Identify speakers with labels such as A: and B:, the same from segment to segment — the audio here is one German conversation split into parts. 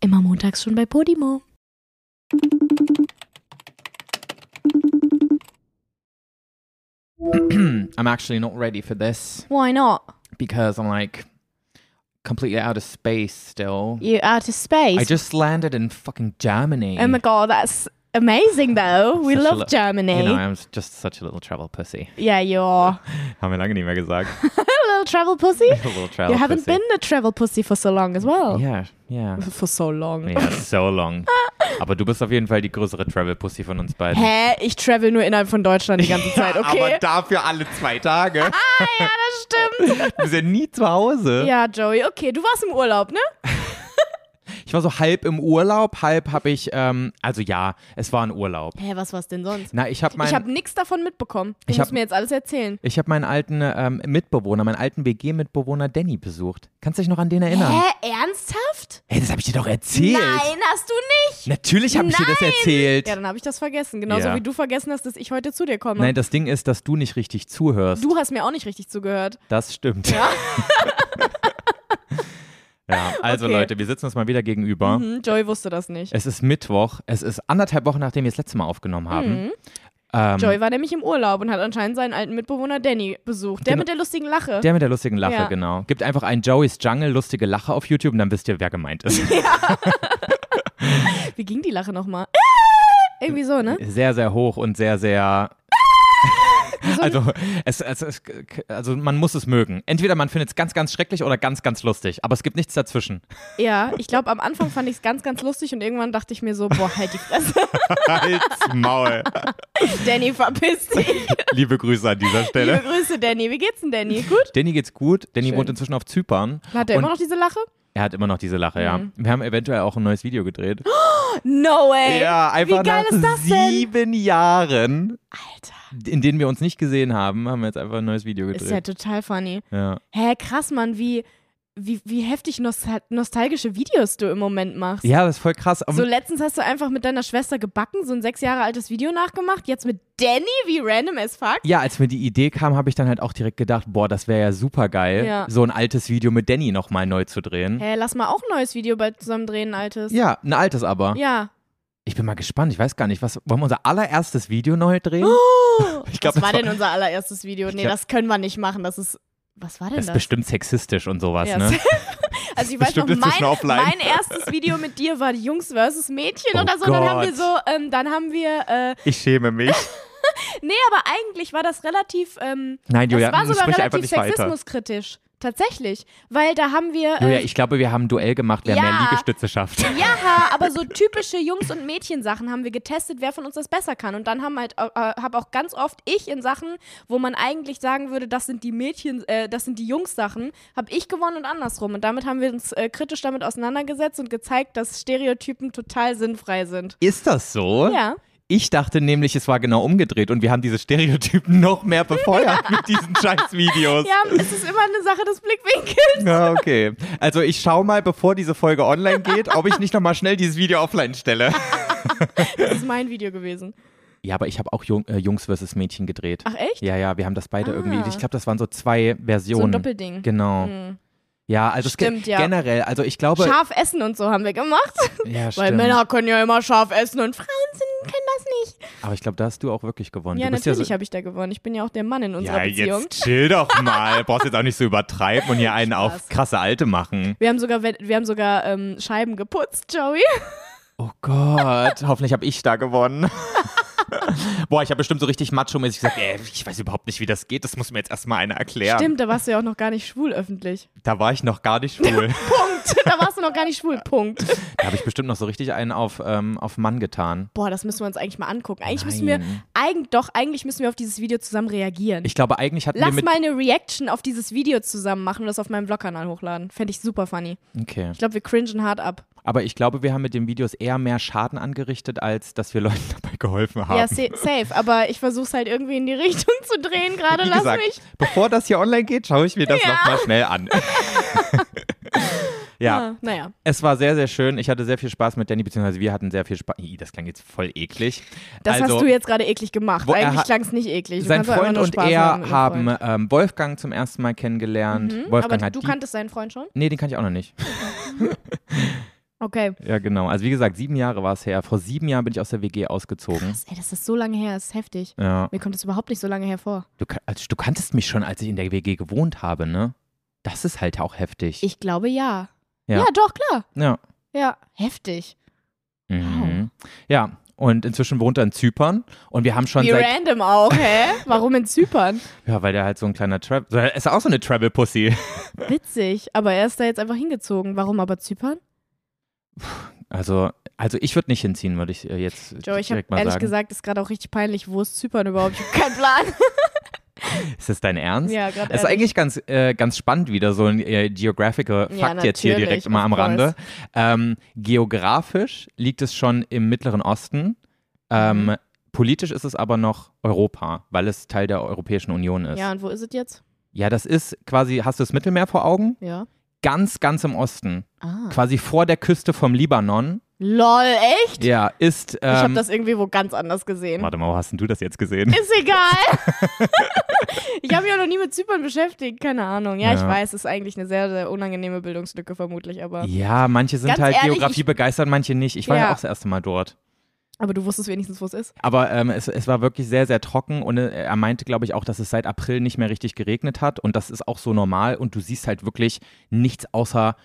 A: Immer montags schon bei Podimo.
B: I'm actually not ready for this
A: Why not?
B: because I'm like completely out of space still.
A: You're out of space.
B: I just landed in fucking Germany.
A: oh my god, that's amazing though. We
B: Such a
A: love
B: lo-
A: Germany.
B: You know, I'm s- just such a little travel pussy.
A: yeah, you are.
B: Haben wir lange nicht mehr gesagt.
A: a little travel pussy.
B: A little travel
A: You haven't
B: pussy.
A: been a travel pussy for so long as well.
B: Yeah, yeah.
A: For so long.
B: Yeah, so long. Aber du bist auf jeden Fall die größere Travel Pussy von uns beiden.
A: Hä? Ich travel nur innerhalb von Deutschland die ganze Zeit, okay?
B: dafür alle zwei Tage.
A: ah, ja, das stimmt.
B: Wir sind nie zu Hause.
A: ja, Joey, okay, du warst im Urlaub, ne?
B: Ich war so halb im Urlaub, halb habe ich, ähm, also ja, es war ein Urlaub.
A: Hä, was war's denn sonst?
B: Na, ich habe
A: ich
B: meinen,
A: habe nichts davon mitbekommen. Du
B: Ich
A: musst
B: hab-
A: mir jetzt alles erzählen.
B: ich habe meinen alten ähm, Mitbewohner, meinen alten WG-Mitbewohner Danny besucht. Kannst du dich noch an den erinnern?
A: Hä, ernsthaft?
B: Hey, das habe ich dir doch erzählt.
A: Nein, hast du nicht.
B: Natürlich habe ich dir das
A: Nein.
B: erzählt.
A: Ja, dann habe ich das vergessen. Genauso
B: Ja.
A: wie du vergessen hast, dass ich heute zu dir komme.
B: Nein, das Ding ist, dass du nicht richtig zuhörst.
A: du hast mir auch nicht richtig zugehört.
B: Das stimmt. Ja. also
A: Okay.
B: Leute, wir sitzen uns mal wieder gegenüber.
A: Hm, Joey wusste das nicht.
B: Es ist Mittwoch. Es ist anderthalb Wochen, nachdem wir das letzte Mal aufgenommen haben.
A: Mhm.
B: Ähm,
A: Joey war nämlich im Urlaub und hat anscheinend seinen alten Mitbewohner Danny besucht. Der
B: Genau.
A: mit der lustigen Lache.
B: Der mit der lustigen Lache,
A: Ja.
B: genau. Gibt einfach einen Joey's Jungle lustige Lache auf YouTube und dann wisst ihr, wer gemeint ist.
A: wie ging die Lache nochmal? Irgendwie so, ne?
B: Sehr, sehr hoch und sehr, sehr.
A: so
B: Also, es, es, es, also man muss es mögen. Entweder man findet es ganz, ganz schrecklich oder ganz, ganz lustig. Aber es gibt nichts dazwischen.
A: Ja, ich glaube, am Anfang fand ich es ganz, ganz lustig und irgendwann dachte ich mir so, boah, halt die Fresse.
B: Halt's Maul.
A: Danny, verpiss dich.
B: Liebe Grüße an dieser
A: Liebe Grüße, Danny. Wie geht's denn, Danny? Gut?
B: Danny geht's gut. Danny
A: Schön.
B: wohnt inzwischen auf Zypern.
A: Hat er
B: und
A: immer noch diese Lache?
B: er hat immer noch diese Lache, ja.
A: Mhm.
B: Wir haben eventuell auch ein neues Video gedreht.
A: No way.
B: Ja, einfach
A: Wie geil
B: nach
A: ist das denn?
B: sieben Jahren, in denen wir uns nicht gesehen haben, haben wir jetzt einfach ein neues Video
A: Ist ja
B: gedreht.
A: total funny.
B: Ja.
A: Hä, krass, Mann, wie, wie, wie heftig nostal nostalgische Videos du im Moment machst.
B: ja, das ist voll krass.
A: So letztens hast du einfach mit deiner Schwester gebacken, so ein sechs Jahre altes Video nachgemacht. Jetzt mit Danny, wie random as fuck.
B: ja, als mir die Idee kam, habe ich dann halt auch direkt gedacht, boah, das wäre ja super geil,
A: Ja.
B: so ein altes Video mit Danny nochmal neu zu drehen.
A: Hä, lass mal auch ein neues Video bald zusammen drehen, altes.
B: Ja, ein altes aber.
A: Ja.
B: Ich bin mal gespannt, ich weiß gar nicht, was wollen wir unser allererstes Video neu drehen? ich glaub,
A: Oh, was war
B: das war-
A: denn unser allererstes Video? Nee,
B: glaub-
A: das können wir nicht machen. Das ist. Was war denn
B: Das
A: das?
B: ist bestimmt sexistisch und sowas,
A: Ja,
B: ne?
A: also ich weiß noch,
B: bestimmt
A: mein,
B: inzwischen offline.
A: mein erstes Video mit dir war Jungs versus Mädchen
B: Oh
A: oder so. Und Dann haben wir
B: Gott.
A: so, ähm, dann haben wir, äh,
B: Ich schäme mich.
A: nee, aber eigentlich war das relativ, ähm,
B: Nein,
A: das
B: Julia,
A: war sogar
B: sprich einfach
A: relativ
B: nicht weiter.
A: sexismuskritisch. Tatsächlich. Weil da haben wir, äh,
B: Julia, ich glaube, wir haben ein Duell gemacht, wer
A: Ja.
B: mehr Liegestütze schafft.
A: Ja, aber so typische Jungs- und Mädchensachen haben wir getestet, wer von uns das besser kann. Und dann haben halt, äh, hab auch ganz oft ich in Sachen, wo man eigentlich sagen würde, das sind die Mädchen, äh, das sind die Jungs-Sachen, habe ich gewonnen und andersrum. Und damit haben wir uns äh, kritisch damit auseinandergesetzt und gezeigt, dass Stereotypen total sinnfrei sind.
B: Ist das so?
A: Ja.
B: Ich dachte nämlich, es war genau umgedreht und wir haben diese Stereotypen noch mehr befeuert mit diesen scheiß Videos.
A: Ja, es ist immer eine Sache des Blickwinkels.
B: Ja, okay. Also ich schau mal, bevor diese Folge online geht, ob ich nicht nochmal schnell dieses Video offline stelle.
A: Das ist mein Video gewesen.
B: Ja, aber ich habe auch Jung, äh, Jungs versus Mädchen gedreht.
A: Ach echt?
B: Ja, ja, wir haben das beide
A: Ah.
B: irgendwie. Ich glaube, das waren so zwei Versionen.
A: So ein Doppelding. Hm.
B: Genau. Ja, also es
A: Stimmt,
B: ge
A: ja.
B: generell, also ich glaube,
A: Scharf essen und so haben wir gemacht.
B: ja,
A: Weil
B: stimmt.
A: Männer können ja immer scharf essen und Frauen sind, können das nicht.
B: aber ich glaube, da hast du auch wirklich gewonnen.
A: Ja,
B: du bist
A: natürlich
B: ja so
A: habe ich da gewonnen. Ich bin ja auch der Mann in unserer Beziehung.
B: chill doch mal. Brauchst jetzt auch nicht so übertreiben und hier einen
A: auf Spaß.
B: krasse Alte machen.
A: Wir haben sogar, wir haben sogar ähm, Scheiben geputzt, Joey.
B: Oh Gott, hoffentlich habe ich da gewonnen. Boah, ich habe bestimmt so richtig macho-mäßig gesagt, ey, ich weiß überhaupt nicht, wie das geht, das muss mir jetzt erstmal einer erklären.
A: Stimmt, da warst du ja auch noch gar nicht schwul öffentlich.
B: Da war ich noch gar nicht schwul.
A: Punkt. Da warst du noch gar nicht schwul. Punkt.
B: da habe ich bestimmt noch so richtig einen auf, ähm, auf Mann getan.
A: Boah, das müssen wir uns eigentlich mal angucken. Eigentlich müssen wir,
B: Nein.
A: eigentlich doch, eigentlich müssen wir auf dieses Video zusammen reagieren.
B: Ich glaube, eigentlich hatten wir
A: Lass
B: mit...
A: mal eine Reaction auf dieses Video zusammen machen und das auf meinem Vlog-Kanal hochladen. Fände ich super funny.
B: Okay.
A: Ich glaube, wir cringen hart ab.
B: Aber ich glaube, wir haben mit den Videos eher mehr Schaden angerichtet, als dass wir Leuten dabei geholfen haben.
A: Ja, sa- safe. Aber ich versuche es halt irgendwie in die Richtung zu drehen gerade.
B: Wie
A: Lass
B: gesagt,
A: mich.
B: bevor das hier online geht, schaue ich mir das
A: Ja.
B: nochmal schnell an. ja,
A: Ah, naja.
B: es war sehr, sehr schön. Ich hatte sehr viel Spaß mit Danny, beziehungsweise wir hatten sehr viel Spaß. Ih, das klang jetzt voll eklig.
A: Das
B: also,
A: hast du jetzt gerade eklig gemacht.
B: Wo er
A: Eigentlich
B: hat-
A: klang es nicht eklig. Du
B: Sein
A: kannst doch einfach
B: Freund
A: nur
B: und
A: Spaß haben
B: er
A: mit einem
B: haben
A: Freund.
B: ähm, Wolfgang zum ersten Mal kennengelernt.
A: Mhm,
B: Wolfgang
A: aber
B: hat
A: du
B: die,
A: kanntest seinen Freund schon?
B: Nee, den kann ich auch noch nicht.
A: Okay.
B: Ja, genau. Also wie gesagt, sieben Jahre war es her. Vor sieben Jahren bin ich aus der WG ausgezogen.
A: Krass, ey, dass das so lange her ist, heftig.
B: Ja.
A: Mir kommt das überhaupt nicht so lange hervor.
B: Du, ka- also, du kanntest mich schon, als ich in der WG gewohnt habe, ne? Das ist halt auch heftig.
A: Ich glaube ja.
B: Ja.
A: Ja, doch, klar.
B: ja.
A: Ja, heftig.
B: Mhm. Ja. Und inzwischen wohnt er in Zypern und wir haben schon
A: Wie
B: seit
A: random auch, hä? Warum in Zypern?
B: Ja, weil der halt so ein kleiner Travel. So, er ist auch so eine Travel-Pussy.
A: Witzig, aber er ist da jetzt einfach hingezogen. Warum aber Zypern?
B: Also, also ich würde nicht hinziehen, würde ich äh, jetzt
A: Joe, ich habe
B: direkt mal
A: ehrlich
B: sagen.
A: gesagt, ist gerade auch richtig peinlich. Wo ist Zypern überhaupt? Ich habe keinen Plan.
B: ist das dein Ernst?
A: ja, gerade
B: Es ist
A: ehrlich.
B: eigentlich ganz, äh, ganz spannend wieder, so ein äh, geographical
A: Ja,
B: Fakt jetzt hier
A: natürlich,
B: direkt mal
A: of
B: am
A: course.
B: Rande. Ähm, geografisch liegt es schon im Mittleren Osten. Ähm,
A: Mhm.
B: Politisch ist es aber noch Europa, weil es Teil der Europäischen Union ist.
A: Ja, und wo ist es jetzt?
B: ja, das ist quasi, hast du das Mittelmeer vor Augen?
A: Ja.
B: Ganz, ganz im Osten.
A: Ah.
B: Quasi vor der Küste vom Libanon.
A: Lol, echt?
B: Ja, ist. Ähm,
A: ich habe das irgendwie wo ganz anders gesehen.
B: Warte mal, wo hast denn du das jetzt gesehen?
A: Ist egal. ich habe mich auch noch nie mit Zypern beschäftigt, keine Ahnung. Ja, ich
B: Ja.
A: weiß, ist eigentlich eine sehr, sehr unangenehme Bildungslücke vermutlich, aber,
B: Ja, manche sind
A: Ganz
B: halt
A: ehrlich,
B: Geografie
A: ich-
B: begeistert, manche nicht. Ich war ja,
A: Ja.
B: auch das erste Mal dort.
A: aber du wusstest wenigstens, wo es ist.
B: Aber ähm, es, es war wirklich sehr, sehr trocken und äh, er meinte, glaube ich, auch, dass es seit April nicht mehr richtig geregnet hat und das ist auch so normal und du siehst halt wirklich nichts außer.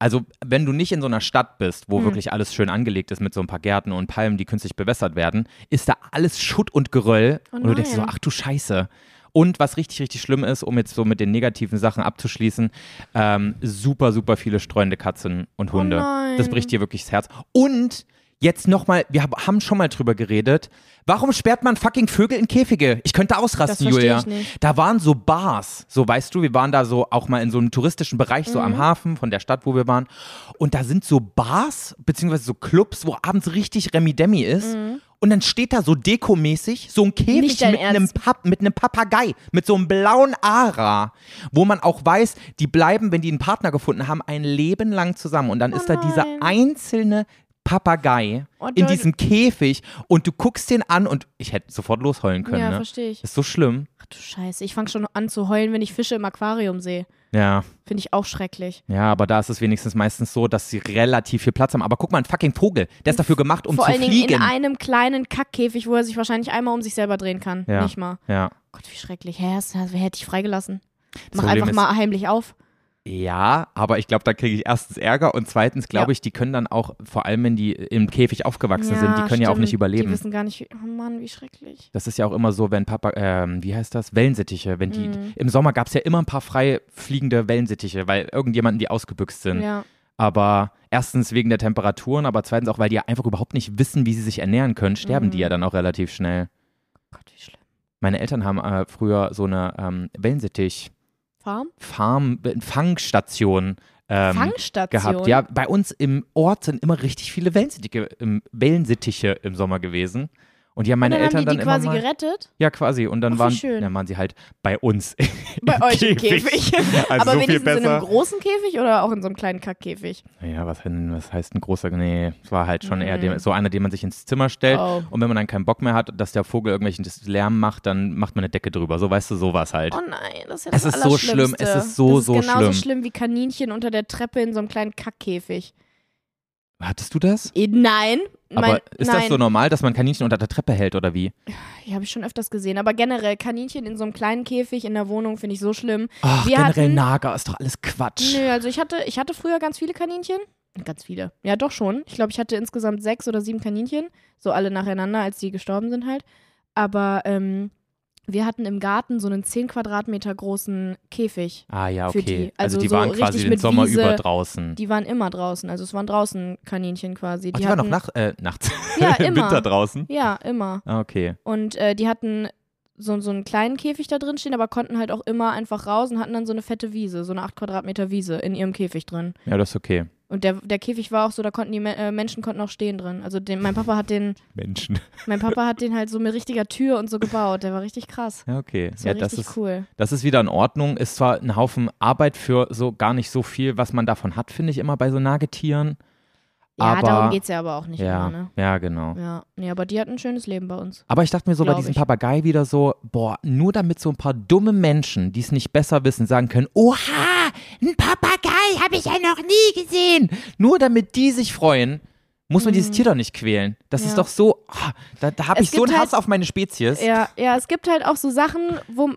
B: Also, wenn du nicht in so einer Stadt bist,
A: Mhm.
B: wo wirklich alles schön angelegt ist mit so ein paar Gärten und Palmen, die künstlich bewässert werden, ist da alles Schutt und Geröll.
A: Oh
B: und du denkst dir so,
A: nein.
B: ach du Scheiße. Und was richtig, richtig schlimm ist, um jetzt so mit den negativen Sachen abzuschließen, ähm, super, super viele streunende Katzen und Hunde.
A: Oh nein.
B: Das bricht dir wirklich das Herz. Und jetzt nochmal, wir hab- haben schon mal drüber geredet, warum sperrt man fucking Vögel in Käfige? Ich könnte ausrasten,
A: Das versteh
B: Julia.
A: ich nicht.
B: Da waren so Bars, so weißt du, wir waren da so auch mal in so einem touristischen Bereich, so
A: Mhm.
B: am Hafen von der Stadt, wo wir waren. Und da sind so Bars, beziehungsweise so Clubs, wo abends richtig Remi-Demi ist. Und dann steht da so dekomäßig so ein Käfig
A: Mhm. Nicht dein
B: mit einem
A: Ernst.
B: Pap mit einem Papagei, mit so einem blauen Ara, wo man auch weiß, die bleiben, wenn die einen Partner gefunden haben, ein Leben lang zusammen. Und dann ist da dieser
A: Oh nein.
B: einzelne Papagei
A: Oh,
B: in
A: Leute.
B: diesem Käfig und du guckst den an und ich hätte sofort losheulen können.
A: ja,
B: ne?
A: verstehe ich.
B: Ist so schlimm.
A: Ach du Scheiße, ich fange schon an zu heulen, wenn ich Fische im Aquarium sehe.
B: Ja,
A: Finde ich auch schrecklich.
B: ja, aber da ist es wenigstens meistens so, dass sie relativ viel Platz haben. Aber guck mal, ein fucking Vogel, der ist dafür gemacht, um
A: Vor
B: zu
A: allen Dingen
B: fliegen.
A: in einem kleinen Kackkäfig, wo er sich wahrscheinlich einmal um sich selber drehen kann.
B: Ja.
A: Nicht mal.
B: ja.
A: Gott, wie schrecklich. Hä, das- das- wer hätte ich freigelassen? Mach
B: Problem
A: einfach
B: ist-
A: mal heimlich auf.
B: Ja, aber ich glaube, da kriege ich erstens Ärger und zweitens glaube
A: Ja.
B: ich, die können dann auch, vor allem wenn die im Käfig aufgewachsen sind, die können ja auch
A: stimmt.
B: nicht
A: Die
B: überleben.
A: wissen gar nicht, wie- oh Mann, wie schrecklich.
B: das ist ja auch immer so, wenn Papa, ähm, wie heißt das? Wellensittiche. Wenn die,
A: Mhm.
B: Im Sommer gab es ja immer ein paar frei fliegende Wellensittiche, weil irgendjemanden die ausgebüxt sind.
A: Ja.
B: Aber erstens wegen der Temperaturen, aber zweitens auch, weil die ja einfach überhaupt nicht wissen, wie sie sich ernähren können, sterben die ja
A: Mhm.
B: dann auch relativ schnell.
A: Gott, wie schlimm.
B: Meine Eltern haben äh, früher so eine ähm, Wellensittich-Farm, äh,
A: Farm?
B: Fangstation. Ähm,
A: Fangstation?
B: gehabt. Ja, bei uns im Ort sind immer richtig viele Wellensittiche im, Wellensittiche im Sommer gewesen. Und die haben meine
A: Und dann
B: Eltern
A: haben die
B: dann
A: die
B: immer
A: quasi
B: mal,
A: gerettet?
B: ja quasi und dann
A: Ach, wie
B: waren,
A: schön.
B: dann waren sie halt bei uns.
A: Bei euch im Käfig.
B: Also
A: Aber
B: so viel
A: wenigstens in
B: besser.
A: einem großen Käfig oder auch in so einem kleinen Kackkäfig?
B: Ja, was, denn- was heißt ein großer? Nee, es war halt schon eher dem, so einer, den man sich ins Zimmer stellt.
A: Mhm. Oh.
B: Und wenn man dann keinen Bock mehr hat, dass der Vogel irgendwelchen Lärm macht, dann macht man eine Decke drüber. So weißt du, sowas halt.
A: Oh nein, das ist ja
B: Es
A: das
B: ist so schlimm,
A: Allerschlimmste.
B: es ist so,
A: das ist
B: so
A: genauso
B: schlimm.
A: wie Kaninchen unter der Treppe in so einem kleinen Kackkäfig.
B: Hattest du das?
A: Eh, Nein, mein,
B: Aber ist
A: nein,
B: das so normal, dass man Kaninchen unter der Treppe hält oder wie?
A: Ja, habe ich schon öfters gesehen. Aber generell, Kaninchen in so einem kleinen Käfig in der Wohnung finde ich so schlimm.
B: Ach,
A: Wir
B: generell
A: hatten-
B: Nager ist doch alles Quatsch.
A: Nö, also ich hatte, ich hatte früher ganz viele Kaninchen. Ganz viele. Ja, doch schon. Ich glaube, ich hatte insgesamt sechs oder sieben Kaninchen. So alle nacheinander, als die gestorben sind halt. Aber ähm, wir hatten im Garten so einen 10 Quadratmeter großen Käfig.
B: Ah ja,
A: für
B: okay.
A: die.
B: Also,
A: Also
B: die
A: so
B: waren
A: richtig
B: quasi den
A: mit
B: Sommer
A: Wiese.
B: über draußen.
A: Die waren immer draußen. Also es waren draußen Kaninchen quasi.
B: Ach, die waren noch
A: hatten-
B: nach, äh, nachts.
A: Ja,
B: Im
A: immer.
B: Winter draußen.
A: Ja, immer.
B: Ah, okay.
A: Und äh, die hatten so, so einen kleinen Käfig da drin stehen, aber konnten halt auch immer einfach raus und hatten dann so eine fette Wiese, so eine 8 Quadratmeter Wiese in ihrem Käfig drin.
B: Ja, das ist okay.
A: Und der, der Käfig war auch so, da konnten die Me äh, Menschen konnten auch stehen drin. Also den, mein Papa hat den,
B: Menschen.
A: mein Papa hat den halt so mit richtiger Tür und so gebaut. Der war richtig krass.
B: Ja, okay.
A: Das war
B: Ja, das
A: richtig
B: ist,
A: cool.
B: das ist wieder in Ordnung. Ist zwar ein Haufen Arbeit für so gar nicht so viel, was man davon hat, finde ich immer bei so Nagetieren.
A: Ja,
B: aber,
A: darum geht's ja aber auch nicht
B: ja,
A: immer, ne?
B: ja, genau.
A: Ja, nee, aber die hatten ein schönes Leben bei uns.
B: Aber ich dachte mir so bei
A: Glaub
B: diesem
A: ich.
B: Papagei wieder so, boah, nur damit so ein paar dumme Menschen, die es nicht besser wissen, sagen können, oha, ein Papagei habe ich ja noch nie gesehen. Nur damit die sich freuen, muss man dieses Tier doch nicht quälen. Das
A: Mhm.
B: ist
A: Ja.
B: doch so, ah, da, da habe
A: Es
B: ich so
A: gibt
B: einen
A: halt-
B: Hass auf meine Spezies.
A: Ja, ja, es gibt halt auch so Sachen, wo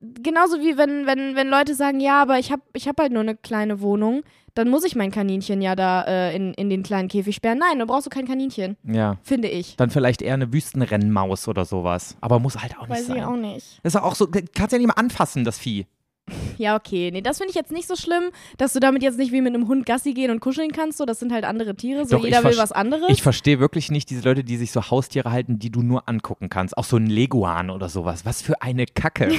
A: genauso wie wenn wenn wenn Leute sagen, ja, aber ich habe ich hab halt nur eine kleine Wohnung, dann muss ich mein Kaninchen ja da äh, in, in den kleinen Käfig sperren. Nein, da brauchst du kein Kaninchen,
B: ja.
A: finde ich.
B: Dann vielleicht eher eine Wüstenrennmaus oder sowas. Aber muss halt auch nicht
A: Weiß
B: sein.
A: ich auch nicht.
B: Das ist auch so, kannst ja nicht mal anfassen, das Vieh.
A: Ja, okay. Nee, das finde ich jetzt nicht so schlimm, dass du damit jetzt nicht wie mit einem Hund Gassi gehen und kuscheln kannst. So, das sind halt andere Tiere. So,
B: Doch, ich
A: jeder will
B: verst-
A: was anderes.
B: Ich verstehe wirklich nicht diese Leute, die sich so Haustiere halten, die du nur angucken kannst. Auch so ein Leguan oder sowas. Was für eine Kacke.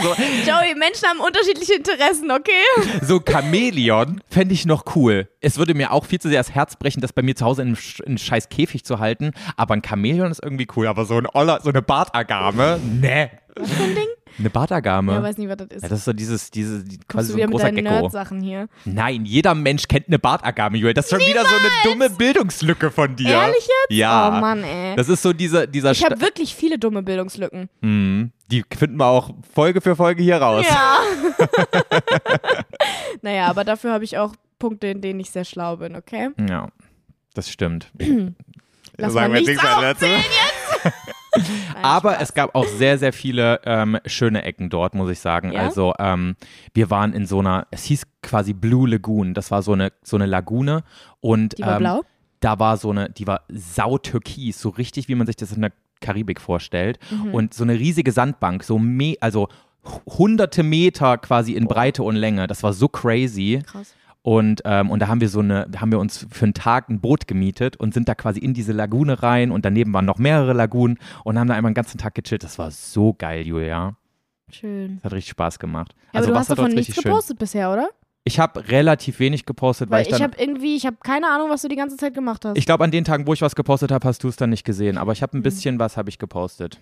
B: so,
A: Joey, Menschen haben unterschiedliche Interessen, okay?
B: so Chamäleon fände ich noch cool. Es würde mir auch viel zu sehr das Herz brechen, das bei mir zu Hause in einem Sch- in einem scheiß Käfig zu halten. Aber ein Chamäleon ist irgendwie cool. Aber so, ein Oller, so eine Bartagame, ne.
A: Was für ein Ding?
B: Eine Bartagame.
A: Ja, weiß nicht, was das ist.
B: Ja, das ist so dieses, dieses
A: Kommst
B: quasi
A: du
B: so
A: wieder
B: ein
A: mit
B: großer
A: deinen
B: Gecko.
A: Nerd-Sachen hier.
B: Nein, jeder Mensch kennt eine Bartagame, Joel. Das ist schon wieder so eine dumme Bildungslücke von dir.
A: Ehrlich jetzt?
B: Ja.
A: Oh Mann, ey.
B: Das ist so dieser, dieser
A: ich habe wirklich viele dumme Bildungslücken.
B: Mhm. Die finden wir auch Folge für Folge hier raus.
A: Ja. naja, aber dafür habe ich auch Punkte, in denen ich sehr schlau bin, okay?
B: Ja, das stimmt.
A: Lass
B: Sagen
A: mal
B: wir jetzt
A: nichts
B: nichts mehr dazu.
A: Nein,
B: Aber es gab auch sehr, sehr viele ähm, schöne Ecken dort, muss ich sagen.
A: Ja?
B: Also ähm, wir waren in so einer, es hieß quasi Blue Lagoon. Das war so eine, so eine Lagune. Und
A: Die war
B: ähm,
A: blau?
B: da war so eine, die war sautürkis, so richtig, wie man sich das in der Karibik vorstellt.
A: Mhm.
B: Und so eine riesige Sandbank, so me also hu- hunderte Meter quasi in Breite und Länge. Das war so crazy.
A: Krass.
B: Und, ähm, und da haben wir so eine, haben wir uns für einen Tag ein Boot gemietet und sind da quasi in diese Lagune rein und daneben waren noch mehrere Lagunen und haben da einmal den ganzen Tag gechillt. Das war so geil, Julia.
A: Schön.
B: Das hat richtig Spaß gemacht.
A: Ja, aber du hast
B: Wasser dort
A: davon
B: also ist
A: nichts
B: richtig schön.
A: gepostet bisher, oder?
B: Ich habe relativ wenig gepostet, weil,
A: Weil
B: ich
A: ich
B: dann.
A: habe irgendwie, ich habe keine Ahnung, was Hm. du die ganze Zeit gemacht hast.
B: Ich glaube, an den Tagen, wo ich was gepostet habe, hast du es dann nicht gesehen. Aber ich habe ein bisschen was habe ich gepostet.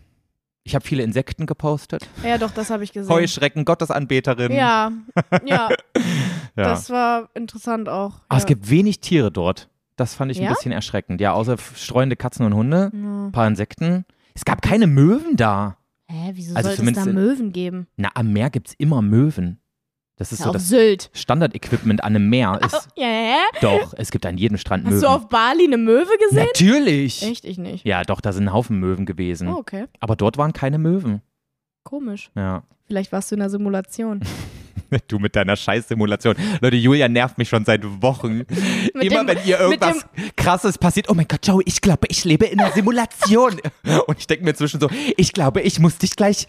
B: Ich habe viele Insekten gepostet.
A: ja, doch, das habe ich gesehen.
B: Heuschrecken, Gottesanbeterin.
A: Ja, ja,
B: Ja.
A: das war interessant auch.
B: Aber
A: ja.
B: Ah, es gibt wenig Tiere dort. Das fand ich
A: Ja? Hm.
B: ein bisschen erschreckend. Ja, außer f- streunende Katzen und Hunde,
A: Ja.
B: ein paar Insekten. Es gab keine Möwen da.
A: Hä, wieso
B: Also
A: soll es da
B: zumindest in-
A: Möwen geben?
B: Na, am Meer gibt es immer Möwen. Das ist
A: Ja,
B: so
A: auf
B: das
A: Sylt.
B: Standard-Equipment an einem Meer. Ist,
A: Ja, hä?
B: doch, es gibt an jedem Strand
A: Hast
B: Möwen.
A: du auf Bali eine Möwe gesehen?
B: Natürlich. Hm.
A: Echt, ich nicht.
B: Ja, doch, da sind ein Haufen Möwen gewesen.
A: Oh, okay.
B: Aber dort waren keine Möwen.
A: Komisch.
B: Ja.
A: Vielleicht warst du in einer Simulation.
B: Du mit deiner Scheißsimulation. Leute, Julia nervt mich schon seit Wochen. Immer
A: dem-
B: wenn ihr
A: mit
B: irgendwas krasses passiert, oh mein Gott, Joey, ich glaube, ich lebe in einer Simulation. Und ich denke mir zwischen so, ich glaube, ich muss dich gleich.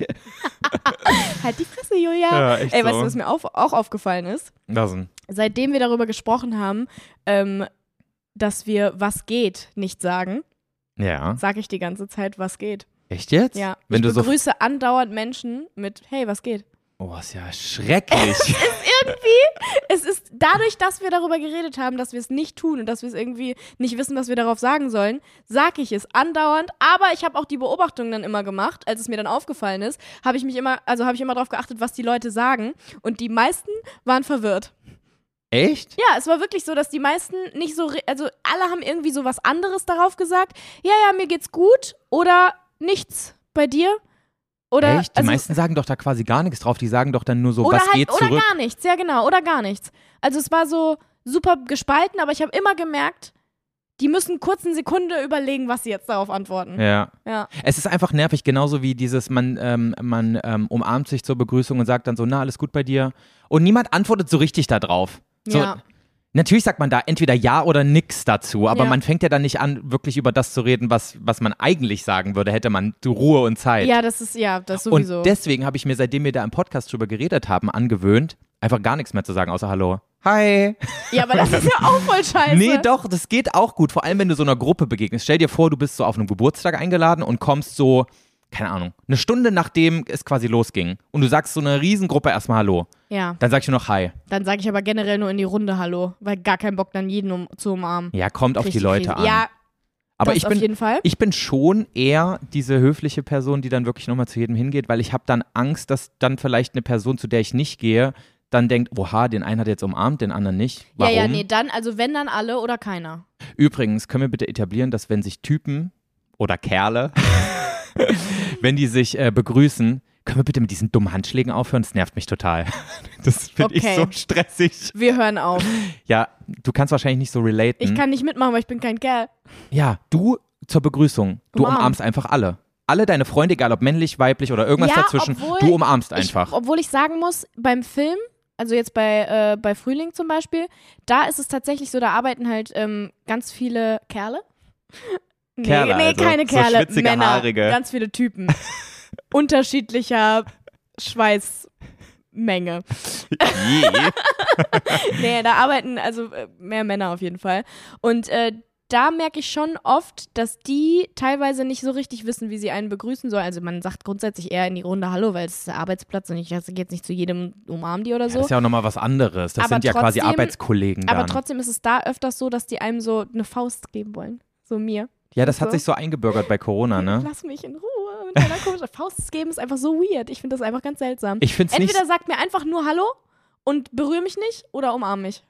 A: halt die Fresse, Julia.
B: Ja, echt
A: Ey, weißt
B: so.
A: du, was mir auf, auch aufgefallen ist?
B: Lassen.
A: Seitdem wir darüber gesprochen haben, ähm, dass wir was geht nicht sagen,
B: Ja.
A: sage ich die ganze Zeit, was geht.
B: Echt jetzt?
A: Ja.
B: Wenn
A: ich
B: du so.
A: begrüße andauernd Menschen mit, hey, was geht?
B: Oh, ist ja schrecklich.
A: Es ist dadurch, dass wir darüber geredet haben, dass wir es nicht tun und dass wir es irgendwie nicht wissen, was wir darauf sagen sollen, sag ich es andauernd. Aber ich habe auch die Beobachtung dann immer gemacht, als es mir dann aufgefallen ist, habe ich mich immer, also habe ich immer darauf geachtet, was die Leute sagen. Und die meisten waren verwirrt.
B: Echt?
A: Ja, es war wirklich so, dass die meisten nicht so, re- also alle haben irgendwie so was anderes darauf gesagt. Ja, ja, mir geht's gut oder nichts bei dir oder
B: Echt? Die
A: also,
B: meisten sagen doch da quasi gar nichts drauf. Die sagen doch dann nur so,
A: oder
B: was
A: halt
B: geht
A: oder
B: zurück.
A: gar nichts. Ja, genau, oder gar nichts. Also es war so super gespalten, aber ich habe immer gemerkt, die müssen kurz eine Sekunde überlegen, was sie jetzt darauf antworten.
B: Ja.
A: Ja.
B: Es ist einfach nervig, genauso wie dieses, man, ähm, man ähm, umarmt sich zur Begrüßung und sagt dann so, na, alles gut bei dir. Und niemand antwortet so richtig da drauf. So,
A: Ja.
B: Natürlich sagt man da entweder ja oder nix dazu, aber
A: Ja.
B: man fängt ja dann nicht an, wirklich über das zu reden, was, was man eigentlich sagen würde, hätte man Ruhe und Zeit.
A: Ja, das ist ja, das
B: Halt. und
A: sowieso.
B: deswegen habe ich mir, seitdem wir da im Podcast drüber geredet haben, angewöhnt, einfach gar nichts mehr zu sagen, außer Hallo. Hi.
A: ja, aber das ist ja auch voll scheiße.
B: Nee, doch, das geht auch gut, vor allem wenn du so einer Gruppe begegnest. Stell dir vor, du bist so auf einem Geburtstag eingeladen und kommst so, keine Ahnung, eine Stunde nachdem es quasi losging und du sagst so einer Riesengruppe erstmal Hallo.
A: Ja,
B: Dann sagst du noch Hi.
A: dann sage ich aber generell nur in die Runde Hallo, weil gar keinen Bock dann jeden um, zu umarmen.
B: Ja, kommt auf die
A: Richtig
B: Leute
A: Krise.
B: an.
A: Ja,
B: Aber
A: das
B: ich
A: auf
B: bin,
A: jeden Fall.
B: ich bin schon eher diese höfliche Person, die dann wirklich nochmal zu jedem hingeht, weil ich habe dann Angst, dass dann vielleicht eine Person, zu der ich nicht gehe, dann denkt, oha, den einen hat er jetzt umarmt, den anderen nicht. Warum?
A: Ja, ja, nee, dann, also wenn dann alle oder keiner.
B: Übrigens, können wir bitte etablieren, dass wenn sich Typen oder Kerle, wenn die sich äh, begrüßen, können wir bitte mit diesen dummen Handschlägen aufhören? Das nervt mich total. Das finde ich
A: Okay.
B: so stressig.
A: Wir hören auf.
B: Ja, du kannst wahrscheinlich nicht so relaten.
A: Ich kann nicht mitmachen, weil ich bin kein Kerl.
B: ja, du zur Begrüßung. Du
A: Umarmt.
B: umarmst einfach alle. Alle deine Freunde, egal ob männlich, weiblich oder irgendwas
A: Ja,
B: dazwischen,
A: obwohl
B: du umarmst
A: Ich,
B: einfach.
A: obwohl ich sagen muss, beim Film, also jetzt bei, äh, bei Frühling zum Beispiel, da ist es tatsächlich so, da arbeiten halt ähm, ganz viele Kerle. Nee,
B: Kerle,
A: nee
B: also.
A: keine
B: So
A: Kerle,
B: schwitzige,
A: Männer,
B: haarige.
A: ganz viele Typen. Unterschiedlicher Schweißmenge. Also
B: Je.
A: Nee, da arbeiten also äh, mehr Männer auf jeden Fall. Und äh, da merke ich schon oft, dass die teilweise nicht so richtig wissen, wie sie einen begrüßen sollen. Also man sagt grundsätzlich eher in die Runde Hallo, weil es ist der Arbeitsplatz und ich also geht jetzt nicht zu jedem umarm die oder
B: Ja, das
A: so.
B: ist ja auch nochmal was anderes. Das
A: Aber
B: sind ja quasi
A: trotzdem-
B: Arbeitskollegen dann.
A: Aber trotzdem ist es da öfters so, dass die einem so eine Faust geben wollen. So mir.
B: ja, das hat
A: so.
B: sich so eingebürgert bei Corona, ne?
A: Lass mich in Ruhe mit deiner komischen Faust geben ist einfach so weird. Ich finde das einfach ganz seltsam.
B: Ich finde es nicht.
A: Entweder sagt mir einfach nur Hallo und berühre mich nicht oder umarm mich.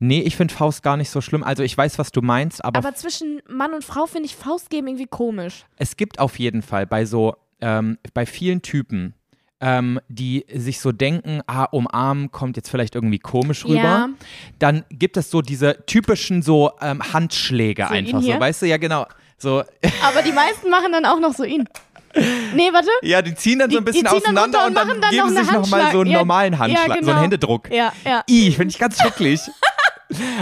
B: Nee, ich finde Faust gar nicht so schlimm. Also ich weiß, was du meinst, aber,
A: Aber zwischen Mann und Frau finde ich Faust geben irgendwie komisch.
B: es gibt auf jeden Fall bei so, ähm, bei vielen Typen, ähm, die sich so denken, ah, umarmen kommt jetzt vielleicht irgendwie komisch rüber.
A: Ja.
B: Dann gibt es so diese typischen so ähm, Handschläge
A: So ihn
B: einfach so,
A: hier?
B: weißt du? Ja, genau. So,
A: Aber die meisten machen dann auch noch so ihn. Nee, warte.
B: ja, die ziehen dann so ein
A: Die- die
B: bisschen
A: ziehen dann runter
B: auseinander und
A: und
B: dann,
A: machen dann
B: geben
A: noch eine
B: sich nochmal so einen
A: Handschlag. Ja,
B: normalen
A: ja,
B: Handschlag, so einen
A: genau.
B: Händedruck.
A: Ja, ja.
B: I, finde ich ganz schrecklich.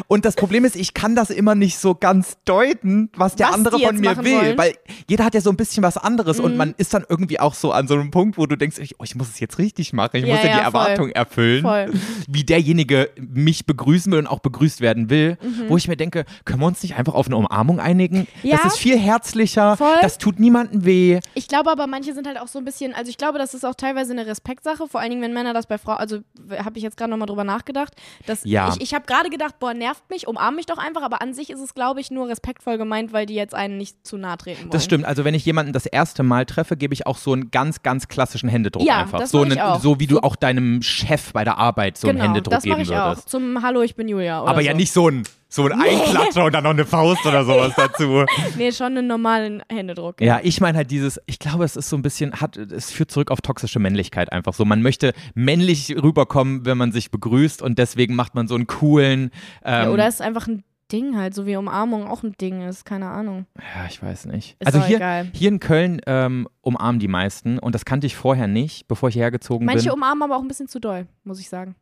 B: Und das Problem ist, ich kann das immer nicht so ganz deuten, was der
A: Was
B: andere
A: die
B: von
A: jetzt
B: mir
A: machen
B: will,
A: wollen. Mhm.
B: weil jeder hat ja so ein bisschen was anderes und man ist dann irgendwie auch so an so einem Punkt, wo du denkst, ich- oh, ich muss es jetzt richtig machen, ich
A: Ja,
B: muss ja, die
A: ja, voll.
B: Erwartung erfüllen,
A: Voll.
B: wie derjenige mich begrüßen will und auch begrüßt werden will, wo ich mir denke, können wir uns nicht einfach auf eine Umarmung einigen?
A: Mhm. Ja.
B: Das ist viel herzlicher,
A: Voll.
B: das tut niemandem weh.
A: Ich glaube aber, manche sind halt auch so ein bisschen, also ich glaube, das ist auch teilweise eine Respektsache, vor allen Dingen, wenn Männer das bei Frauen, also habe ich jetzt gerade nochmal drüber nachgedacht, dass
B: Ja.
A: ich, ich habe gerade gedacht, boah, nervt mich, umarm mich doch einfach, aber an sich ist es, glaube ich, nur respektvoll gemeint, weil die jetzt einen nicht zu nahe treten wollen.
B: Das stimmt. Also wenn ich jemanden das erste Mal treffe, gebe ich auch so einen ganz, ganz klassischen Händedruck
A: Ja,
B: einfach.
A: das
B: so,
A: mach ich auch.
B: so wie du auch deinem Chef bei der Arbeit so
A: Genau,
B: einen Händedruck
A: das mache
B: geben
A: ich auch. Also
B: würdest.
A: Zum Hallo, ich bin Julia. Oder
B: Aber
A: so.
B: ja nicht so ein, so ein Einklatscher und dann noch eine Faust oder sowas dazu.
A: Nee, schon einen normalen Händedruck.
B: Ja, ich meine halt dieses, ich glaube, es ist so ein bisschen, hat, es führt zurück auf toxische Männlichkeit einfach so. Man möchte männlich rüberkommen, wenn man sich begrüßt und deswegen macht man so einen coolen, ähm,
A: Ja, oder ist einfach ein Ding halt, so wie Umarmung auch ein Ding ist, keine Ahnung.
B: Ja, ich weiß nicht.
A: Ist
B: also
A: doch
B: hier,
A: egal.
B: hier in Köln ähm, umarmen die meisten und das kannte ich vorher nicht, bevor ich hierher gezogen bin.
A: Manche umarmen aber auch ein bisschen zu doll, muss ich sagen.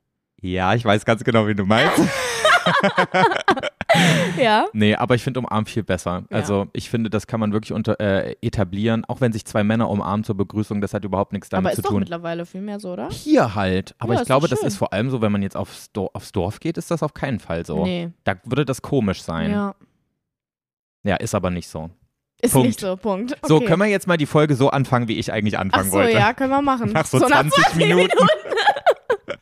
B: Ja, ich weiß ganz genau, wie du meinst.
A: Ja.
B: nee, aber ich finde umarmen viel besser.
A: Ja.
B: Also ich finde, das kann man wirklich unter, äh, etablieren, auch wenn sich zwei Männer umarmen zur Begrüßung, das hat überhaupt nichts damit
A: aber
B: zu
A: ist doch
B: tun.
A: mittlerweile viel mehr so, oder?
B: Hier halt. Aber
A: Ja,
B: ich
A: ist
B: glaube,
A: doch
B: das
A: schön.
B: ist vor allem so, wenn man jetzt aufs, Dor aufs Dorf geht, ist das auf keinen Fall so.
A: Nee.
B: Da würde das komisch sein. Ja,
A: Ja.
B: ist aber nicht so.
A: Ist
B: Punkt.
A: nicht so, Punkt. Okay.
B: So, können wir jetzt mal die Folge so anfangen, wie ich eigentlich
A: Ach
B: anfangen
A: so,
B: wollte.
A: ja, können wir machen.
B: Nach so 20 Minuten.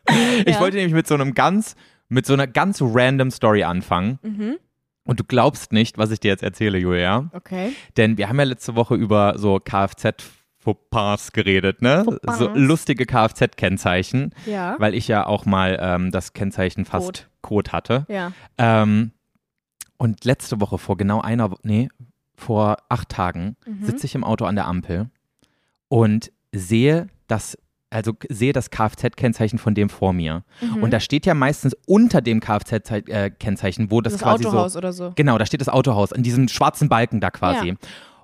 B: ich
A: Ja.
B: wollte nämlich mit so einem ganz, mit so einer ganz random Story anfangen.
A: Mhm.
B: Und du glaubst nicht, was ich dir jetzt erzähle, Julia.
A: Okay.
B: Denn wir haben ja letzte Woche über so Kfz-Fauxpas geredet, ne?
A: Fauxpas.
B: So lustige Kfz-Kennzeichen,
A: Ja.
B: weil ich ja auch mal ähm, das Kennzeichen fast Kot hatte.
A: Ja.
B: Ähm, und letzte Woche vor genau einer, Wo- nee, vor acht Tagen
A: Mhm.
B: sitze ich im Auto an der Ampel und sehe das, also k- sehe das Kfz-Kennzeichen von dem vor mir.
A: Mhm.
B: Und da steht ja meistens unter dem Kfz-Kennzeichen, wo das,
A: das
B: quasi so
A: Autohaus oder so.
B: Genau, da steht das Autohaus, in diesem schwarzen Balken da quasi.
A: Ja.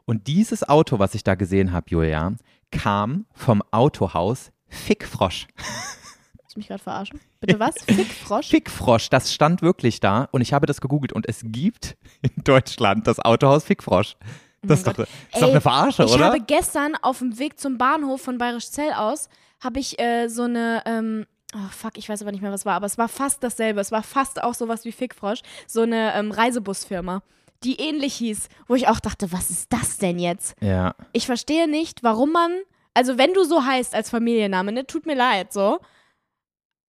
B: Und dieses Auto, was ich da gesehen habe, Julia, kam vom Autohaus Fickfrosch.
A: Willst du mich gerade verarschen? Bitte was? Fickfrosch?
B: Fickfrosch, das stand wirklich da und ich habe das gegoogelt und es gibt in Deutschland das Autohaus Fickfrosch. Das ist doch, das ist doch
A: Oh Ey,
B: eine Verarsche,
A: ich
B: oder?
A: habe gestern auf dem Weg zum Bahnhof von Bayerisch Zell aus, habe ich äh, so eine, ähm, ach fuck, ich weiß aber nicht mehr, was war, aber es war fast dasselbe. Es war fast auch sowas wie Fickfrosch, so eine ähm, Reisebusfirma, die ähnlich hieß, wo ich auch dachte, was ist das denn jetzt?
B: ja.
A: Ich verstehe nicht, warum man, also wenn du so heißt als Familienname, ne, tut mir leid, so.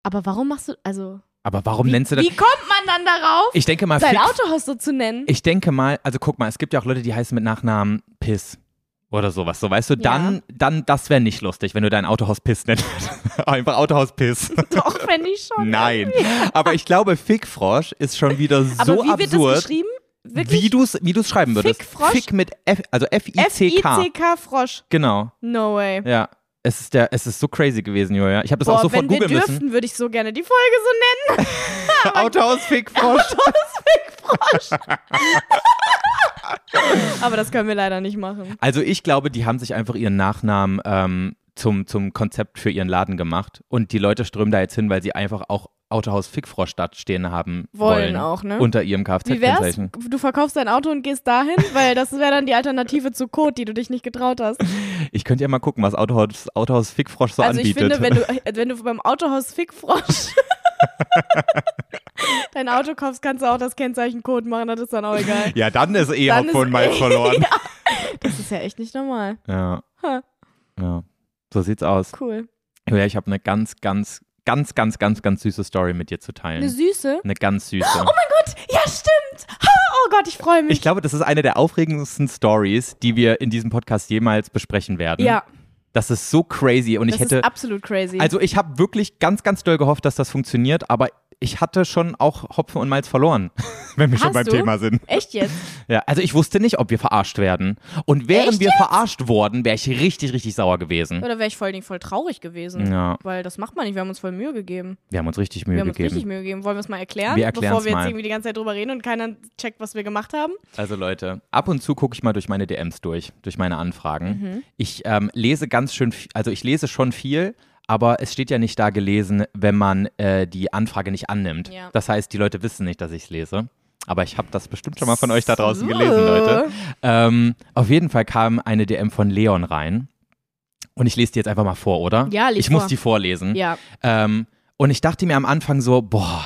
A: Aber warum machst du, also,
B: Aber warum nennst du das?
A: wie kommt man dann darauf,
B: Ich denke mal,
A: sein
B: Fick,
A: Autohaus so zu nennen?
B: ich denke mal, also guck mal, es gibt ja auch Leute, die heißen mit Nachnamen Piss. Oder sowas, so weißt du, dann, dann, das wäre nicht lustig, wenn du dein Autohaus Piss nennst. Einfach Autohaus Piss.
A: Doch, wenn ich schon.
B: Nein. Aber ich glaube, Fickfrosch ist schon wieder
A: Aber
B: so
A: wie wird das
B: absurd,
A: geschrieben? Wirklich?
B: wie du es wie du's schreiben würdest.
A: Fickfrosch?
B: Fick mit F, also F-I-C-K.
A: F-I-C-K Frosch.
B: Genau,
A: No way.
B: ja. Es ist, der, es ist so crazy gewesen, Joja. Ich habe das auch sofort
A: wenn wir
B: googeln müssen.
A: dürften, würde ich so gerne die Folge so nennen.
B: Autohaus-Fickfrosch.
A: Aber das können wir leider nicht machen.
B: Also ich glaube, die haben sich einfach ihren Nachnamen ähm, zum, zum Konzept für ihren Laden gemacht. Und die Leute strömen da jetzt hin, weil sie einfach auch Autohaus Fickfrosch statt stehen haben
A: Wollen
B: wollen.
A: auch, ne?
B: Unter ihrem
A: Wie wär's?
B: Kfz-Kennzeichen.
A: Du verkaufst dein Auto und gehst dahin, weil das wäre dann die Alternative zu Code, die du dich nicht getraut hast.
B: Ich könnte ja mal gucken, was Autohaus, Autohaus Fickfrosch so
A: also ich
B: anbietet.
A: finde, wenn du, äh, wenn du beim Autohaus Fickfrosch dein Auto kaufst, kannst du auch das Kennzeichen Code machen, das ist dann auch egal.
B: ja, dann ist eh
A: Dann
B: Hopfen
A: ist-
B: mal verloren.
A: Das ist ja echt nicht normal.
B: ja.
A: Ha.
B: ja. So sieht's aus.
A: Cool.
B: Julia, ich habe eine ganz, ganz, ganz, ganz, ganz, ganz süße Story mit dir zu teilen.
A: Eine Oh süße.
B: Eine ganz süße.
A: Gut, ja stimmt. Ha, Oh Gott, ich freue mich.
B: Ich glaube, das ist eine der aufregendsten Stories, die wir in diesem Podcast jemals besprechen werden.
A: ja,
B: Das ist so crazy und
A: das
B: ich hätte.
A: ist absolut crazy.
B: Also, ich habe wirklich ganz, ganz doll gehofft, dass das funktioniert, aber ich hatte schon auch Hopfen und Malz verloren, wenn wir schon
A: Hast
B: beim
A: du?
B: Thema sind.
A: echt jetzt?
B: Ja, also, ich wusste nicht, ob wir verarscht werden. Und wären
A: Echt
B: wir
A: jetzt?
B: verarscht worden, wäre ich richtig, richtig sauer gewesen.
A: Oder wäre ich vor allen Dingen voll traurig gewesen?
B: Ja,
A: Weil das macht man nicht, wir haben uns voll Mühe gegeben.
B: wir haben uns richtig
A: Wir
B: Mühe
A: haben uns richtig
B: gegeben.
A: Mühe gegeben. Wollen wir es mal erklären,
B: Wir
A: bevor
B: erklären's
A: wir jetzt
B: mal.
A: irgendwie die ganze Zeit drüber reden und keiner checkt, was wir gemacht haben?
B: Also Leute, ab und zu gucke ich mal durch meine DMs durch, durch meine Anfragen.
A: Mhm.
B: Ich ähm, lese ganz schön, vi- also ich lese schon viel, aber es steht ja nicht da gelesen, wenn man äh, die Anfrage nicht annimmt.
A: Ja.
B: Das heißt, die Leute wissen nicht, dass ich es lese. Aber ich habe das bestimmt schon mal von euch da draußen gelesen, Leute. Ähm, auf jeden Fall kam eine DM von Leon rein. Und ich lese die jetzt einfach mal vor, oder?
A: Ja, lies
B: Ich muss
A: vor.
B: die vorlesen.
A: Ja.
B: Ähm, und ich dachte mir am Anfang so, boah,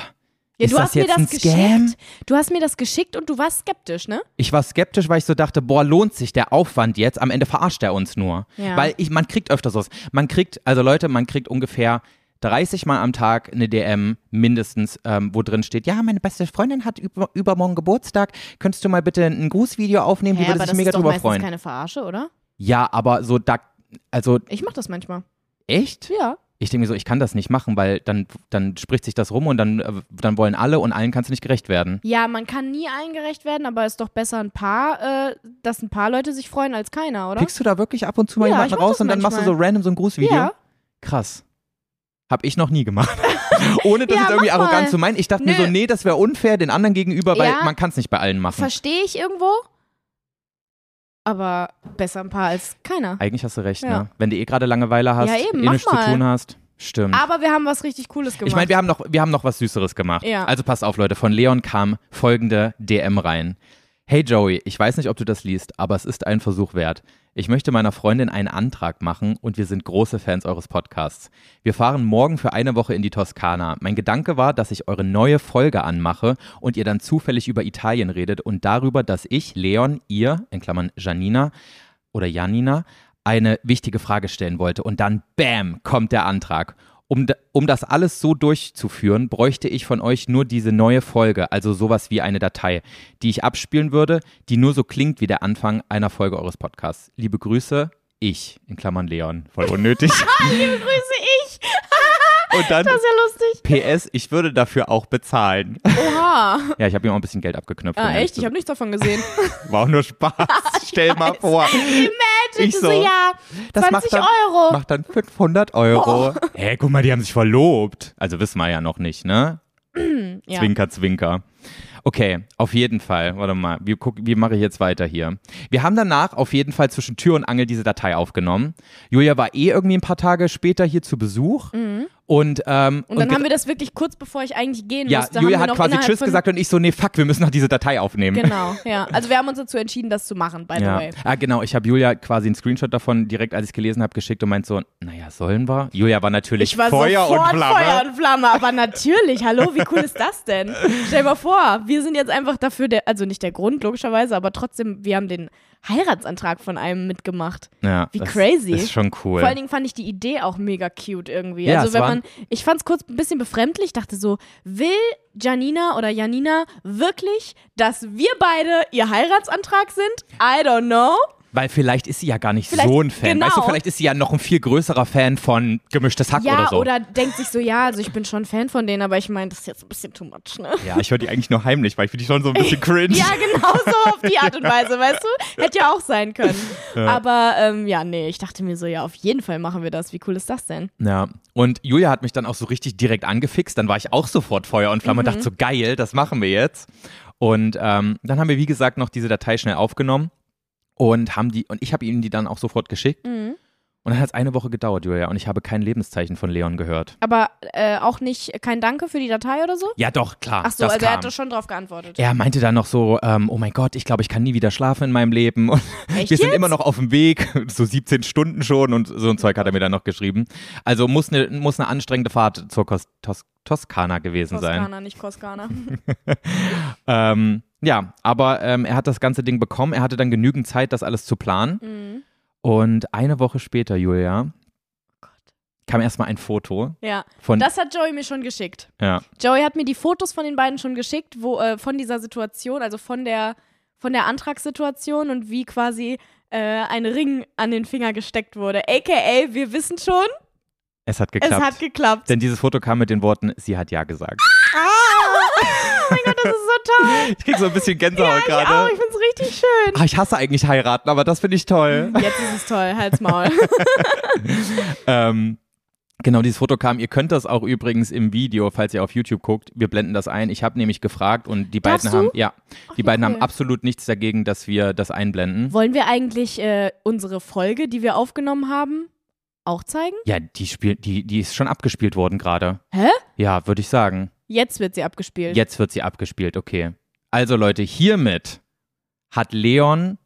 A: Ja,
B: Ist
A: du
B: das
A: hast mir
B: jetzt
A: das
B: ein Scam?
A: geschickt. Du hast mir das geschickt und du warst skeptisch, ne?
B: Ich war skeptisch, weil ich so dachte, boah, lohnt sich der Aufwand jetzt? Am Ende verarscht er uns nur.
A: Ja.
B: Weil ich, man kriegt öfter sowas. Man kriegt, also Leute, man kriegt ungefähr 30 Mal am Tag eine DM mindestens, ähm, wo drin steht, ja, meine beste Freundin hat über, übermorgen Geburtstag, könntest du mal bitte ein Grußvideo aufnehmen, die
A: aber
B: würde
A: das
B: sich mega
A: ist doch
B: drüber
A: meistens
B: freuen.
A: keine Verarsche, oder?
B: Ja, aber so da, also
A: Ich mach das manchmal.
B: echt?
A: Ja.
B: Ich denke mir so, ich kann das nicht machen, weil dann, dann spricht sich das rum und dann, äh, dann wollen alle und allen kannst du nicht gerecht werden.
A: Ja, man kann nie eingerecht werden, aber ist doch besser ein paar, äh, dass ein paar Leute sich freuen als keiner, oder?
B: Pickst du da wirklich ab und zu mal
A: Ja, ich
B: jemanden
A: mach
B: raus
A: das
B: und dann machst du so
A: manchmal.
B: random so ein Grußvideo?
A: Ja.
B: Krass. Hab ich noch nie gemacht. Ohne das
A: Ja,
B: jetzt irgendwie
A: mach mal.
B: arrogant zu meinen. Ich dachte mir
A: Nö.
B: so, nee, das wäre unfair den anderen gegenüber, weil
A: Ja.
B: man kann es nicht bei allen machen.
A: Verstehe ich irgendwo. Aber besser ein paar als keiner.
B: Eigentlich hast du recht,
A: Ja.
B: ne? Wenn du eh gerade Langeweile hast,
A: Ja, eben,
B: eh
A: mach
B: nichts
A: mal.
B: zu tun hast. Stimmt.
A: Aber wir haben was richtig Cooles gemacht.
B: ich meine, wir haben noch, wir haben noch was Süßeres gemacht.
A: Ja.
B: Also passt auf, Leute. Von Leon kam folgende DM rein. Hey Joey, ich weiß nicht, ob du das liest, aber es ist ein Versuch wert. Ich möchte meiner Freundin einen Antrag machen und wir sind große Fans eures Podcasts. Wir fahren morgen für eine Woche in die Toskana. Mein Gedanke war, dass ich eure neue Folge anmache und ihr dann zufällig über Italien redet und darüber, dass ich, Leon, ihr, in Klammern Janina oder Janina, eine wichtige Frage stellen wollte. Und dann, bam, kommt der Antrag. Um, da- um das alles so durchzuführen, bräuchte ich von euch nur diese neue Folge, also sowas wie eine Datei, die ich abspielen würde, die nur so klingt wie der Anfang einer Folge eures Podcasts. Liebe Grüße, ich, in Klammern Leon. Voll unnötig.
A: Grüße ich.
B: Und dann
A: Das ist ja lustig.
B: PS, ich würde dafür auch bezahlen.
A: Oha.
B: Ja, ich habe ihm auch ein bisschen Geld abgeknöpft. um
A: Ah,
B: ehrlich
A: echt?
B: zu
A: Ich habe nichts davon gesehen.
B: sein. War auch nur Spaß. Stell mal
A: weiß.
B: vor.
A: Imagine,
B: Ich
A: so,
B: so,
A: ja,
B: Das
A: 20
B: macht dann-
A: Euro.
B: Macht dann 500 Euro. Hä, hey, guck mal, die haben sich verlobt. Also wissen wir ja noch nicht, ne?
A: ja.
B: Zwinker, zwinker. Okay, auf jeden Fall. Warte mal, wie, guck, wie mache ich jetzt weiter hier? Wir haben danach auf jeden Fall zwischen Tür und Angel diese Datei aufgenommen. Julia war eh irgendwie ein paar Tage später hier zu Besuch. Und, ähm,
A: Mhm. Und dann haben wir das wirklich kurz bevor ich eigentlich gehen
B: ja,
A: musste.
B: Julia
A: haben wir
B: hat
A: noch
B: quasi
A: innerhalb
B: Tschüss
A: von,
B: gesagt und ich so, nee, fuck, wir müssen noch diese Datei aufnehmen.
A: Genau, ja. Also wir haben uns dazu entschieden, das zu machen, by the
B: Ja.
A: way.
B: Ah, genau, ich habe Julia quasi einen Screenshot davon direkt, als ich gelesen habe, geschickt und meint so, naja, sollen wir? Julia war natürlich
A: Ich war
B: Feuer
A: sofort
B: und Flamme.
A: Feuer und Flamme, aber natürlich, hallo, wie cool ist das denn? Stell dir mal vor, wir sind jetzt einfach dafür, der, also nicht der Grund, logischerweise, aber trotzdem, wir haben den Heiratsantrag von einem mitgemacht.
B: Ja,
A: Wie
B: das
A: crazy.
B: Ist schon cool.
A: Vor allen Dingen fand ich die Idee auch mega cute irgendwie.
B: Ja,
A: also
B: es
A: wenn
B: war-
A: man, ich fand es kurz ein bisschen befremdlich, dachte so, will Janina oder Janina wirklich, dass wir beide ihr Heiratsantrag sind? I don't know.
B: Weil vielleicht ist sie ja gar nicht
A: Vielleicht-
B: so ein Fan.
A: genau.
B: Weißt du, vielleicht ist sie ja noch ein viel größerer Fan von gemischtes Hack
A: Ja,
B: oder so.
A: denkt sich so, ja, also ich bin schon Fan von denen, aber ich meine, das ist jetzt ein bisschen too much, ne?
B: ja, ich höre die eigentlich nur heimlich, weil ich finde die schon so ein bisschen cringe.
A: Ja, genau so auf die Art und Weise, weißt du? Hätte ja auch sein können. Aber ähm, ja, nee, ich dachte mir so, ja, auf jeden Fall machen wir das. Wie cool ist das denn?
B: Ja, und Julia hat mich dann auch so richtig direkt angefixt. Dann war ich auch sofort Feuer und Flamme und
A: Mhm.
B: dachte so, geil, das machen wir jetzt. Und ähm, dann haben wir, wie gesagt, noch diese Datei schnell aufgenommen und haben die, und ich habe ihnen die dann auch sofort geschickt.
A: Mhm.
B: Und dann hat es eine Woche gedauert, Julia, und ich habe kein Lebenszeichen von Leon gehört.
A: Aber äh, auch nicht, kein Danke für die Datei oder so?
B: Ja, doch, klar.
A: Ach so,
B: das
A: also er
B: kam.
A: hat doch schon drauf geantwortet.
B: Er meinte dann noch so, ähm, oh mein Gott, ich glaube, ich kann nie wieder schlafen in meinem Leben. Und
A: Echt
B: wir sind
A: jetzt?
B: immer noch auf dem Weg, so 17 Stunden schon und so ein Zeug hat er mir dann noch geschrieben. Also muss eine muss eine anstrengende Fahrt zur Kos Tos Toskana gewesen sein.
A: Koskana, nicht Koskana.
B: Ähm, ja, aber ähm, er hat das ganze Ding bekommen. Er hatte dann genügend Zeit, das alles zu planen.
A: Mhm.
B: Und eine Woche später, Julia, kam erstmal ein Foto
A: Ja,
B: von.
A: Oh das hat Joey mir schon geschickt.
B: ja.
A: Joey hat mir die Fotos von den beiden schon geschickt, wo äh, von dieser Situation, also von der von der Antragssituation und wie quasi äh, ein Ring an den Finger gesteckt wurde. AKA, wir wissen schon,
B: Es hat geklappt.
A: es hat geklappt. Ah!
B: Denn dieses Foto kam mit den Worten, sie hat ja gesagt.
A: Oh mein Gott, das ist so toll.
B: Ich krieg so ein bisschen Gänsehaut gerade.
A: Oh, ich find's richtig schön.
B: Ah, ich hasse eigentlich heiraten, aber das finde ich toll.
A: Jetzt ist es toll, halt's Maul.
B: ähm, genau, dieses Foto kam. Ihr könnt das auch übrigens im Video, falls ihr auf YouTube guckt. Wir blenden das ein. Ich habe nämlich gefragt und die
A: Darfst
B: beiden
A: du?
B: haben, ja, die
A: wie
B: beiden
A: cool.
B: haben absolut nichts dagegen, dass wir das einblenden.
A: Wollen wir eigentlich äh, unsere Folge, die wir aufgenommen haben, auch zeigen?
B: Ja, die spielt, die, die ist schon abgespielt worden gerade.
A: Hä?
B: Ja, würde ich sagen.
A: Jetzt wird sie abgespielt.
B: Jetzt wird sie abgespielt, okay. Also Leute, hiermit hat Leon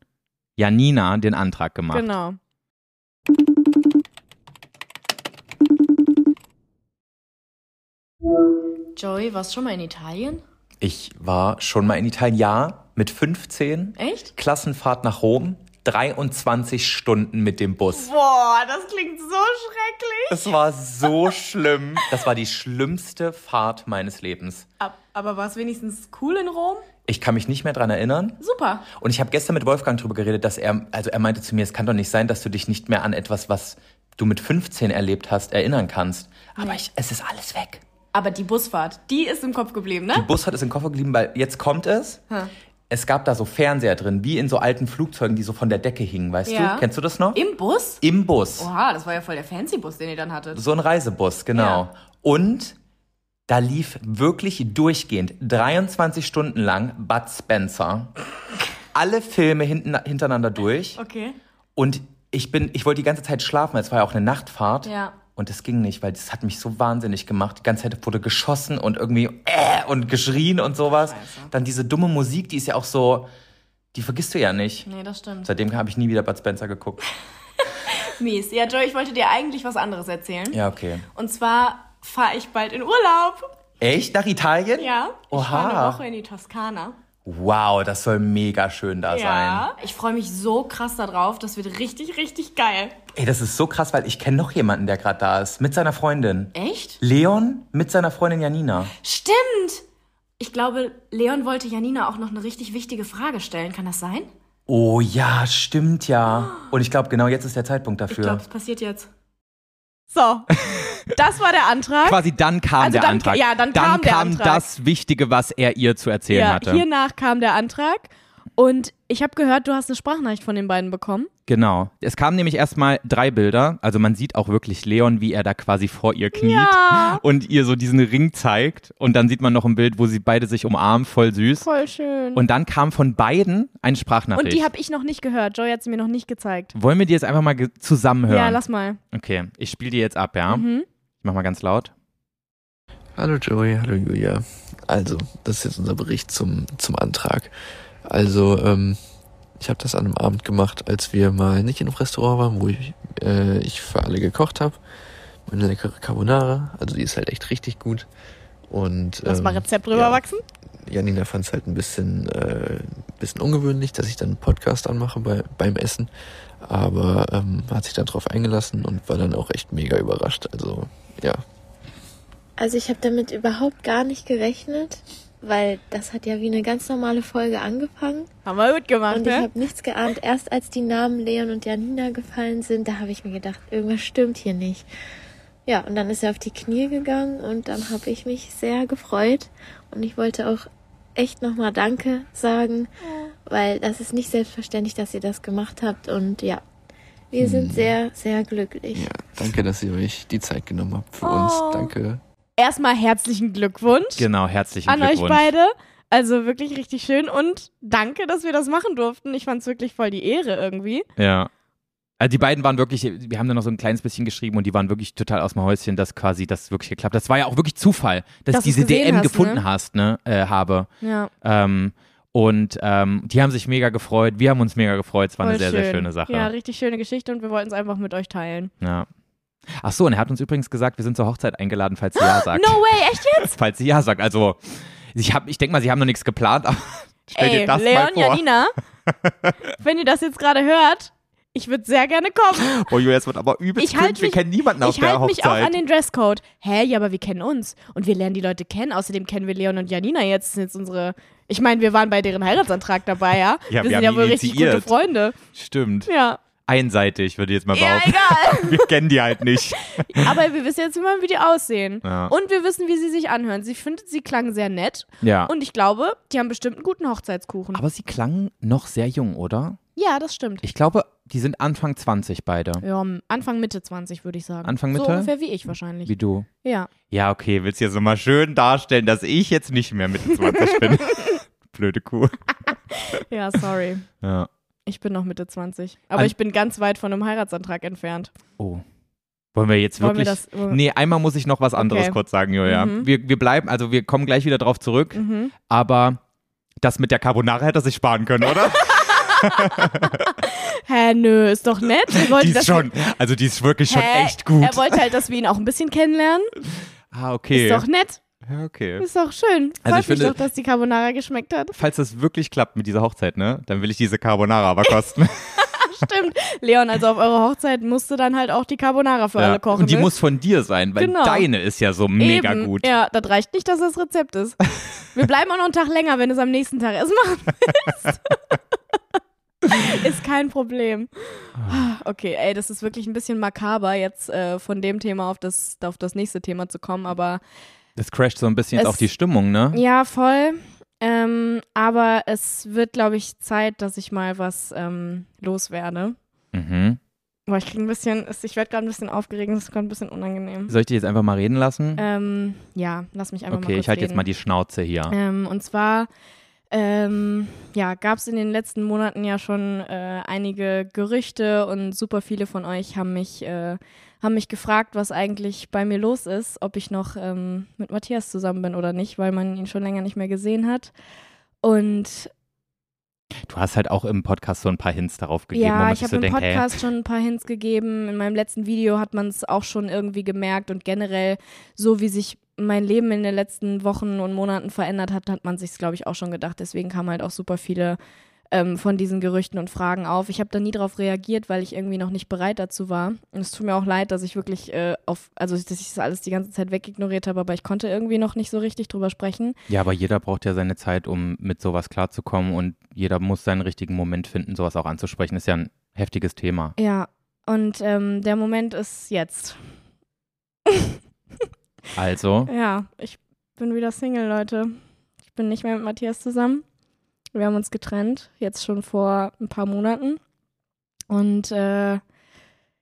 B: Janina den Antrag gemacht.
A: Genau. Joey, warst schon mal in Italien?
C: Ich war schon mal in Italien, ja, mit 15.
A: Echt?
C: Klassenfahrt nach Rom, 23 Stunden mit dem Bus.
A: Boah, das klingt so schrecklich.
C: Das war so schlimm. Das war die schlimmste Fahrt meines Lebens.
A: Aber war es wenigstens cool in Rom?
C: Ich kann mich nicht mehr dran erinnern.
A: Super.
C: Und ich habe gestern mit Wolfgang drüber geredet, dass er, also er meinte zu mir, es kann doch nicht sein, dass du dich nicht mehr an etwas, was du mit 15 erlebt hast, erinnern kannst. Aber ich, es ist alles weg.
A: Aber die Busfahrt, die ist im Kopf geblieben, ne?
C: Die Busfahrt ist im Koffer geblieben, weil jetzt kommt es. Es gab da so Fernseher drin, wie in so alten Flugzeugen, die so von der Decke hingen, weißt
A: Ja.
C: du? Kennst du das noch?
A: Im Bus?
C: Im Bus.
A: Oha, das war ja voll der Fancy-Bus, den ihr dann hattet.
C: So ein Reisebus, genau.
A: Ja.
C: Und da lief wirklich durchgehend 23 Stunden lang Bud Spencer. Alle Filme hinten, hintereinander durch.
A: Okay.
C: Und ich bin, ich wollte die ganze Zeit schlafen, weil es war ja auch eine Nachtfahrt.
A: Ja.
C: Und es ging nicht, weil das hat mich so wahnsinnig gemacht. Die ganze Zeit wurde geschossen und irgendwie äh und geschrien und sowas. Dann diese dumme Musik, die ist ja auch so, die vergisst du ja nicht.
A: Nee, das stimmt.
C: Seitdem habe ich nie wieder Bud Spencer geguckt.
A: Mies. Ja, Joey, ich wollte dir eigentlich was anderes erzählen.
C: Ja, okay.
A: Und zwar fahre ich bald in Urlaub.
C: Echt? Nach Italien?
A: Ja. Ich fahre eine
C: Oha.
A: Woche in die Toskana.
C: Wow, das soll mega schön da sein.
A: Ja. Ich freue mich so krass darauf. Das wird richtig, richtig geil.
C: Ey, das ist so krass, weil ich kenne noch jemanden, der gerade da ist. Mit seiner Freundin.
A: Echt?
C: Leon mit seiner Freundin Janina.
A: Stimmt! Ich glaube, Leon wollte Janina auch noch eine richtig wichtige Frage stellen. Kann das sein?
C: Oh ja, stimmt ja. Und ich glaube, genau jetzt ist der Zeitpunkt dafür.
A: Ich glaube, es passiert jetzt. So. Das war der Antrag.
B: Quasi dann kam
A: Also
B: der
A: dann-
B: Antrag.
A: ja, dann kam der
B: kam
A: Antrag.
B: das Wichtige, was er ihr zu erzählen
A: Ja,
B: hatte.
A: hiernach kam der Antrag. Und ich habe gehört, du hast eine Sprachnachricht von den beiden bekommen.
B: Genau. Es kamen nämlich erstmal drei Bilder. Also man sieht auch wirklich Leon, wie er da quasi vor ihr kniet und ihr so diesen Ring zeigt. Und dann sieht man noch ein Bild, wo sie beide sich umarmen, voll süß.
A: Voll schön. Und,
B: Und dann kam von beiden ein Sprachnachricht.
A: Mhm. die habe ich noch nicht gehört. Joy hat sie mir noch nicht gezeigt.
B: Wollen wir die jetzt einfach mal ge- zusammenhören?
A: Ja, lass Mhm. mal.
B: okay, ich spiele die jetzt ab, ja? Ich mach mal ganz laut.
D: Hallo Joey, hallo Julia. Also, das ist jetzt unser Bericht zum, zum Antrag. Also, ähm, ich habe das an einem Abend gemacht, als wir mal nicht in einem Restaurant waren, wo ich, äh, ich für alle gekocht habe. Eine leckere Carbonara, also die ist halt echt richtig gut. Und
A: Lass mal
D: ähm,
A: Rezept
D: ja.
A: rüberwachsen.
D: Janina fand es halt ein bisschen, äh, bisschen ungewöhnlich, dass ich dann einen Podcast anmache bei, beim Essen. Aber ähm, hat sich dann drauf eingelassen und war dann auch echt mega überrascht. Also, ja,
E: Also ich habe damit überhaupt gar nicht gerechnet. weil das hat ja wie eine ganz normale Folge angefangen
A: Haben wir gut gemacht,
E: und ich
A: ne?
E: habe nichts geahnt. Erst als die Namen Leon und Janina gefallen sind, da habe ich mir gedacht, irgendwas stimmt hier nicht. Ja, und dann ist er auf die Knie gegangen und dann habe ich mich sehr gefreut und ich wollte auch echt nochmal Danke sagen, weil das ist nicht selbstverständlich, dass ihr das gemacht habt und ja, wir sind sehr, sehr glücklich.
D: Ja, danke, dass ihr euch die Zeit genommen habt für uns. Danke.
A: Erstmal herzlichen Glückwunsch
B: Genau, herzlichen
A: an euch
B: Glückwunsch.
A: beide. Also wirklich richtig schön und danke, dass wir das machen durften. Ich fand es wirklich voll die Ehre irgendwie.
B: Ja. Also die beiden waren wirklich, wir haben da noch so ein kleines bisschen geschrieben und die waren wirklich total aus dem Häuschen, dass quasi das wirklich geklappt hat. Das war ja auch wirklich Zufall, dass,
A: Dass
B: ich diese
A: du's gesehen
B: DM
A: hast,
B: gefunden
A: ne?
B: hast, ne, äh, habe.
A: Ja,
B: Ähm, und ähm, die haben sich mega gefreut, wir haben uns mega gefreut, es war
A: voll
B: eine sehr,
A: schön.
B: sehr schöne Sache.
A: Ja, richtig schöne Geschichte und wir wollten es einfach mit euch teilen.
B: Ja. Ach so, und er hat uns übrigens gesagt, wir sind zur Hochzeit eingeladen, falls sie ja sagt.
A: Ah, No way, echt jetzt?
B: Falls sie ja sagt. Also, ich, hab, ich denke mal, sie haben noch nichts geplant, aber stell
A: Ey,
B: dir das
A: Leon,
B: mal vor.
A: Janina, wenn ihr das jetzt gerade hört, ich würde sehr gerne kommen.
B: Oh, Julia, es wird aber übelst
A: Ich halt
B: cringe. Wir
A: mich-
B: kennen niemanden auf
A: ich
B: der
A: halte mich
B: Hochzeit.
A: auch an den Dresscode. Hä, ja, aber wir kennen uns und wir lernen die Leute kennen. Außerdem kennen wir Leon und Janina jetzt. Das sind jetzt unsere. Ich meine, wir waren bei deren Heiratsantrag dabei, ja. wir
B: Ja, wir
A: sind
B: haben
A: ja wohl
B: ihn
A: richtig gute
B: initiiert.
A: Freunde.
B: Stimmt.
A: Ja.
B: Einseitig, würde ich jetzt mal
A: Ja,
B: behaupten.
A: egal.
B: wir kennen die halt nicht.
A: Aber wir wissen jetzt immer, wie die aussehen.
B: Ja.
A: Und wir wissen, wie sie sich anhören. Sie findet, sie klangen sehr nett.
B: Ja.
A: Und ich glaube, die haben bestimmt einen guten Hochzeitskuchen.
B: aber sie klangen noch sehr jung, oder?
A: ja, das stimmt.
B: Ich glaube, die sind Anfang 20 beide.
A: Ja, m- Anfang Mitte 20, würde ich sagen.
B: Anfang,
A: So
B: Mitte?
A: ungefähr wie ich wahrscheinlich.
B: Wie du.
A: Ja.
B: Ja, okay, willst du jetzt nochmal schön darstellen, dass ich jetzt nicht mehr Mitte 20 bin. Blöde Kuh.
A: Ja, sorry.
B: Ja.
A: Ich bin noch Mitte 20. Aber
B: An-
A: ich bin ganz weit von einem Heiratsantrag entfernt.
B: Oh. Wollen wir jetzt
A: Wollen wir
B: wirklich.
A: das- wollen wir-
B: nee, einmal muss ich noch was anderes
A: Okay.
B: kurz sagen, Julia.
A: Mhm.
B: Wir, wir bleiben, also wir kommen gleich wieder drauf zurück,
A: Mhm.
B: aber das mit der Carbonara hätte er sich sparen können, oder?
A: Hä, nö, ist doch nett. Er wollte,
B: die ist
A: dass
B: schon, also die ist wirklich schon
A: Hä?
B: echt gut.
A: Er wollte halt, dass wir ihn auch ein bisschen kennenlernen.
B: Ah, okay.
A: Ist doch nett.
B: ja, okay.
A: Ist doch schön. Freut
B: Also ich
A: mich
B: finde-
A: doch, dass die Carbonara geschmeckt hat.
B: Falls das wirklich klappt mit dieser Hochzeit, ne, dann will ich diese Carbonara aber kosten.
A: Stimmt. Leon, also auf eurer Hochzeit musste dann halt auch die Carbonara für
B: Ja.
A: alle kochen.
B: Und die
A: ne?
B: muss von dir sein, weil
A: Genau.
B: deine ist ja so mega
A: Eben.
B: gut.
A: Ja, das reicht nicht, dass das Rezept ist. Wir bleiben auch noch einen Tag länger, wenn du es am nächsten Tag erst machen willst. ist kein Problem. Okay, ey, das ist wirklich ein bisschen makaber, jetzt äh, von dem Thema auf das, auf das nächste Thema zu kommen, aber
B: Das crasht so ein bisschen jetzt
A: Es-
B: auch die Stimmung, ne?
A: ja, voll. Ähm, aber es wird, glaube ich, Zeit, dass ich mal was ähm, loswerde.
B: Mhm.
A: Boah, ich krieg ein bisschen, ich werde gerade ein bisschen aufgeregt, das ist gerade ein bisschen unangenehm.
B: Soll ich dich jetzt einfach mal reden lassen?
A: Ähm, ja, lass mich einfach mal
B: okay,
A: kurz
B: ich halte jetzt
A: reden.
B: mal die Schnauze hier.
A: Ähm, und zwar ähm, ja, gab es in den letzten Monaten ja schon äh, einige Gerüchte und super viele von euch haben mich, äh, haben mich gefragt, was eigentlich bei mir los ist, ob ich noch ähm, mit Matthias zusammen bin oder nicht, weil man ihn schon länger nicht mehr gesehen hat. Und
B: Du hast halt auch im Podcast so ein paar Hints darauf gegeben, wo
A: ja,
B: man
A: ich
B: sich so
A: habe im
B: denkt, hey,
A: Podcast schon ein paar Hints gegeben. In meinem letzten Video hat man es auch schon irgendwie gemerkt und generell so wie sich mein Leben in den letzten Wochen und Monaten verändert hat, hat man sich glaube ich auch schon gedacht. Deswegen kamen halt auch super viele ähm, von diesen Gerüchten und Fragen auf. Ich habe da nie drauf reagiert, weil ich irgendwie noch nicht bereit dazu war. Und es tut mir auch leid, dass ich wirklich äh, auf, also dass ich das alles die ganze Zeit wegignoriert habe, aber ich konnte irgendwie noch nicht so richtig drüber sprechen.
B: ja, aber jeder braucht ja seine Zeit, um mit sowas klarzukommen und jeder muss seinen richtigen Moment finden, sowas auch anzusprechen. Ist ja ein heftiges Thema.
A: Ja, und ähm, der Moment ist jetzt.
B: Also,
A: Ja, ich bin wieder Single, Leute. Ich bin nicht mehr mit Matthias zusammen. Wir haben uns getrennt, jetzt schon vor ein paar Monaten. Und äh,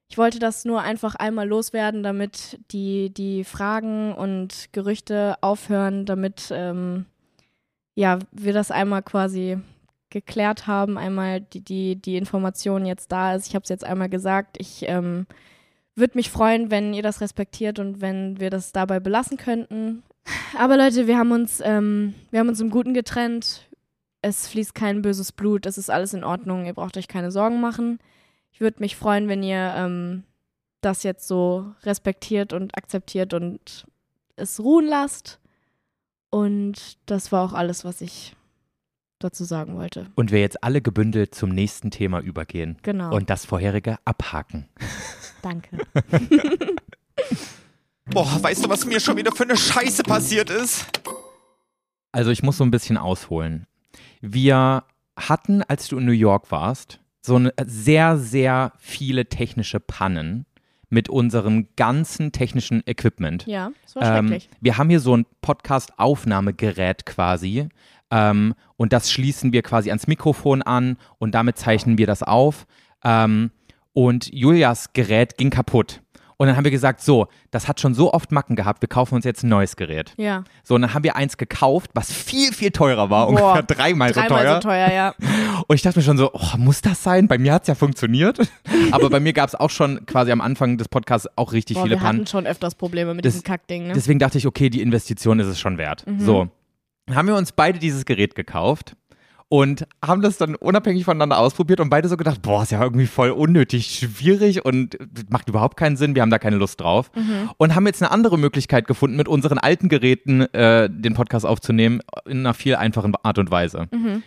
A: ich wollte das nur einfach einmal loswerden, damit die, die Fragen und Gerüchte aufhören, damit ähm, ja, wir das einmal quasi geklärt haben, einmal die, die, die Information jetzt da ist. Ich habe es jetzt einmal gesagt. Ich ähm, würde mich freuen, wenn ihr das respektiert und wenn wir das dabei belassen könnten. Aber Leute, wir haben uns, ähm, wir haben uns im Guten getrennt. Es fließt kein böses Blut, es ist alles in Ordnung, ihr braucht euch keine Sorgen machen. Ich würde mich freuen, wenn ihr ähm, das jetzt so respektiert und akzeptiert und es ruhen lasst. Und das war auch alles, was ich dazu sagen wollte.
B: und wir jetzt alle gebündelt zum nächsten Thema übergehen
A: Genau.
B: und das vorherige abhaken.
A: danke.
C: Boah, weißt du, was mir schon wieder für eine Scheiße passiert ist?
B: Also ich muss so ein bisschen ausholen. Wir hatten, als du in New York warst, so eine, sehr, sehr viele technische Pannen mit unserem ganzen technischen Equipment.
A: Ja, das war
B: Ähm,
A: schrecklich.
B: wir haben hier so ein Podcast-Aufnahmegerät quasi. Ähm, und das schließen wir quasi ans Mikrofon an und damit zeichnen wir das auf. Ähm, und Julias Gerät ging kaputt. Und dann haben wir gesagt, so, das hat schon so oft Macken gehabt, wir kaufen uns jetzt ein neues Gerät.
A: Ja,
B: So, und dann haben wir eins gekauft, was viel, viel teurer war, ungefähr
A: dreimal
B: dreimal, so teuer.
A: so teuer, ja.
B: Und ich dachte mir schon so, oh, muss das sein? Bei mir hat es ja funktioniert. Aber bei mir gab es auch schon quasi am Anfang des Podcasts auch richtig
A: Boah,
B: viele
A: wir
B: Pannen.
A: hatten schon öfters Probleme mit
B: Das-
A: diesem Kackding, ne?
B: Deswegen dachte ich, okay, die Investition ist es schon wert.
A: Mhm.
B: So. Dann Haben wir uns beide dieses Gerät gekauft und haben das dann unabhängig voneinander ausprobiert und beide so gedacht, boah, ist ja irgendwie voll unnötig, schwierig und macht überhaupt keinen Sinn, wir haben da keine Lust drauf.
A: Mhm.
B: Und haben jetzt eine andere Möglichkeit gefunden, mit unseren alten Geräten äh, den Podcast aufzunehmen, in einer viel einfachen Art und Weise.
A: Mhm.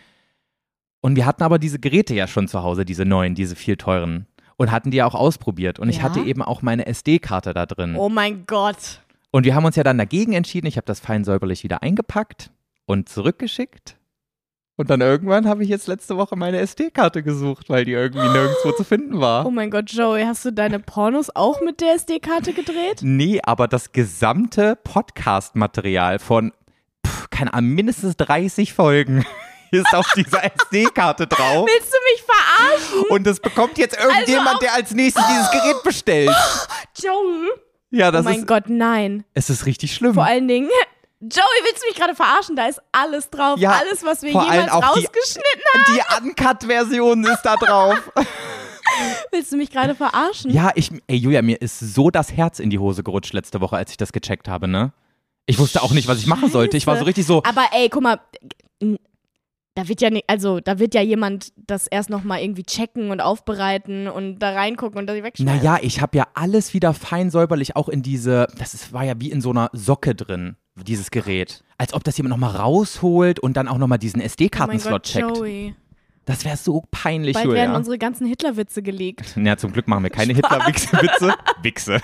B: Und wir hatten aber diese Geräte ja schon zu Hause, diese neuen, diese viel teuren. Und hatten die ja auch ausprobiert. Und ich
A: Ja.
B: hatte eben auch meine SD-Karte da drin.
A: oh mein Gott.
B: Und wir haben uns ja dann dagegen entschieden. Ich habe das fein säuberlich wieder eingepackt und zurückgeschickt. Und dann irgendwann habe ich jetzt letzte Woche meine SD-Karte gesucht, weil die irgendwie nirgendwo zu finden war.
A: Oh mein Gott, Joey, hast du deine Pornos auch mit der SD-Karte gedreht?
B: Nee, aber das gesamte Podcast-Material von, pff, keine Ahnung, mindestens 30 Folgen ist auf dieser SD-Karte drauf.
A: Willst du mich verarschen?
B: Und das bekommt jetzt irgendjemand,
A: Also auf-
B: der als nächstes dieses Gerät bestellt.
A: Joey?
B: Ja,
A: Oh
B: das
A: mein
B: ist,
A: Gott, nein.
B: es ist richtig schlimm.
A: Vor allen Dingen, Joey, willst du mich gerade verarschen? Da ist alles drauf.
B: Ja,
A: alles, was wir
B: vor allem
A: jemals
B: auch die-
A: rausgeschnitten haben.
B: Die Uncut-Version ist da drauf.
A: Willst du mich gerade verarschen?
B: Ja, ich, ey Julia, mir ist so das Herz in die Hose gerutscht letzte Woche, als ich das gecheckt habe, ne? Ich wusste auch nicht, was ich machen sollte. Ich war so
A: Scheiße. Ah,
B: richtig so,
A: Aber ey, guck mal, da wird ja nicht, also da wird ja jemand das erst nochmal irgendwie checken und aufbereiten und da reingucken und das wegschmeißen.
B: naja, ich habe ja alles wieder fein säuberlich auch in diese, das ist, war ja wie in so einer Socke drin, dieses Gerät. Als ob das jemand nochmal rausholt und dann auch nochmal diesen
A: oh mein
B: SD-Kartenslot
A: Gott,
B: checkt.
A: Joey.
B: Das wäre so peinlich,
A: Bald werden
B: Julia.
A: unsere ganzen Hitlerwitze gelegt.
B: Na, zum Glück machen wir keine Hitler-Witze. Wichse.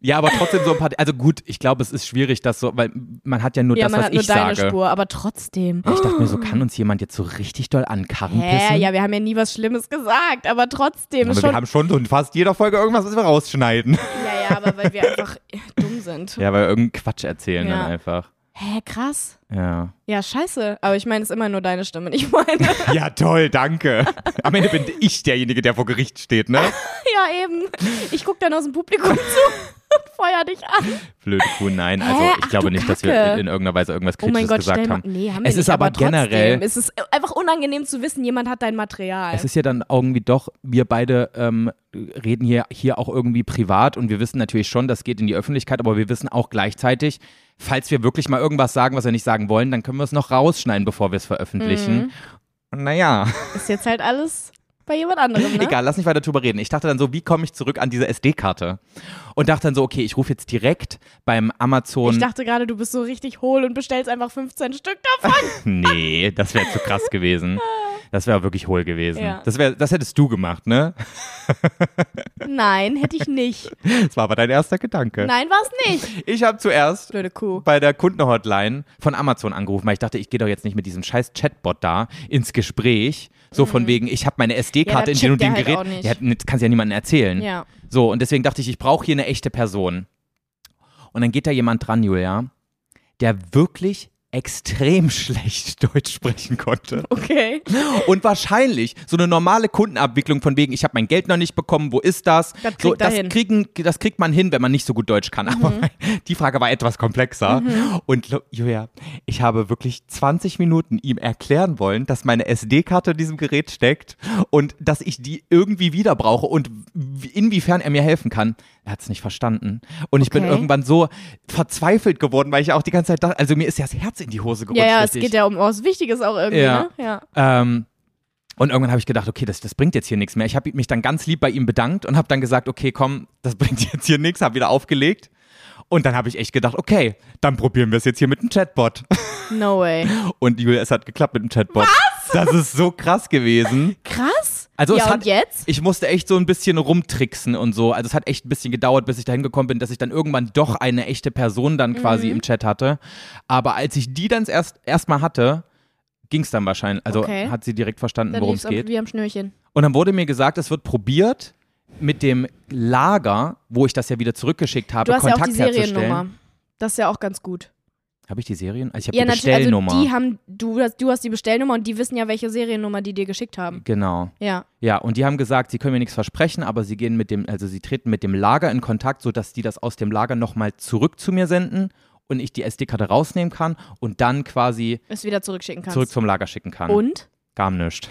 B: ja, aber trotzdem so ein paar, also gut, ich glaube, es ist schwierig, das so, weil man hat ja nur
A: ja,
B: das,
A: man
B: was
A: hat nur
B: ich
A: deine
B: sage.
A: Spur, aber trotzdem.
B: Ja, Ich dachte mir so, kann uns jemand jetzt so richtig doll ankarren
A: Hä, ja, wir haben ja nie was Schlimmes gesagt, aber trotzdem ist schon.
B: schon in fast jeder Folge irgendwas, was wir rausschneiden.
A: ja, ja, aber weil wir einfach äh, dumm sind.
B: Ja, weil irgendeinen Quatsch erzählen
A: Ja.
B: dann einfach.
A: Hä, krass.
B: Ja.
A: Ja, scheiße. Aber ich meine, es ist immer nur deine Stimme, nicht meine.
B: Ja, toll, danke. Am Ende bin ich derjenige, der vor Gericht steht, ne?
A: ja, eben. Ich guck dann aus dem Publikum zu und feuer dich an.
B: Blöde Kuh, nein. Also
A: Hä?
B: ich
A: Ach,
B: glaube
A: du
B: nicht, dass wir
A: Kacke.
B: in irgendeiner Weise irgendwas
A: Oh
B: Kritisches
A: mein Gott,
B: gesagt
A: stell mal.
B: haben.
A: Nee, haben wir
B: es
A: nicht,
B: ist aber,
A: trotzdem.
B: generell,
A: Es ist einfach unangenehm zu wissen, jemand hat dein Material.
B: es ist ja dann irgendwie doch, wir beide ähm, reden hier, hier auch irgendwie privat und wir wissen natürlich schon, das geht in die Öffentlichkeit, aber wir wissen auch gleichzeitig, falls wir wirklich mal irgendwas sagen, was wir nicht sagen wollen, dann können wir es noch rausschneiden, bevor wir es veröffentlichen. Naja,
A: Ist jetzt halt alles bei jemand anderem, Mhm. ne?
B: egal, lass nicht weiter drüber reden. Ich dachte dann so, wie komme ich zurück an diese SD-Karte? Und dachte dann so, okay, ich rufe jetzt direkt beim
A: Ich
B: Amazon.
A: dachte gerade, du bist so richtig hohl und bestellst einfach 15 Stück davon.
B: nee, das wäre zu krass gewesen. Das wäre wirklich hohl gewesen.
A: Ja.
B: Das, wär, das hättest du gemacht, ne?
A: Nein, hätte ich nicht.
B: Das war aber dein erster Gedanke.
A: Nein, war's nicht.
B: Ich habe zuerst
A: Blöde Kuh.
B: bei der Kundenhotline von Amazon angerufen, weil ich dachte, ich gehe doch jetzt nicht mit diesem scheiß Chatbot da ins Gespräch. So von wegen, ich habe meine SD-Karte
A: Mhm. Ja, da
B: in den und
A: checkt
B: den
A: der
B: Gerät.
A: halt auch nicht.
B: Ja, das kannst du ja niemandem erzählen.
A: Ja.
B: So, und deswegen dachte ich, ich brauche hier eine echte Person. Und dann geht da jemand dran, Julia, der wirklich extrem schlecht Deutsch sprechen konnte.
A: Okay.
B: Und wahrscheinlich so eine normale Kundenabwicklung von wegen, ich habe mein Geld noch nicht bekommen, wo ist das?
A: Das kriegt
B: so,
A: er
B: das,
A: hin. Mhm.
B: Kriegen, das kriegt man hin, wenn man nicht so gut Deutsch kann. Aber die Frage war etwas komplexer. Und lo- Julia, ich habe wirklich 20 Minuten ihm erklären wollen, dass meine SD-Karte in diesem Gerät steckt und dass ich die irgendwie wieder brauche und w- inwiefern er mir helfen kann. Er hat es nicht verstanden. Und ich bin
A: Okay.
B: irgendwann so verzweifelt geworden, weil ich auch die ganze Zeit dachte, also mir ist ja das Herz in die Hose gerutscht.
A: Ja, ja, es
B: richtig.
A: geht ja um was Wichtiges auch irgendwie,
B: Ja.
A: ne? Ja.
B: Ähm, und irgendwann habe ich gedacht, okay, das, das bringt jetzt hier nichts mehr. Ich habe mich dann ganz lieb bei ihm bedankt und habe dann gesagt, okay, komm, das bringt jetzt hier nichts, habe wieder aufgelegt. Und dann habe ich echt gedacht, okay, dann probieren wir es jetzt hier mit dem Chatbot.
A: No way.
B: Und Julia, es hat geklappt mit dem Chatbot. Was? Das ist so krass gewesen.
A: Krass.
B: Also es
A: ja,
B: hat,
A: und jetzt?
B: ich musste echt so ein bisschen rumtricksen und so. Also es hat echt ein bisschen gedauert, bis ich dahin gekommen bin, dass ich dann irgendwann doch eine echte Person dann
A: Mhm.
B: quasi im Chat hatte. Aber als ich die dann erst erstmal hatte, ging es dann wahrscheinlich. Also
A: Okay.
B: hat sie direkt verstanden,
A: Dann
B: worum
A: lief's
B: es geht.
A: wie am Schnürchen.
B: Und dann wurde mir gesagt, es wird probiert mit dem Lager, wo ich das ja wieder zurückgeschickt habe,
A: Du hast ja
B: Kontakt
A: auch die Seriennummer.
B: herzustellen.
A: Das ist ja auch ganz gut.
B: Habe ich die Serien? Also ich habe
A: Ja,
B: die
A: natürlich. Also
B: Bestellnummer.
A: die haben, du hast, du hast die Bestellnummer und die wissen ja, welche Seriennummer die dir geschickt haben.
B: genau.
A: Ja.
B: Ja, und die haben gesagt, sie können mir nichts versprechen, aber sie gehen mit dem, also sie treten mit dem Lager in Kontakt, sodass die das aus dem Lager nochmal zurück zu mir senden und ich die SD-Karte rausnehmen kann und dann quasi
A: Es wieder zurückschicken kannst.
B: zurück zum Lager schicken kann.
A: und?
B: Kam nicht.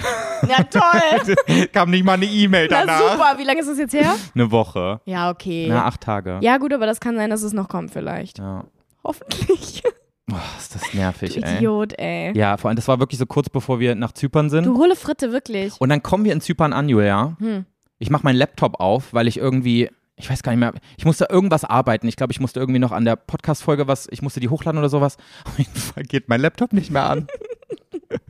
A: Ja, toll.
B: Kam nicht mal eine E-Mamail
A: Na
B: danach.
A: super. Wie lange ist das jetzt her?
B: Eine Woche.
A: Ja, okay.
B: Na, acht Tage.
A: ja, gut, aber das kann sein, dass es noch kommt vielleicht.
B: Ja.
A: Hoffentlich.
B: Boah, ist das
A: Du
B: nervig, ey.
A: Idiot, ey.
B: Ja, vor allem, das war wirklich so kurz bevor wir nach Zypern sind.
A: Du hole Fritte, wirklich.
B: Und dann kommen wir in Zypern an, Julia.
A: Hm.
B: Ich mache meinen Laptop auf, weil ich irgendwie, ich weiß gar nicht mehr, ich musste irgendwas arbeiten. Ich glaube, ich musste irgendwie noch an der Podcast-Folge was, ich musste die hochladen oder sowas. Auf jeden Fall geht mein Laptop nicht mehr an.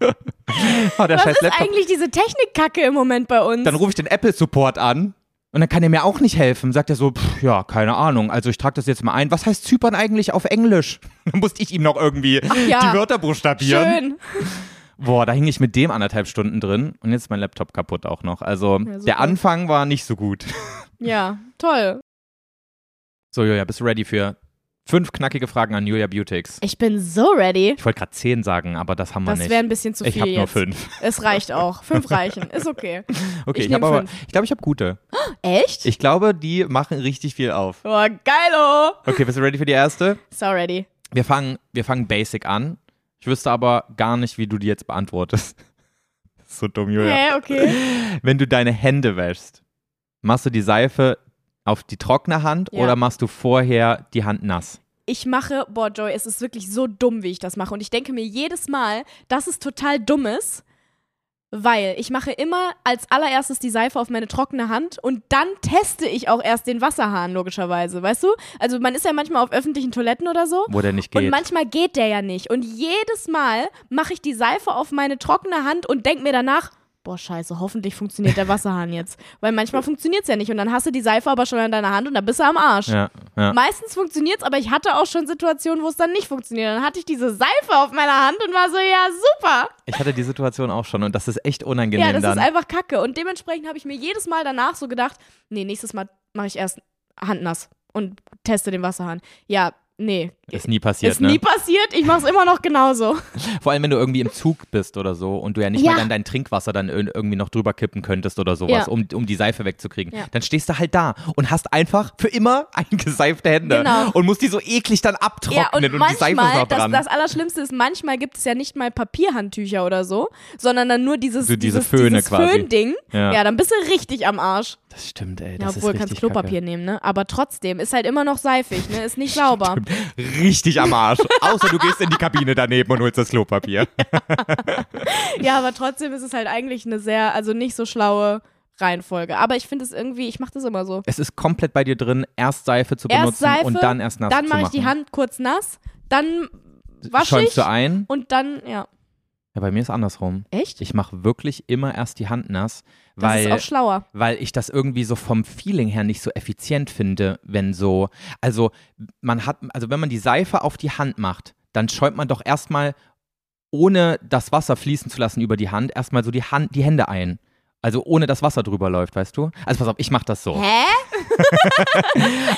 B: oh, der
A: Was
B: scheiß
A: ist
B: Laptop.
A: eigentlich diese Technikkacke im Moment bei uns?
B: Dann rufe ich den Apple-Support an. Und dann kann er mir auch nicht helfen. Sagt er so, pff, ja, keine Ahnung. Also ich trage das jetzt mal ein. Was heißt Zypern eigentlich auf Englisch? Dann musste ich ihm noch irgendwie
A: ja.
B: die Wörter buchstabieren.
A: Schön.
B: Boah, da hing ich mit dem anderthalb Stunden drin und jetzt ist mein Laptop kaputt auch noch.
A: Ja,
B: Also
A: super.
B: der Anfang war nicht so gut.
A: Ja, toll.
B: So, Julia, bist du ready für fünf knackige Fragen an Julia Beautix?
A: Ich bin so ready.
B: Ich wollte gerade zehn sagen, aber das haben wir
A: Das
B: nicht.
A: wäre ein bisschen zu
B: ich
A: viel
B: habe
A: jetzt.
B: nur fünf.
A: Es reicht auch. Fünf reichen. Ist okay.
B: Okay,
A: Ich
B: ich, hab
A: nehm
B: aber,
A: fünf.
B: ich glaube, ich habe gute.
A: Echt?
B: Ich glaube, die machen richtig viel auf.
A: oh, geilo.
B: Okay, bist du ready für die erste?
A: So ready.
B: Wir fangen, wir fangen basic an. Ich wüsste aber gar nicht, wie du die jetzt beantwortest. so dumm,
A: Hä,
B: Julia.
A: okay.
B: Wenn du deine Hände wäschst, machst du die Seife auf die trockene Hand
A: Ja.
B: oder machst du vorher die Hand nass?
A: Ich mache, boah, Joy, es ist wirklich so dumm, wie ich das mache. Und ich denke mir jedes Mal, dass es total dumm ist, weil ich mache immer als allererstes die Seife auf meine trockene Hand und dann teste ich auch erst den Wasserhahn, logischerweise, weißt du? Also man ist ja manchmal auf öffentlichen Toiletten oder so.
B: Wo der nicht
A: Und
B: geht.
A: manchmal geht der ja nicht. Und jedes Mal mache ich die Seife auf meine trockene Hand und denke mir danach, boah, scheiße, hoffentlich funktioniert der Wasserhahn jetzt. Weil manchmal funktioniert es ja nicht. Und dann hast du die Seife aber schon an deiner Hand und dann bist du am Arsch.
B: ja, ja.
A: Meistens funktioniert es, aber ich hatte auch schon Situationen, wo es dann nicht funktioniert. Dann hatte ich diese Seife auf meiner Hand und war so, ja, super.
B: Ich hatte die Situation auch schon und das ist echt unangenehm
A: ja, das
B: dann.
A: ist einfach kacke. Und dementsprechend habe ich mir jedes Mal danach so gedacht, nee, nächstes Mal mache ich erst handnass und teste den Wasserhahn. Ja, nee.
B: ist nie passiert,
A: ist
B: ne?
A: nie passiert, ich mache es immer noch genauso.
B: Vor allem, wenn du irgendwie im Zug bist oder so und du ja nicht
A: Ja.
B: mal dann dein Trinkwasser dann ir- irgendwie noch drüber kippen könntest oder sowas,
A: Ja.
B: um, um die Seife wegzukriegen.
A: Ja.
B: Dann stehst du halt da und hast einfach für immer eingeseifte Hände
A: Genau.
B: und musst die so eklig dann abtrocknen und, die Seife ist
A: manchmal,
B: noch
A: das,
B: dran.
A: das Allerschlimmste ist, manchmal gibt es ja nicht mal Papierhandtücher oder so, sondern dann nur dieses,
B: So diese
A: dieses,
B: Föhne
A: dieses
B: quasi.
A: Föhnding.
B: Ja.
A: Ja. dann bist du richtig am Arsch.
B: das stimmt, ey.
A: Ja,
B: Das
A: obwohl,
B: ist
A: kannst
B: richtig
A: Klopapier nehmen, ne? Aber trotzdem, ist halt immer noch seifig, ne? Ist nicht sauber.
B: Kacke. Richtig am Arsch. Außer du gehst in die Kabine daneben und holst das Klopapier.
A: ja, aber trotzdem ist es halt eigentlich eine sehr, also nicht so schlaue Reihenfolge. Aber ich finde es irgendwie, ich mache das immer so.
B: Es ist komplett bei dir drin, erst Seife zu benutzen
A: Erst Seife,
B: und dann erst nass
A: dann
B: zu
A: mache
B: machen.
A: ich die Hand kurz nass, dann wasche
B: Schäumst
A: ich
B: du ein?
A: und dann, ja.
B: Ja, bei mir ist andersrum.
A: Echt?
B: Ich mache wirklich immer erst die Hand nass,
A: Das ist
B: weil,
A: auch schlauer.
B: weil ich das irgendwie so vom Feeling her nicht so effizient finde, wenn so, also man hat, also wenn man die Seife auf die Hand macht, dann schäumt man doch erstmal, ohne das Wasser fließen zu lassen über die Hand, erstmal so die Hand, die Hände ein. Also ohne dass Wasser drüber läuft, weißt du? Also pass auf, ich mache das so.
A: Hä?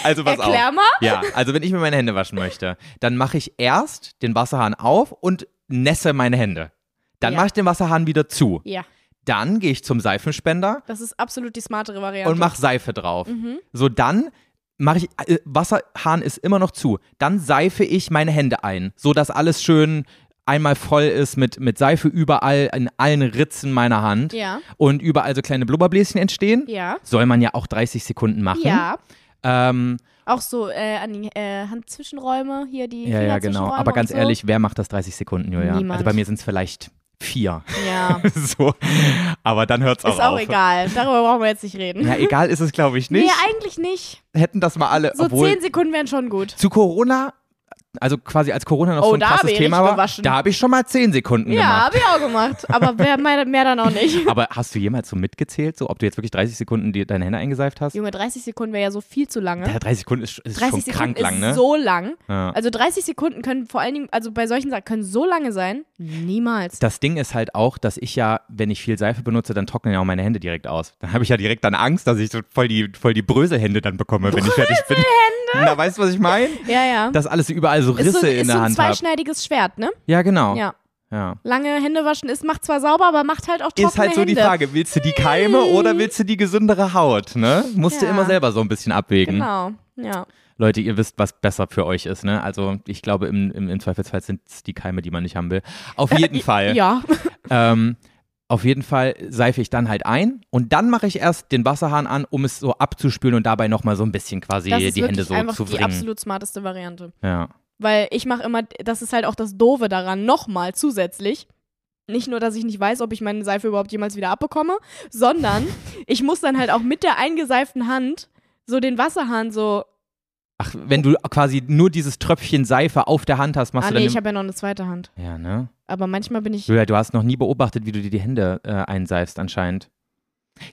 B: Also pass auf.
A: Erklär mal.
B: Ja, also wenn ich mir meine Hände waschen möchte, dann mache ich erst den Wasserhahn auf und nässe meine Hände. Dann
A: Ja.
B: mache ich den Wasserhahn wieder zu.
A: Ja,
B: Dann gehe ich zum Seifenspender
A: das ist absolut die smartere Variante.
B: und mache Seife drauf.
A: Mhm.
B: So, dann mache ich, äh, Wasserhahn ist immer noch zu. Dann seife ich meine Hände ein, sodass alles schön einmal voll ist mit, mit Seife überall, in allen Ritzen meiner Hand.
A: Ja.
B: Und überall so kleine Blubberbläschen entstehen.
A: Ja.
B: Soll man ja auch 30 Sekunden machen.
A: Ja.
B: Ähm,
A: Auch so äh, an die äh, Handzwischenräume, hier die
B: ja, ja, genau.
A: Fingerzwischenräume
B: Aber ganz
A: und so.
B: ehrlich, wer macht das 30 Sekunden, Julia?
A: Niemand.
B: Also bei mir sind es vielleicht vier.
A: Ja.
B: so. Aber dann hört es auch
A: Ist auch
B: auf.
A: egal. Darüber brauchen wir jetzt nicht reden.
B: Ja, egal ist es, glaube ich, nicht.
A: Nee, eigentlich nicht.
B: Hätten das mal alle.
A: So
B: obwohl,
A: zehn Sekunden wären schon gut.
B: Zu Corona also quasi als Corona noch
A: Oh,
B: so ein
A: da hab
B: krasses
A: ich
B: Thema
A: nicht
B: war,
A: gewaschen.
B: da habe ich schon mal zehn Sekunden
A: Ja,
B: gemacht.
A: habe ich auch gemacht. Aber mehr, mehr, mehr dann auch nicht.
B: Aber hast du jemals so mitgezählt, so ob du jetzt wirklich 30 Sekunden dir deine Hände eingeseift hast?
A: Junge, 30 Sekunden wäre ja so viel zu lange.
B: Ja, 30 Sekunden ist, ist
A: 30
B: schon
A: Sekunden
B: krank
A: ist
B: lang, ne?
A: so lang.
B: ja.
A: Also 30 Sekunden können vor allen Dingen, also bei solchen Sachen können so lange sein. Niemals.
B: Das Ding ist halt auch, dass ich ja, wenn ich viel Seife benutze, dann trocknen ja auch meine Hände direkt aus. Dann habe ich ja direkt dann Angst, dass ich so voll die, voll die Bröselhände dann bekomme, wenn ich fertig bin. Na, weißt du, was ich meine?
A: Ja, ja.
B: Dass alles überall so Risse
A: ist so, ist
B: in der
A: so ein
B: Hand habe.
A: zweischneidiges Schwert, ne?
B: Ja, genau.
A: Ja.
B: Ja.
A: Lange Hände waschen ist, macht zwar sauber, aber macht halt auch trockene
B: Ist halt so
A: Hände.
B: die Frage, willst du die Keime oder willst du die gesündere Haut, ne? Musst
A: Ja.
B: du immer selber so ein bisschen abwägen.
A: Genau, ja.
B: Leute, ihr wisst, was besser für euch ist, ne? Also ich glaube, im, im, im Zweifelsfall sind es die Keime, die man nicht haben will. Auf jeden Fall.
A: Äh, Ja,
B: Ähm, auf jeden Fall seife ich dann halt ein und dann mache ich erst den Wasserhahn an, um es so abzuspülen und dabei nochmal so ein bisschen quasi
A: das ist
B: die Hände
A: wirklich
B: so
A: einfach
B: zu
A: die
B: bringen.
A: absolut smarteste Variante.
B: Ja.
A: Weil ich mache immer, das ist halt auch das Doofe daran, nochmal zusätzlich. Nicht nur, dass ich nicht weiß, ob ich meine Seife überhaupt jemals wieder abbekomme, sondern ich muss dann halt auch mit der eingeseiften Hand so den Wasserhahn so.
B: Ach, wenn du quasi nur dieses Tröpfchen Seife auf der Hand hast, machst
A: ah,
B: du dann.
A: nee, ich
B: im-
A: habe ja noch eine zweite Hand.
B: ja, ne?
A: Aber manchmal bin ich.
B: Julia, du hast noch nie beobachtet, wie du dir die Hände äh, einseifst anscheinend.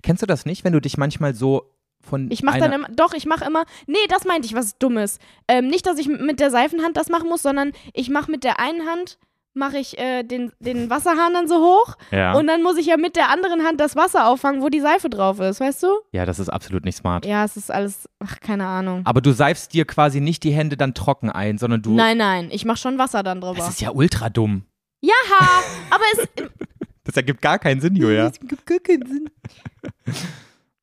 B: Kennst du das nicht, wenn du dich manchmal so von
A: Ich mache
B: einer,
A: dann immer, doch, ich mache immer, nee, das meinte ich, was Dummes. Ähm, nicht, dass ich m- mit der Seifenhand das machen muss, sondern ich mache mit der einen Hand, mache ich äh, den, den Wasserhahn dann so hoch
B: ja.
A: und dann muss ich ja mit der anderen Hand das Wasser auffangen, wo die Seife drauf ist, weißt du?
B: ja, das ist absolut nicht smart.
A: Ja, es ist alles, ach, keine Ahnung.
B: Aber du seifst dir quasi nicht die Hände dann trocken ein, sondern du
A: Nein, nein, ich mache schon Wasser dann drüber.
B: Das ist ja ultra dumm.
A: Jaha, aber es
B: Das ergibt gar keinen Sinn, Julia.
A: gibt gar keinen Sinn.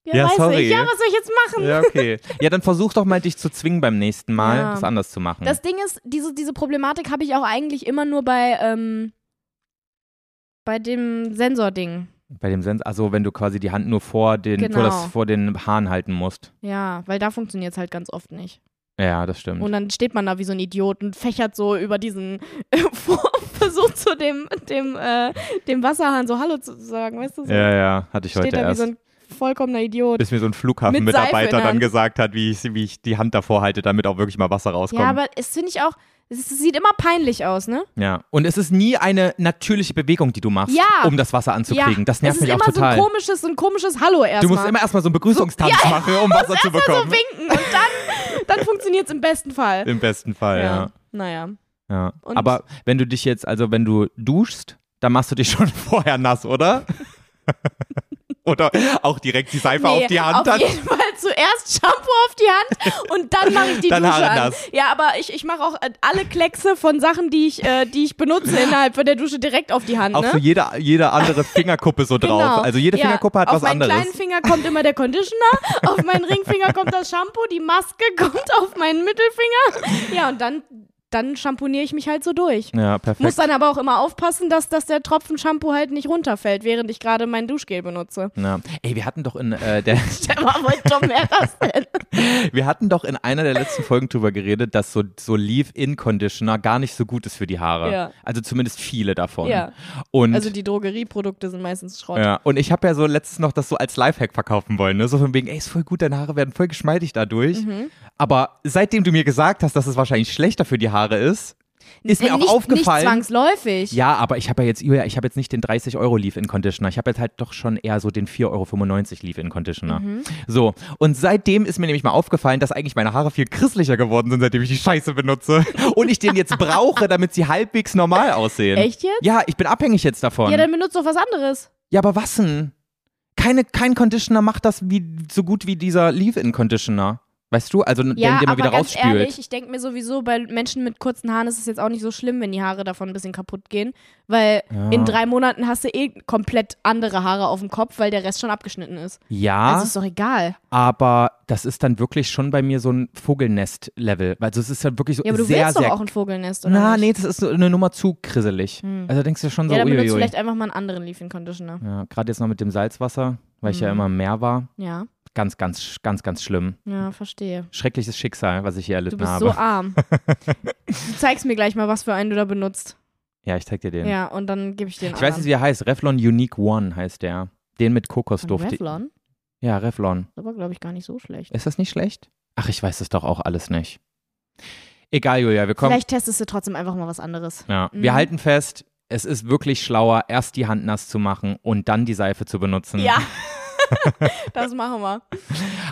A: Ja,
B: Ja,
A: weiß
B: sorry.
A: ich. Ja, was soll ich jetzt machen?
B: Ja, okay. Ja, dann versuch doch mal, dich zu zwingen beim nächsten Mal,
A: Ja.
B: das anders zu machen.
A: Das Ding ist, diese, diese Problematik habe ich auch eigentlich immer nur bei, ähm, bei dem Sensording.
B: Bei dem Sens, also wenn du quasi die Hand nur vor den, vor,
A: Genau.
B: das, vor den Haaren halten musst.
A: Ja, weil da funktioniert es halt ganz oft nicht.
B: Ja, das stimmt.
A: Und dann steht man da wie so ein Idiot und fächert so über diesen äh, vor, versucht zu dem, dem, äh, dem Wasserhahn so Hallo zu sagen, weißt du? So.
B: ja, ja, hatte ich
A: steht
B: heute
A: da wie
B: erst.
A: so ein vollkommener Idiot.
B: bis mir so ein
A: Mit Seife in
B: Flughafenmitarbeiter
A: der
B: dann
A: Hand.
B: gesagt hat, wie ich, wie ich die Hand davor halte, damit auch wirklich mal Wasser rauskommt.
A: Ja, aber es finde ich auch, es, ist- es sieht immer peinlich aus, ne?
B: Ja. Und es ist nie eine natürliche Bewegung, die du machst,
A: Ja.
B: um das Wasser anzukriegen.
A: ja,
B: Das nervt
A: es ist
B: mich auch
A: immer
B: total.
A: so ein komisches, so ein komisches Hallo erstmal.
B: du musst immer erstmal so einen Begrüßungstanz machen, um Wasser zu
A: so
B: bekommen.
A: winken und dann, dann funktioniert es im besten Fall.
B: Im besten Fall, ja.
A: Naja.
B: Ja.
A: Und-
B: Aber wenn du dich jetzt, also wenn du duschst, dann machst du dich schon vorher nass, oder? oder auch direkt die Seife auf die Hand
A: auf
B: dann.
A: jeden Fall zuerst Shampoo auf die Hand und dann mache ich die
B: Dann
A: Dusche
B: Haare
A: an.
B: nass.
A: Ja, aber ich, ich mache auch äh, alle Kleckse von Sachen, die ich, äh, die ich benutze innerhalb von der Dusche direkt auf die Hand.
B: Auch so
A: ne?
B: jede, jede andere Fingerkuppe so
A: Genau.
B: drauf. Also jede
A: ja.
B: Fingerkuppe hat
A: auf
B: was anderes.
A: Auf meinen kleinen Finger kommt immer der Conditioner, auf meinen Ringfinger kommt das Shampoo, die Maske kommt auf meinen Mittelfinger. Ja, und dann, dann shampooniere ich mich halt so durch.
B: Ja, perfekt.
A: Muss halt dann aber auch immer aufpassen, dass, dass der Tropfen Shampoo halt nicht runterfällt, während ich gerade mein Duschgel benutze.
B: ja. Ey, wir hatten doch in äh, der,
A: Aber wollte doch mehr das denn?
B: wir hatten doch in einer der letzten Folgen drüber geredet, dass so, so Leave-In-Conditioner gar nicht so gut ist für die Haare.
A: Ja.
B: Also zumindest viele davon.
A: Ja.
B: Und
A: Also die Drogerieprodukte sind meistens Schrott.
B: Ja, und ich habe ja so letztens noch das so als Lifehack verkaufen wollen, ne? So von wegen, ey, ist voll gut, deine Haare werden voll geschmeidig dadurch.
A: Mhm.
B: Aber seitdem du mir gesagt hast, dass es wahrscheinlich schlechter für die Haare ist, ist mir auch
A: Äh, nicht, Nicht
B: aufgefallen.
A: zwangsläufig.
B: ja, aber ich habe ja jetzt, Julia, ich habe jetzt nicht den 30 Euro Leave-In Conditioner. Ich habe jetzt halt doch schon eher so den 4,95 Euro Leave-In Conditioner.
A: Mhm.
B: So. Und seitdem ist mir nämlich mal aufgefallen, dass eigentlich meine Haare viel christlicher geworden sind, seitdem ich die Scheiße benutze. Und ich den jetzt brauche, damit sie halbwegs normal aussehen.
A: Echt jetzt?
B: Ja, ich bin abhängig jetzt davon.
A: Ja, dann benutzt doch was anderes.
B: Ja, aber was denn? Keine, kein Conditioner macht das wie, so gut wie dieser Leave-In-Conditioner. Weißt du? Also,
A: Ja,
B: den, den man
A: aber
B: wieder
A: ganz
B: rausspült.
A: ehrlich, ich denke mir sowieso, bei Menschen mit kurzen Haaren ist es jetzt auch nicht so schlimm, wenn die Haare davon ein bisschen kaputt gehen, weil in drei Monaten hast du eh komplett andere Haare auf dem Kopf, weil der Rest schon abgeschnitten ist.
B: ja,
A: Also ist doch egal.
B: aber das ist dann wirklich schon bei mir so ein Vogelnest-Level. Also, es ist dann wirklich so
A: Ja, aber du
B: sehr,
A: willst
B: sehr.
A: doch auch ein Vogelnest, oder
B: na,
A: nicht? Hm.
B: nee, das ist so eine Nummer zu krisselig. Also, da denkst du schon so,
A: Ja, dann benutzt du
B: uiuiui.
A: vielleicht einfach mal einen anderen Leafing Conditioner.
B: Ja, Gerade jetzt noch mit dem Salzwasser, weil ich
A: Hm.
B: ja immer im Meer war.
A: Ja,
B: Ganz, ganz, sch- ganz, ganz schlimm.
A: ja, verstehe.
B: Schreckliches Schicksal, was ich hier
A: Du
B: erlitten
A: bist
B: habe.
A: so arm. du zeigst mir gleich mal, was für einen du da benutzt.
B: ja, ich zeig dir den.
A: Ja, und dann gebe ich dir einen
B: Ich weiß nicht, wie er heißt. Revlon Unique One heißt der. Den mit
A: Duft.
B: Kokosduft.
A: Revlon?
B: Ja, Revlon.
A: Das war, glaube ich, gar nicht so schlecht.
B: Ist das nicht schlecht? Ach, ich weiß es doch auch alles nicht. Egal, Julia, wir kommen.
A: Vielleicht testest du trotzdem einfach mal was anderes.
B: Ja. Wir
A: Mhm.
B: halten fest, es ist wirklich schlauer, erst die Hand nass zu machen und dann die Seife zu benutzen.
A: Ja. das machen wir.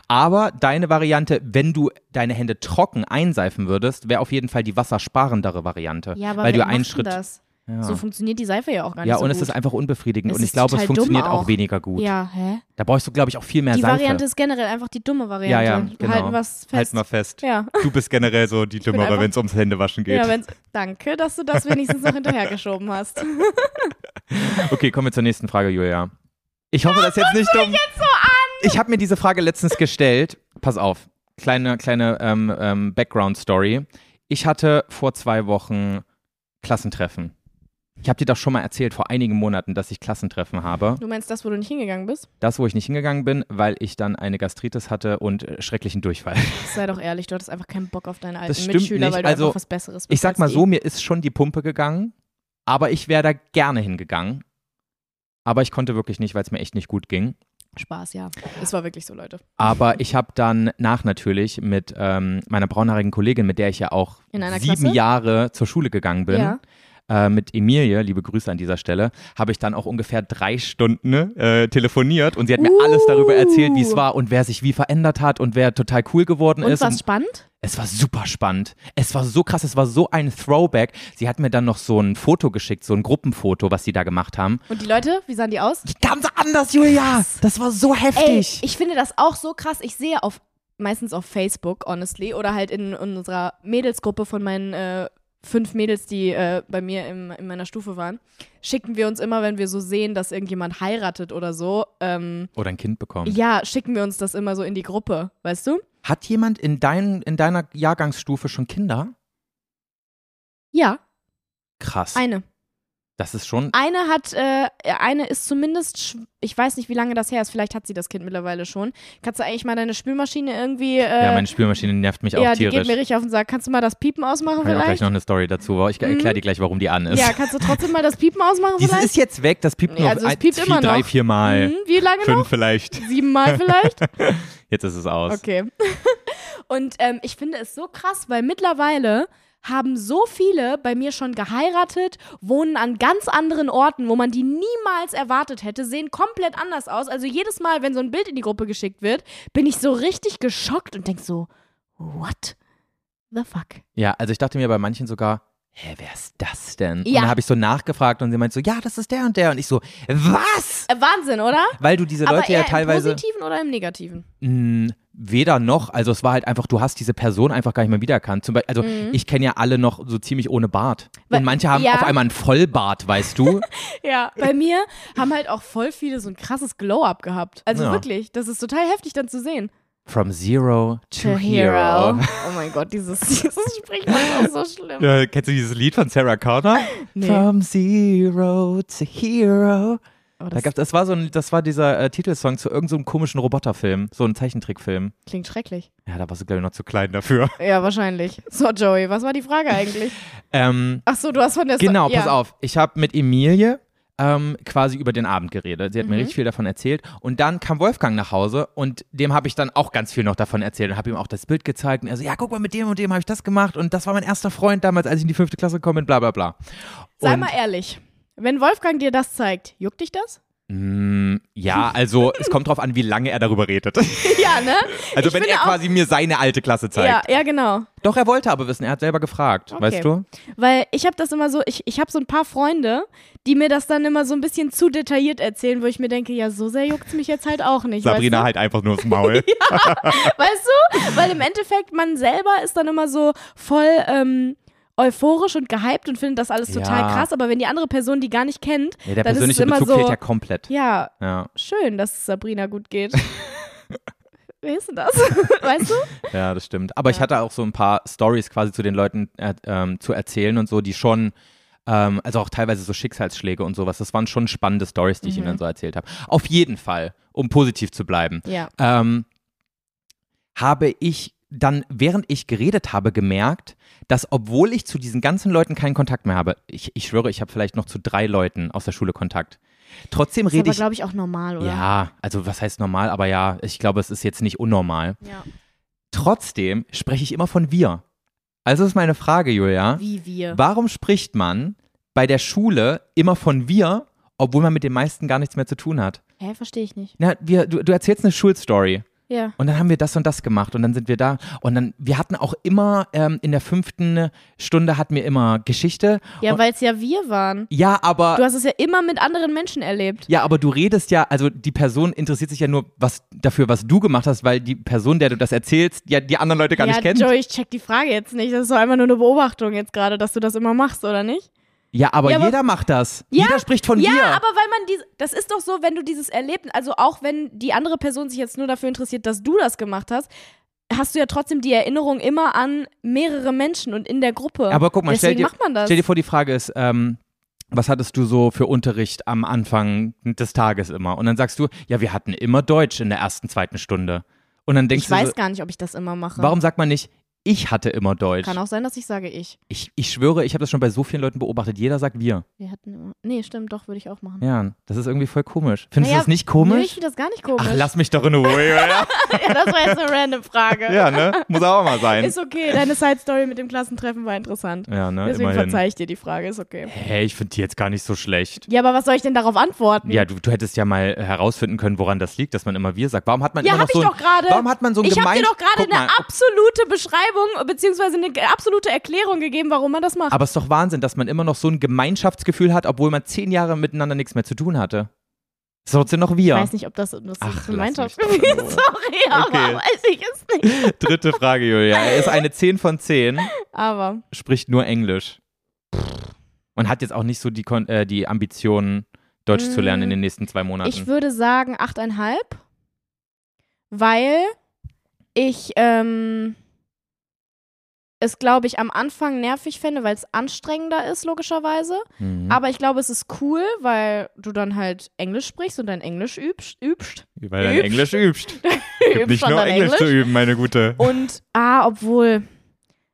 B: Aber deine Variante, wenn du deine Hände trocken einseifen würdest, wäre auf jeden Fall die wassersparendere Variante.
A: Ja, aber
B: weil du
A: wer
B: ja einen
A: macht denn
B: Schritt.
A: Das?
B: Ja,
A: So funktioniert die Seife ja auch gar nicht
B: ja
A: so
B: und
A: gut.
B: es ist einfach unbefriedigend
A: Es
B: und ich
A: ist
B: glaube, es
A: total dumm
B: funktioniert auch.
A: auch.
B: weniger gut.
A: Ja, hä?
B: Da brauchst du, glaube ich, auch viel mehr
A: Die
B: Seife.
A: Variante ist generell einfach die dumme Variante.
B: ja, ja, genau.
A: Halten wir es fest.
B: Halten wir fest.
A: ja.
B: Du bist generell so die Dümmere,
A: einfach-
B: wenn es ums Händewaschen geht.
A: ja wenn's, danke, dass du das wenigstens noch hinterhergeschoben hast.
B: Okay, kommen wir zur nächsten Frage, Julia. Ich hoffe, das ist jetzt nicht dumm. Jetzt so an? Ich habe mir diese Frage letztens gestellt. Pass auf, kleine, kleine ähm, ähm, Background-Story. Ich hatte vor zwei Wochen Klassentreffen. Ich habe dir doch schon mal erzählt, vor einigen Monaten, dass ich Klassentreffen habe.
A: Du meinst das, wo du nicht hingegangen bist?
B: Das, wo ich nicht hingegangen bin, weil ich dann eine Gastritis hatte und äh, schrecklichen Durchfall.
A: Sei doch ehrlich, du hattest einfach keinen Bock auf deine alten
B: Das stimmt
A: Mitschüler,
B: nicht.
A: weil du
B: Also,
A: einfach was Besseres bist.
B: Ich sag
A: als
B: mal
A: die.
B: so, mir ist schon die Pumpe gegangen, aber ich wäre da gerne hingegangen. Aber ich konnte wirklich nicht, weil es mir echt nicht gut ging.
A: Spaß, ja. Es war wirklich so, Leute.
B: Aber ich habe dann nach natürlich mit ähm, meiner braunhaarigen Kollegin, mit der ich ja auch
A: In einer
B: sieben
A: Klasse?
B: Jahre zur Schule gegangen bin,
A: Ja.
B: äh, mit Emilie, liebe Grüße an dieser Stelle, habe ich dann auch ungefähr drei Stunden äh, telefoniert und sie hat mir
A: Uh.
B: alles darüber erzählt, wie es war und wer sich wie verändert hat und wer total cool geworden
A: Und
B: ist.
A: was spannend?
B: Es war super spannend. Es war so krass, es war so ein Throwback. Sie hat mir dann noch so ein Foto geschickt, so ein Gruppenfoto, was sie da gemacht haben.
A: Und die Leute, wie sahen die aus?
B: Ganz anders, Julia! Das war so
A: Ey,
B: heftig.
A: ich finde das auch so krass. Ich sehe auf meistens auf Facebook, honestly, oder halt in, unserer Mädelsgruppe von meinen äh, fünf Mädels, die äh, bei mir im, in meiner Stufe waren, schicken wir uns immer, wenn wir so sehen, dass irgendjemand heiratet oder so, ähm,
B: Oder ein Kind bekommen.
A: ja, schicken wir uns das immer so in die Gruppe, weißt du?
B: Hat jemand in, dein, in deiner Jahrgangsstufe schon Kinder?
A: Ja,
B: Krass.
A: eine.
B: das ist schon.
A: Eine hat, äh, eine ist zumindest, sch- ich weiß nicht, wie lange das her ist, vielleicht hat sie das Kind mittlerweile schon. Kannst du eigentlich mal deine Spülmaschine irgendwie, äh,
B: ja, meine Spülmaschine nervt mich
A: ja,
B: auch
A: die
B: tierisch.
A: geht mir richtig auf den Sack. Kannst du mal das Piepen ausmachen
B: Kann ich auch gleich
A: vielleicht?
B: noch eine Story dazu. aber Ich erkläre
A: Mhm.
B: dir gleich, warum die an ist.
A: Ja, kannst du trotzdem mal das Piepen ausmachen
B: Diese
A: vielleicht?
B: ist jetzt weg, das piept
A: Nee,
B: nur
A: also es
B: ein,
A: piept
B: vier,
A: immer
B: drei,
A: noch.
B: vier Mal.
A: Hm, wie lange
B: Fünf
A: noch?
B: vielleicht.
A: Siebenmal vielleicht?
B: Jetzt ist es aus.
A: Okay. Und ähm, ich finde es so krass, weil mittlerweile haben so viele bei mir schon geheiratet, wohnen an ganz anderen Orten, wo man die niemals erwartet hätte, sehen komplett anders aus. Also jedes Mal, wenn so ein Bild in die Gruppe geschickt wird, bin ich so richtig geschockt und denk so, what the fuck?
B: Ja, also ich dachte mir bei manchen sogar, hä, wer ist das denn? Und
A: Ja.
B: dann habe ich so nachgefragt und sie meint so, ja, das ist der und der. Und ich so, was?
A: Äh, Wahnsinn, oder?
B: Weil du diese
A: Aber
B: Leute
A: eher
B: ja teilweise.
A: im Positiven oder im Negativen?
B: Mh, Hm, weder noch, also es war halt einfach, du hast diese Person einfach gar nicht mehr wiedererkannt. Zum Beispiel, also ich kenne ja alle noch so ziemlich ohne Bart.
A: Weil-
B: und manche haben
A: ja.
B: auf einmal einen Vollbart, weißt du?
A: Ja, bei mir haben halt auch voll viele so ein krasses Glow-up gehabt. Also
B: Ja.
A: wirklich, das ist total heftig dann zu sehen.
B: From Zero to, Hero.
A: Oh mein Gott, dieses, dieses Sprichwort ist auch so schlimm.
B: Ja, kennst du dieses Lied von Sarah Connor?
A: Nee.
B: From Zero to Hero.
A: Aber
B: Da
A: Oh, das
B: gab, das war so ein, das war dieser äh, Titelsong zu irgendeinem so einem komischen Roboterfilm, so einem Zeichentrickfilm.
A: klingt schrecklich.
B: Ja, da warst du, glaube ich, noch zu klein dafür.
A: Ja, wahrscheinlich. So, Joey, was war die Frage eigentlich?
B: Ähm,
A: Ach so, du hast von der
B: genau,
A: Sto- ja.
B: pass auf. Ich habe mit Emilie ähm, quasi über den Abend geredet. Sie hat mir
A: Mhm.
B: richtig viel davon erzählt. Und dann kam Wolfgang nach Hause und dem habe ich dann auch ganz viel noch davon erzählt und habe ihm auch das Bild gezeigt. Und er so, ja, guck mal, mit dem und dem habe ich das gemacht. Und das war mein erster Freund damals, als ich in die fünfte Klasse gekommen bin, bla bla bla.
A: Sei
B: Und-
A: mal ehrlich, wenn Wolfgang dir das zeigt, juckt dich das?
B: Mm, ja, also es kommt drauf an, wie lange er darüber redet.
A: ja, ne?
B: Also
A: Ich
B: wenn
A: finde
B: er
A: auch-
B: quasi mir seine alte Klasse zeigt.
A: Ja, ja, genau.
B: Doch, er wollte aber wissen, er hat selber gefragt,
A: Okay.
B: weißt du?
A: Weil ich habe das immer so, ich, ich habe so ein paar Freunde, die mir das dann immer so ein bisschen zu detailliert erzählen, wo ich mir denke, ja, so sehr juckt's mich jetzt halt auch nicht. weißt du?
B: halt einfach nur das Maul.
A: Weißt du? Weil im Endeffekt man selber ist dann immer so voll ähm, euphorisch und gehypt und findet das alles total
B: Ja.
A: krass, aber wenn die andere Person die gar nicht kennt,
B: ja, der
A: dann ist es
B: persönliche
A: immer
B: Bezug
A: so,
B: fehlt ja komplett.
A: ja,
B: Ja,
A: schön, dass es Sabrina gut geht. Wer ist denn das? Weißt du?
B: ja, das stimmt. Aber ich hatte auch so ein paar Stories quasi zu den Leuten äh, ähm, zu erzählen und so, die schon, ähm, also auch teilweise so Schicksalsschläge und sowas. Das waren schon spannende Stories, die ich ihm dann so erzählt habe. Auf jeden Fall, um positiv zu bleiben.
A: Ja.
B: ähm, habe ich dann, während ich geredet habe, gemerkt, dass obwohl ich zu diesen ganzen Leuten keinen Kontakt mehr habe, ich, ich schwöre, ich habe vielleicht noch zu drei Leuten aus der Schule Kontakt. Trotzdem
A: Ist
B: rede
A: aber,
B: ich.
A: glaube ich, auch normal, oder?
B: Ja, also was heißt normal, aber ja, ich glaube, es ist jetzt nicht unnormal.
A: Ja.
B: Trotzdem spreche ich immer von wir. Also ist meine Frage, Julia.
A: Wie wir.
B: Warum spricht man bei der Schule immer von wir, obwohl man mit den meisten gar nichts mehr zu tun hat?
A: Hä, verstehe ich nicht.
B: Na, wir, du, du erzählst eine Schulstory.
A: Ja.
B: Und dann haben wir das und das gemacht und dann sind wir da. Und dann, wir hatten auch immer, ähm, in der fünften Stunde hatten wir immer Geschichte.
A: Ja,
B: und,
A: weil es ja wir waren.
B: ja, aber.
A: Du hast es ja immer mit anderen Menschen erlebt.
B: Ja, aber du redest ja, also die Person interessiert sich ja nur was dafür, was du gemacht hast, weil die Person, der du das erzählst, ja die anderen Leute gar
A: ja,
B: nicht kennt.
A: Joey, ich check die Frage jetzt nicht. Das ist doch einfach nur eine Beobachtung jetzt gerade, dass du das immer machst, oder nicht?
B: Ja, aber
A: Ja, aber-
B: jeder macht das.
A: Ja,
B: jeder spricht von
A: ja,
B: wir.
A: aber weil man diese. Das ist doch so, wenn du dieses Erlebnis, also auch wenn die andere Person sich jetzt nur dafür interessiert, dass du das gemacht hast, hast du ja trotzdem die Erinnerung immer an mehrere Menschen und in der Gruppe.
B: Aber guck mal, stell
A: Deswegen
B: dir,
A: macht man das.
B: stell dir vor, die Frage ist, ähm, was hattest du so für Unterricht am Anfang des Tages immer? Und dann sagst du, ja, wir hatten immer Deutsch in der ersten, zweiten Stunde. Und dann denkst
A: ich
B: du,
A: weiß
B: so,
A: gar nicht, ob ich das immer mache.
B: warum sagt man nicht, ich hatte immer Deutsch?
A: Kann auch sein, dass ich sage, ich.
B: Ich, ich schwöre, ich habe das schon bei so vielen Leuten beobachtet. Jeder sagt wir.
A: Wir hatten immer. Nee, stimmt, doch, würde ich auch machen.
B: Ja, das ist irgendwie voll komisch. Findest
A: Naja,
B: du das nicht
A: Nee, ich
B: komisch?
A: finde das gar nicht komisch.
B: Ach, lass mich doch in Ruhe. ja.
A: ja, das war jetzt eine random Frage.
B: ja, ne? Muss auch mal sein.
A: Ist okay, deine Side-Story mit dem Klassentreffen war interessant.
B: Ja, ne?
A: Deswegen
B: Immerhin.
A: verzeih ich dir die Frage, ist okay.
B: Hey, ich finde die jetzt gar nicht so schlecht.
A: Ja, aber was soll ich denn darauf antworten?
B: Ja, du, du hättest ja mal äh, herausfinden können, woran das liegt, dass man immer wir sagt. Warum hat man
A: Ja,
B: immer
A: hab
B: noch so
A: ich
B: ein,
A: doch gerade.
B: Warum hat man so ein
A: ich habe dir
B: gemein-
A: doch gerade
B: Guck
A: eine
B: mal,
A: absolute Beschreibung beziehungsweise eine ge- absolute Erklärung gegeben, warum man das macht.
B: Aber es ist doch Wahnsinn, dass man immer noch so ein Gemeinschaftsgefühl hat, obwohl man zehn Jahre miteinander nichts mehr zu tun hatte. Ist trotzdem noch
A: Ich
B: wir.
A: weiß nicht, ob das das
B: Ach,
A: gemeint
B: lass
A: hat.
B: mich doch in Ruhe.
A: Sorry,
B: Okay.
A: aber weiß ich es nicht.
B: Dritte Frage, Julia. Er ist eine 10 von 10,
A: Aber
B: spricht nur Englisch. Und hat jetzt auch nicht so die, Kon äh, die Ambition, Deutsch zu lernen in den nächsten zwei Monaten.
A: Mm. ich würde sagen 8,5, weil ich ähm, es, glaube ich, am Anfang nervig fände, weil es anstrengender ist, logischerweise.
B: mhm.
A: Aber ich glaube, es ist cool, weil du dann halt Englisch sprichst und dein Englisch übst. übst
B: Weil dein
A: Übst.
B: Englisch übst.
A: übst schon dein
B: üben, meine Gute.
A: Und, ah, obwohl.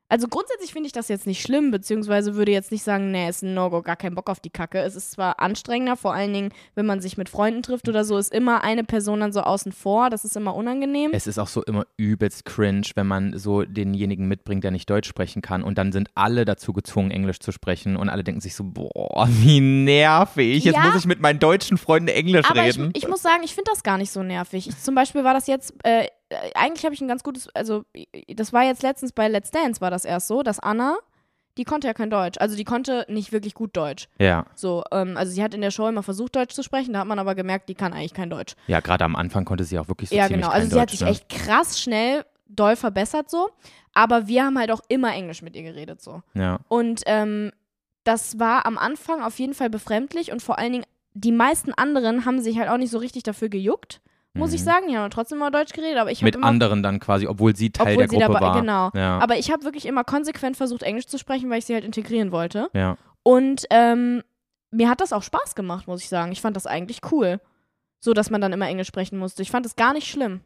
A: Also grundsätzlich finde ich das jetzt nicht schlimm, beziehungsweise würde jetzt nicht sagen, nee, ist ein No-Go, gar kein Bock auf die Kacke. Es ist zwar anstrengender, vor allen Dingen, wenn man sich mit Freunden trifft oder so, ist immer eine Person dann so außen vor. Das ist immer unangenehm.
B: Es ist auch so immer übelst cringe, wenn man so denjenigen mitbringt, der nicht Deutsch sprechen kann. Und dann sind alle dazu gezwungen, Englisch zu sprechen. Und alle denken sich so, boah, wie nervig. Jetzt
A: Ja.
B: muss ich mit meinen deutschen Freunden Englisch
A: Aber ich,
B: reden.
A: ich muss sagen, ich finde das gar nicht so nervig. Ich, zum Beispiel war das jetzt, äh, äh, eigentlich habe ich ein ganz gutes, also äh, das war jetzt letztens bei Let's Dance war das erst so, dass Anna, die konnte ja kein Deutsch. Also die konnte nicht wirklich gut Deutsch.
B: ja,
A: So, ähm, also sie hat in der Show immer versucht, Deutsch zu sprechen, da hat man aber gemerkt, die kann eigentlich kein Deutsch.
B: ja, gerade am Anfang konnte sie auch wirklich so
A: ja,
B: ziemlich
A: genau.
B: kein
A: Also sie
B: Deutsch.
A: hat sich
B: ne?
A: echt krass schnell doll verbessert so. Aber wir haben halt auch immer Englisch mit ihr geredet so.
B: ja.
A: Und ähm, das war am Anfang auf jeden Fall befremdlich und vor allen Dingen die meisten anderen haben sich halt auch nicht so richtig dafür gejuckt, muss ich
B: Mhm.
A: sagen. Die haben halt trotzdem immer Deutsch geredet, aber ich habe
B: Mit
A: immer,
B: anderen dann quasi, obwohl sie Teil
A: obwohl
B: der
A: sie
B: Gruppe
A: dabei,
B: war.
A: genau.
B: Ja.
A: Aber ich habe wirklich immer konsequent versucht, Englisch zu sprechen, weil ich sie halt integrieren wollte.
B: ja.
A: Und ähm, mir hat das auch Spaß gemacht, muss ich sagen. Ich fand das eigentlich cool, so dass man dann immer Englisch sprechen musste. Ich fand das gar nicht schlimm.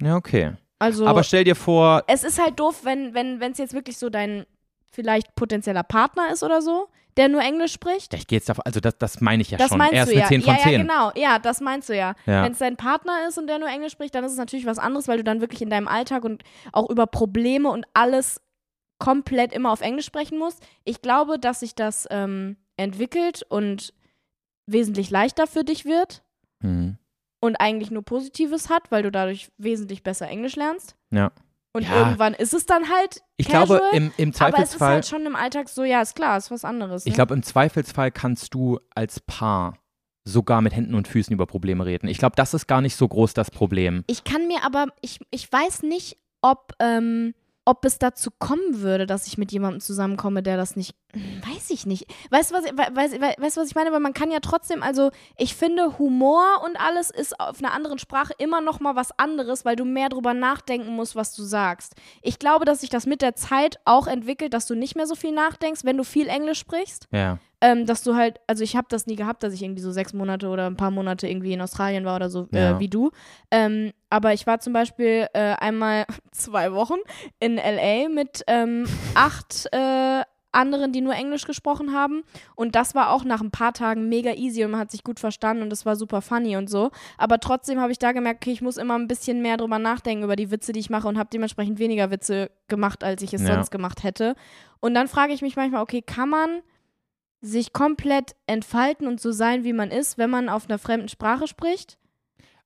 B: ja, okay.
A: Also
B: Aber stell dir vor,
A: es ist halt doof, wenn wenn wenn es jetzt wirklich so dein vielleicht potenzieller Partner ist oder so, der nur Englisch spricht.
B: ich gehe jetzt davon, also das, das meine ich ja
A: das
B: schon.
A: meinst
B: er ist
A: du
B: eine
A: ja.
B: 10 von
A: ja,
B: 10.
A: ja, genau. Ja, das meinst du ja.
B: Ja.
A: Wenn es dein Partner ist und der nur Englisch spricht, dann ist es natürlich was anderes, weil du dann wirklich in deinem Alltag und auch über Probleme und alles komplett immer auf Englisch sprechen musst. Ich glaube, dass sich das ähm, entwickelt und wesentlich leichter für dich wird
B: Mhm.
A: und eigentlich nur Positives hat, weil du dadurch wesentlich besser Englisch lernst.
B: Ja.
A: Und
B: Ja.
A: irgendwann ist es dann halt
B: Ich
A: casual,
B: glaube, im, im Zweifelsfall.
A: aber es ist halt schon im Alltag so, ja, ist klar, ist was anderes. Ne?
B: Ich glaube, im Zweifelsfall kannst du als Paar sogar mit Händen und Füßen über Probleme reden. Ich glaube, das ist gar nicht so groß das Problem.
A: Ich kann mir aber, ich, ich weiß nicht, ob, ähm, ob es dazu kommen würde, dass ich mit jemandem zusammenkomme, der das nicht. Hm, Weiß ich nicht. Weißt du, was, ich- we- weiß, we- weißt, du, was ich meine? Weil man kann ja trotzdem, also ich finde, Humor und alles ist auf einer anderen Sprache immer noch mal was anderes, weil du mehr drüber nachdenken musst, was du sagst. Ich glaube, dass sich das mit der Zeit auch entwickelt, dass du nicht mehr so viel nachdenkst, wenn du viel Englisch sprichst
B: Ja.
A: ähm, dass du halt, also ich habe das nie gehabt, dass ich irgendwie so sechs Monate oder ein paar Monate irgendwie in Australien war oder so äh,
B: Ja.
A: wie du. Ähm, aber ich war zum Beispiel äh, einmal zwei Wochen in LA mit ähm, acht, äh, anderen, die nur Englisch gesprochen haben. Und das war auch nach ein paar Tagen mega easy und man hat sich gut verstanden und es war super funny und so. Aber trotzdem habe ich da gemerkt, okay, ich muss immer ein bisschen mehr drüber nachdenken, über die Witze, die ich mache und habe dementsprechend weniger Witze gemacht, als ich es
B: Ja.
A: sonst gemacht hätte. Und dann frage ich mich manchmal, okay, kann man sich komplett entfalten und so sein, wie man ist, wenn man auf einer fremden Sprache spricht?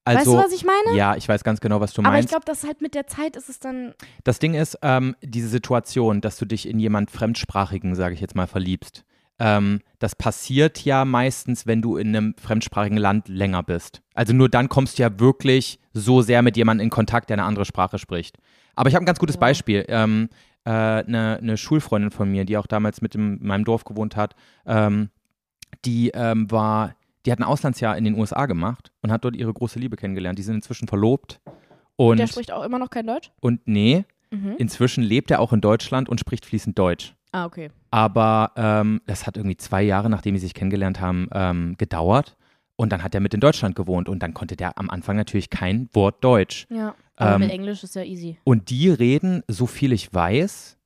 A: weißt
B: Also,
A: du, was ich meine?
B: ja, ich weiß ganz genau, was du
A: Aber ich
B: meinst.
A: glaube, dass halt mit der Zeit ist es dann.
B: Das Ding ist, ähm, diese Situation, dass du dich in jemand Fremdsprachigen, sage ich jetzt mal, verliebst, ähm, das passiert ja meistens, wenn du in einem fremdsprachigen Land länger bist. Also nur dann kommst du ja wirklich so sehr mit jemandem in Kontakt, der eine andere Sprache spricht. Aber ich habe ein ganz gutes Beispiel. Ähm, äh, eine, eine Schulfreundin von mir, die auch damals mit in meinem Dorf gewohnt hat, ähm, die ähm, war, die hat ein Auslandsjahr in den USA gemacht und hat dort ihre große Liebe kennengelernt. Die sind inzwischen verlobt. Und,
A: der spricht auch immer noch kein Deutsch?
B: und nee,
A: Mhm.
B: Inzwischen lebt er auch in Deutschland und spricht fließend Deutsch.
A: Ah, okay.
B: Aber ähm, das hat irgendwie zwei Jahre, nachdem sie sich kennengelernt haben, ähm, gedauert. Und dann hat er mit in Deutschland gewohnt und dann konnte der am Anfang natürlich kein Wort Deutsch.
A: Ja. Aber
B: Ähm,
A: mit Englisch ist ja easy.
B: Und die reden, so viel ich weiß,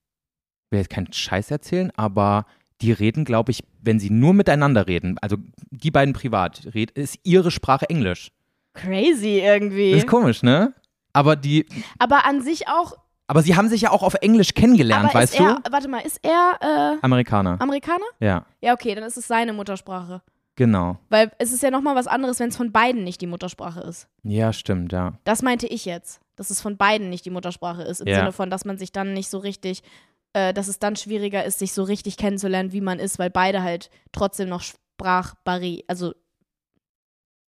B: will jetzt keinen Scheiß erzählen, aber die reden, glaube ich, wenn sie nur miteinander reden, also die beiden privat, red, ist ihre Sprache Englisch.
A: Crazy
B: Das
A: irgendwie.
B: ist komisch, ne? Aber die,
A: Aber an sich auch.
B: aber sie haben sich ja auch auf Englisch kennengelernt,
A: aber
B: weißt
A: ist er,
B: du?
A: Warte mal, ist er äh,
B: Amerikaner.
A: Amerikaner?
B: ja,
A: Ja, okay, dann ist es seine Muttersprache.
B: genau.
A: Weil es ist ja nochmal was anderes, wenn es von beiden nicht die Muttersprache ist.
B: Ja, stimmt, ja.
A: Das meinte ich jetzt. Dass es von beiden nicht die Muttersprache ist. Im
B: Ja.
A: Sinne von, dass man sich dann nicht so richtig, äh, dass es dann schwieriger ist, sich so richtig kennenzulernen, wie man ist, weil beide halt trotzdem noch Sprachbarriere, also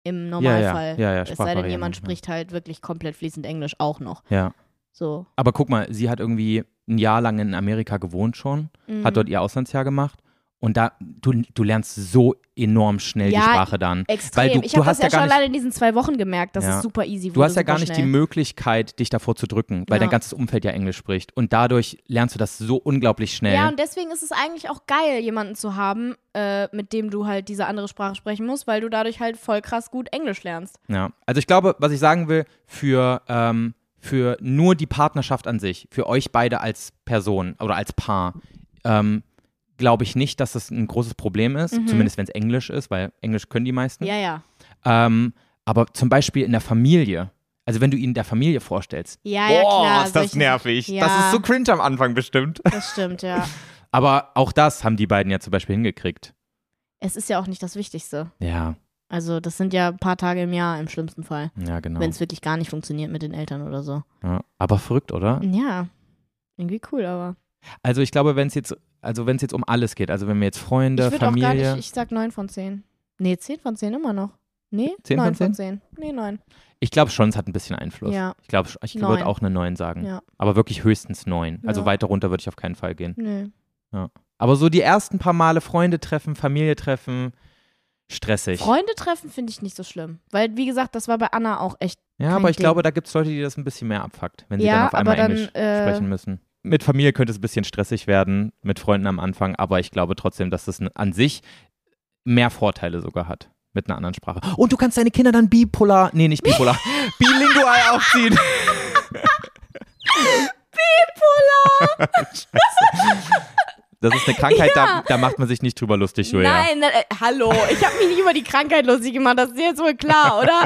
A: im Normalfall.
B: Ja, ja, ja,
A: es sei denn,
B: Sprachbarrieren,
A: jemand
B: ja.
A: spricht halt wirklich komplett fließend Englisch auch noch.
B: Ja.
A: So.
B: Aber guck mal, sie hat irgendwie ein Jahr lang in Amerika gewohnt schon,
A: Mhm.
B: hat dort ihr Auslandsjahr gemacht und da du, du lernst so enorm schnell
A: Ja,
B: die Sprache dann.
A: Extrem.
B: Weil du,
A: ich
B: du
A: habe
B: hast
A: das ja
B: gar
A: schon
B: nicht,
A: allein in diesen zwei Wochen gemerkt, dass
B: Ja.
A: es super easy wurde. Genau.
B: du hast ja gar
A: super
B: nicht die
A: schnell.
B: Möglichkeit, dich davor zu drücken, weil
A: Ja.
B: dein ganzes Umfeld ja Englisch spricht und dadurch lernst du das so unglaublich schnell.
A: Ja, und deswegen ist es eigentlich auch geil, jemanden zu haben, äh, mit dem du halt diese andere Sprache sprechen musst, weil du dadurch halt voll krass gut Englisch lernst.
B: Ja, also ich glaube, was ich sagen will, für, ähm, für nur die Partnerschaft an sich, für euch beide als Person oder als Paar, ähm, glaube ich nicht, dass das ein großes Problem ist,
A: Mhm.
B: zumindest wenn es Englisch ist, weil Englisch können die meisten.
A: Ja, ja.
B: Ähm, aber zum Beispiel in der Familie, also wenn du ihn der Familie vorstellst,
A: Ah Ja, ja, klar. solche- Ja,
B: cringe am Anfang bestimmt.
A: Das stimmt, ja.
B: Aber auch das haben die beiden ja zum Beispiel hingekriegt.
A: Es ist ja auch nicht das Wichtigste.
B: Ja,
A: Also, das sind ja ein paar Tage im Jahr im schlimmsten Fall,
B: ja, genau.
A: wenn es wirklich gar nicht funktioniert mit den Eltern oder so.
B: Ja. Aber verrückt, oder?
A: Ja. Irgendwie cool, aber.
B: Also ich glaube, wenn es jetzt, also wenn es jetzt um alles geht, also wenn wir jetzt Freunde,
A: ich würde auch gar
B: Familie.
A: nicht, ich sag 9 von 10. Nee, 10 von 10 immer noch. Nee,
B: 10 von
A: 9 von 10. Nee, 9.
B: Ich glaube schon, es hat ein bisschen Einfluss.
A: Ja,
B: Ich glaube, ich
A: Neun.
B: würde auch eine 9 sagen.
A: Ja.
B: Aber wirklich höchstens 9. Also
A: Ja.
B: weiter runter würde ich auf keinen Fall gehen.
A: nee.
B: Aber so die ersten paar Male Freunde treffen, Familie treffen, stressig.
A: Freunde treffen finde ich nicht so schlimm. Weil, wie gesagt, das war bei Anna auch echt.
B: ja,
A: kein
B: aber ich
A: Ding.
B: glaube, da gibt es Leute, die das ein bisschen mehr abfuckt, wenn sie
A: Ja,
B: dann auf einmal
A: aber dann,
B: Englisch
A: äh,
B: sprechen müssen. Mit Familie könnte es ein bisschen stressig werden, mit Freunden am Anfang, aber ich glaube trotzdem, dass das an sich mehr Vorteile sogar hat. Mit einer anderen Sprache. Und du kannst deine Kinder dann bipolar, nee, nicht bipolar, bilingual aufziehen. Das ist eine Krankheit, da, da macht man sich nicht drüber lustig, Julia.
A: Nein, na, äh, hallo. Ich habe mich nicht über die Krankheit lustig gemacht. Das ist jetzt wohl klar, oder?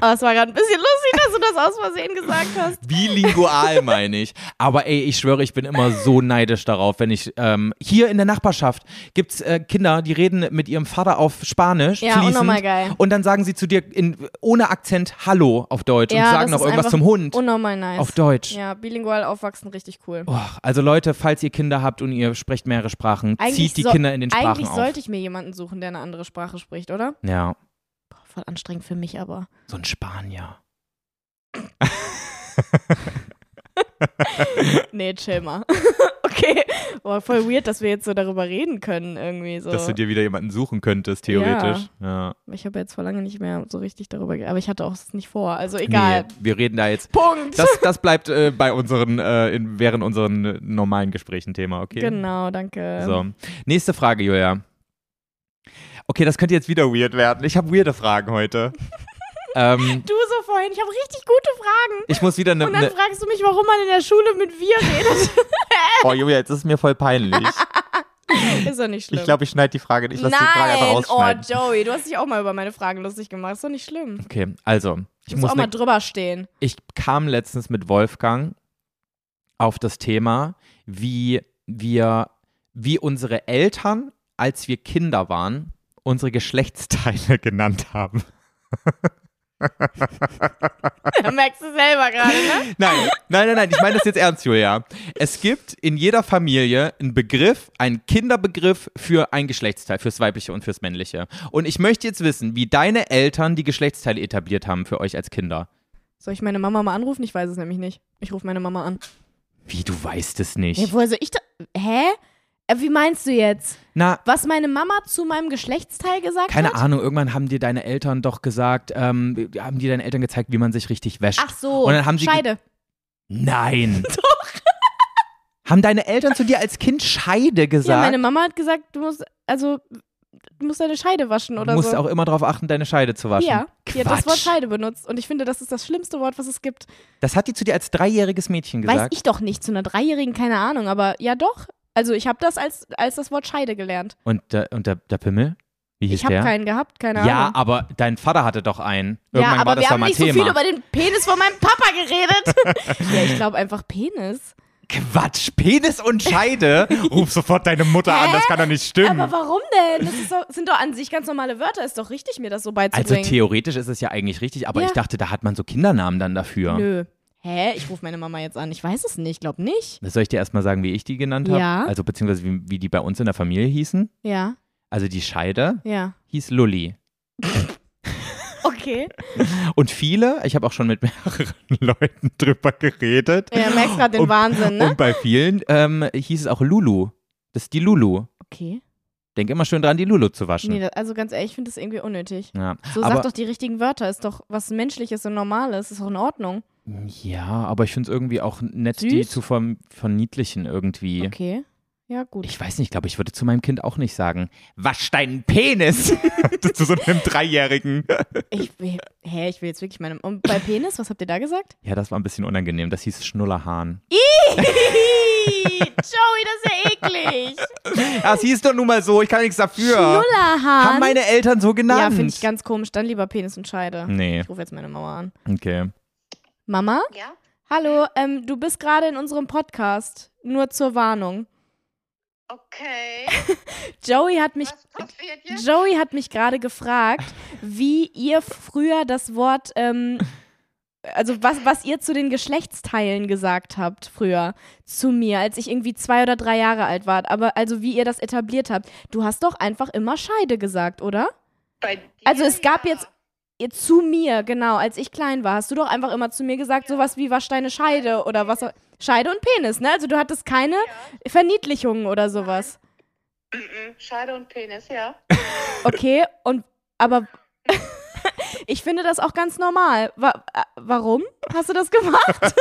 A: Aber es war gerade ein bisschen lustig, dass du das aus Versehen gesagt hast.
B: Bilingual meine ich. Aber ey, ich schwöre, ich bin immer so neidisch darauf, wenn ich ähm, hier in der Nachbarschaft gibt's äh, Kinder, die reden mit ihrem Vater auf Spanisch
A: Ja, auch
B: fließend
A: nochmal geil.
B: und dann sagen sie zu dir in, ohne Akzent Hallo auf Deutsch
A: Ja,
B: und
A: das
B: sagen noch
A: ist
B: irgendwas
A: einfach
B: zum Hund
A: Unnormal nice.
B: auf Deutsch.
A: Ja, bilingual aufwachsen, richtig cool.
B: Och, also Leute, falls ihr Kinder habt und ihr sprecht mehrere Sprachen,
A: Eigentlich
B: zieht die
A: so-
B: Kinder in den Sprachen
A: Eigentlich
B: auf.
A: sollte ich mir jemanden suchen, der eine andere Sprache spricht, oder?
B: Ja,
A: Boah, voll anstrengend für mich, aber.
B: so ein Spanier.
A: Nee, chill mal. okay. Boah, voll weird, dass wir jetzt so darüber reden können, irgendwie. So.
B: dir wieder jemanden suchen könntest,
A: theoretisch.
B: Ja.
A: Ich habe jetzt vor lange nicht mehr so richtig darüber ge- Aber ich hatte auch es nicht vor. Also egal.
B: wir reden da jetzt
A: Punkt.
B: Das, das bleibt äh, bei unseren, äh, in, während unseren äh, normalen Gesprächen Thema, okay?
A: Genau, danke.
B: So. Nächste Frage, Julia. Okay, das könnte jetzt wieder weird werden. Ich habe weirde Fragen heute. ähm,
A: Du so vorhin, ich habe richtig gute Fragen.
B: ich muss wieder eine.
A: Und dann
B: Ne,
A: fragst du mich, warum man in der Schule mit wir redet.
B: oh, Julia, jetzt ist es mir voll peinlich.
A: Ist doch nicht schlimm.
B: Ich glaube, ich schneide die Frage. Ich lasse die Frage einfach
A: Nein, oh
B: rausschneiden.
A: Joey, du hast dich auch mal über meine Fragen lustig gemacht. Ist doch nicht schlimm.
B: okay, also, ich
A: Ich muss
B: muss
A: auch mal
B: ne,
A: drüber stehen.
B: ich kam letztens mit Wolfgang auf das Thema, wie wir, wie unsere Eltern, als wir Kinder waren, unsere Geschlechtsteile genannt haben.
A: Da merkst du selber gerade, ne?
B: Nein, nein, nein, nein, ich meine das jetzt ernst, Julia. Es gibt in jeder Familie einen Begriff, einen Kinderbegriff für ein Geschlechtsteil, fürs weibliche und fürs männliche. Und ich möchte jetzt wissen, wie deine Eltern die Geschlechtsteile etabliert haben für euch als Kinder.
A: Soll ich meine Mama mal anrufen? Ich weiß es nämlich nicht. Ich rufe meine Mama an.
B: Wie, du weißt es nicht?
A: Ja, woher soll ich da. Hä? Äh, Wie meinst du jetzt?
B: Na,
A: Was meine Mama zu meinem Geschlechtsteil gesagt
B: keine
A: hat?
B: Ahnung, irgendwann haben dir deine Eltern doch gesagt, ähm, haben dir deine Eltern gezeigt, wie man sich richtig wäscht.
A: Ach so,
B: Und dann haben sie ge-
A: Scheide.
B: Nein. doch. Haben deine Eltern zu dir als Kind Scheide
A: Ja,
B: gesagt?
A: meine Mama hat gesagt, du musst, also, du musst deine Scheide waschen oder
B: du musst
A: so.
B: auch immer darauf achten, deine Scheide zu waschen.
A: ja, die hat das Wort
B: Quatsch.
A: Scheide benutzt. Und ich finde, das ist das schlimmste Wort, was es gibt.
B: Das hat die zu dir als dreijähriges Mädchen gesagt.
A: Weiß ich doch nicht, zu einer Dreijährigen, keine Ahnung, aber ja doch. Also ich habe das als, als das Wort Scheide gelernt.
B: Und, der- und der, der Pimmel? Wie hieß
A: Ich habe
B: der?
A: keinen gehabt, keine
B: ja,
A: Ahnung.
B: aber dein Vater hatte doch einen. Irgendwann
A: ja,
B: war
A: aber
B: das
A: wir
B: ja
A: haben
B: mal
A: nicht
B: Thema.
A: so viel über den Penis von meinem Papa geredet. ja, ich glaube einfach Penis.
B: Quatsch, Penis und Scheide. Ruf sofort deine Mutter an, das kann doch nicht stimmen.
A: Aber warum denn? Das ist doch, sind doch an sich ganz normale Wörter. Ist doch richtig, mir das so
B: Also
A: beizubringen.
B: theoretisch ist es ja eigentlich richtig, aber
A: Ja.
B: ich dachte, da hat man so Kindernamen dann dafür.
A: Nö. Hä? Ich rufe meine Mama jetzt an. Ich weiß es nicht, glaub nicht.
B: Soll ich dir erstmal sagen, wie ich die genannt habe?
A: Ja.
B: Also beziehungsweise wie, wie die bei uns in der Familie hießen.
A: Ja,
B: Also die Scheide
A: ja.
B: hieß Lulli.
A: Okay.
B: Und viele, ich habe auch schon mit mehreren Leuten drüber geredet.
A: Ja, merkst gerade den
B: Und-
A: Wahnsinn, ne?
B: Und bei vielen ähm, hieß es auch Lulu. Das ist die Lulu.
A: Okay.
B: Denk immer schön dran, die Lulu zu waschen.
A: Nee, da- also ganz ehrlich, ich finde das irgendwie unnötig.
B: ja.
A: So
B: aber,
A: sag doch die richtigen Wörter, ist doch was Menschliches und Normales, ist doch in Ordnung.
B: ja, aber ich finde es irgendwie auch nett,
A: Süß?
B: die zu ver verniedlichen irgendwie.
A: Okay. Ja, gut.
B: Ich weiß nicht, glaube ich, würde zu meinem Kind auch nicht sagen, wasch deinen Penis zu so einem Dreijährigen.
A: Ich, will- hä, ich will jetzt wirklich meine. Und bei Penis, was habt ihr da gesagt?
B: Ja, das war ein bisschen unangenehm. Das hieß Schnullerhahn.
A: Joey, das ist ja eklig.
B: Das hieß doch nun mal so, ich kann nichts dafür. Haben
A: Schnullerhahn.
B: meine Eltern so genannt.
A: Ja, finde ich ganz komisch. Dann lieber Penis und Scheide.
B: Nee,
A: Ich rufe jetzt meine Mama an.
B: okay.
A: Mama?
E: Ja?
A: Hallo, ähm, du bist gerade in unserem Podcast. Nur zur Warnung.
E: Okay.
A: Joey hat mich
E: passiert
A: Joey hat mich gerade gefragt, wie ihr früher das Wort, ähm, also was, was ihr zu den Geschlechtsteilen gesagt habt früher zu mir, als ich irgendwie zwei oder drei Jahre alt war. Aber also wie ihr das etabliert habt. Du hast doch einfach immer Scheide gesagt, oder?
E: Bei dir,
A: Also es gab jetzt ihr- zu mir, genau, als ich klein war, hast du doch einfach immer zu mir gesagt, sowas wie wasch deine Scheide oder was. auch- Scheide und Penis, ne? Also du hattest keine Verniedlichungen oder sowas.
E: Scheide und Penis, ja.
A: Okay, und aber ich finde das auch ganz normal. Wa äh, warum hast du das gemacht?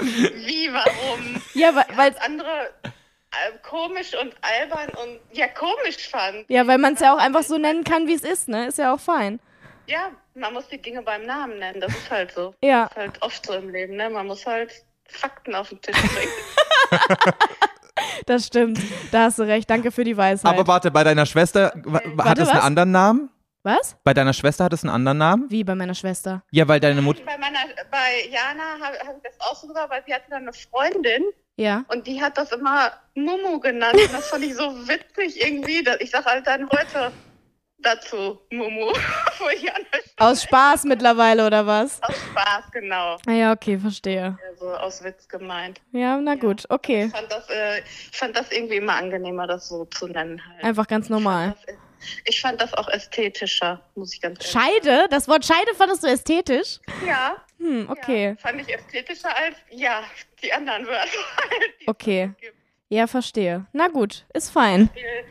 E: Wie, warum?
A: Ja, weil, weil,
E: andere äh, komisch und albern und ja, komisch fand.
A: ja, weil man es ja auch einfach so nennen kann, wie es ist, ne? Ist ja auch fein.
E: Ja, man muss die Dinge beim Namen nennen, das ist halt so.
A: Ja.
E: Ist halt oft so im Leben, ne? Man muss halt Fakten auf den Tisch bringen.
A: Das stimmt. Da hast du recht. Danke für die Weisheit.
B: Aber warte, bei deiner Schwester wa- hat
A: Äh, Warte,
B: es einen
A: was?
B: anderen Namen?
A: Was?
B: Bei deiner Schwester hat es einen anderen Namen?
A: Wie bei meiner Schwester.
B: Ja, weil deine Mutter.
E: bei meiner, bei Jana habe hab ich das auch so gesagt, weil sie hatte dann eine Freundin
A: Ja.
E: und die hat das immer Mumu genannt. Und das fand ich so witzig irgendwie. Dass ich sage halt dann heute dazu Mumu. Wo Jana
A: Aus Spaß mittlerweile, oder was?
E: aus Spaß, genau.
A: Ah ja, okay, verstehe.
E: Also aus Witz gemeint.
A: Ja, na gut, okay.
E: Ich fand das, äh, ich fand das irgendwie immer angenehmer, das so zu nennen halt.
A: Einfach ganz normal.
E: Ich fand das auch ästhetischer, muss ich ganz ehrlich sagen.
A: Scheide? Das Wort Scheide fandest du ästhetisch?
E: Ja,
A: Hm, okay.
E: ja, fand ich ästhetischer als, ja, die anderen Wörter. Die
A: Okay.
E: es gibt.
A: Ja, verstehe. Na gut, ist fein.
E: Viel-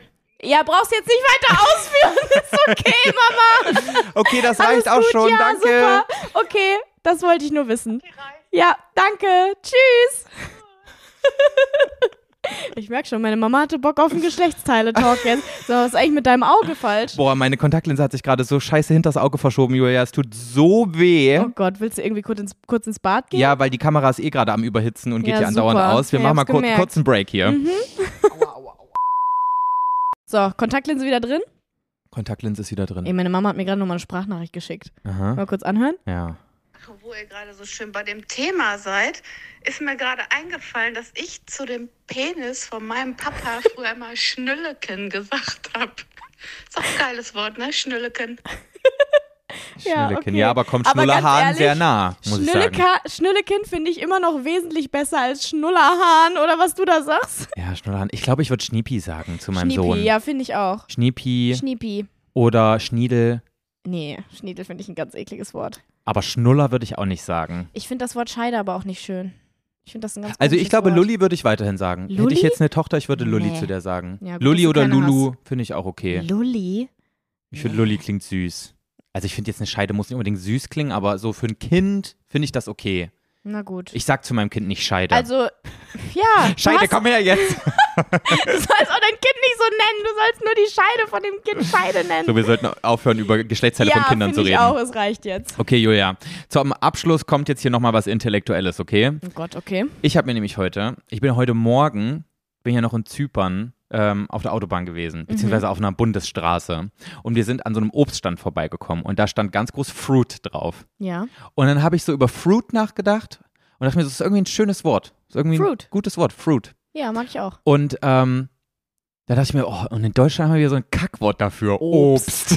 A: Ja, brauchst jetzt nicht weiter ausführen. Ist okay, Mama.
B: Okay, das
A: Alles
B: reicht auch
A: gut,
B: schon.
A: ja,
B: danke.
A: super. Okay, das wollte ich nur wissen.
E: die Reihe.
A: Ja, danke. Tschüss. Ich merke schon, meine Mama hatte Bock auf einen Geschlechtsteile-Talk jetzt. So, was ist eigentlich mit deinem Auge falsch?
B: Boah, meine Kontaktlinse hat sich gerade so scheiße hinters Auge verschoben, Julia. Es tut so weh.
A: Oh Gott, willst du irgendwie kurz ins, kurz ins Bad gehen?
B: Ja, weil die Kamera ist eh gerade am Überhitzen und geht
A: Ja, Mhm.
B: hier andauernd
A: super.
B: aus. Wir
A: Ja,
B: machen mal
A: hab's
B: kurz,
A: gemerkt.
B: kurz einen Break hier.
A: So, Kontaktlinse wieder drin?
B: Kontaktlinse ist wieder
A: Ey,
B: drin.
A: meine Mama hat mir gerade nochmal eine Sprachnachricht geschickt.
B: Aha.
A: Mal kurz anhören.
B: Ja.
F: Wo ihr gerade so schön bei dem Thema seid, ist mir gerade eingefallen, dass ich zu dem Penis von meinem Papa früher immer Schnülleken gesagt habe. Ist auch ein geiles Wort, ne? Schnülleken.
A: Ja,
B: Schnülleken.
A: okay.
B: Ja, aber kommt
A: Aber ganz
B: Schnullerhahn
A: ehrlich,
B: sehr nah, muss ich sagen.
A: Schnülleka- Schnüllekind finde ich immer noch wesentlich besser als Schnullerhahn oder was du da sagst.
B: Ja, Schnullerhahn. Ich glaube, ich würde Schniepi sagen zu meinem
A: Schniepi,
B: Sohn.
A: ja, finde ich auch.
B: Schniepi
A: Schniepi.
B: oder Schniedel.
A: Nee, Schniedel finde ich ein ganz ekliges Wort.
B: Aber Schnuller würde ich auch nicht sagen.
A: Ich finde das Wort Scheide aber auch nicht schön. Ich finde das ein ganz
B: Also ich
A: komisches
B: glaube,
A: Wort.
B: Lulli würde ich weiterhin sagen. Hätte
A: Lulli?
B: ich jetzt eine Tochter, ich würde Lulli
A: Nee.
B: zu der sagen.
A: Ja, gut, dass
B: Lulli
A: du
B: oder
A: keine
B: Lulu finde ich auch okay.
A: Lulli?
B: Ich finde, Lulli klingt süß. Also ich finde jetzt eine Scheide muss nicht unbedingt süß klingen, aber so für ein Kind finde ich das okay.
A: Na gut.
B: Ich sag zu meinem Kind nicht Scheide.
A: also, ja.
B: Scheide,
A: du, hast,
B: komm her jetzt.
A: du sollst auch dein Kind nicht so nennen. Du sollst nur die Scheide von dem Kind Scheide nennen.
B: So, wir sollten aufhören, über Geschlechtsteile
A: ja,
B: von Kindern zu
A: finde
B: reden.
A: ich auch. Es reicht jetzt.
B: Okay, Julia. Zum Abschluss kommt jetzt hier nochmal was Intellektuelles, okay?
A: Oh Gott, okay.
B: Ich habe mir nämlich heute, ich bin heute Morgen, bin ja noch in Zypern ähm, auf der Autobahn
A: Mhm.
B: gewesen, beziehungsweise auf einer Bundesstraße. Und wir sind an so einem Obststand vorbeigekommen und da stand ganz groß Fruit drauf.
A: Ja.
B: Und dann habe ich so über Fruit nachgedacht und dachte mir, das ist irgendwie ein schönes Wort. Das ist irgendwie
A: Fruit.
B: ein gutes Wort, Fruit.
A: Ja, mag ich auch.
B: Und ähm, da dachte ich mir, oh, und in Deutschland haben wir so ein Kackwort dafür. Obst.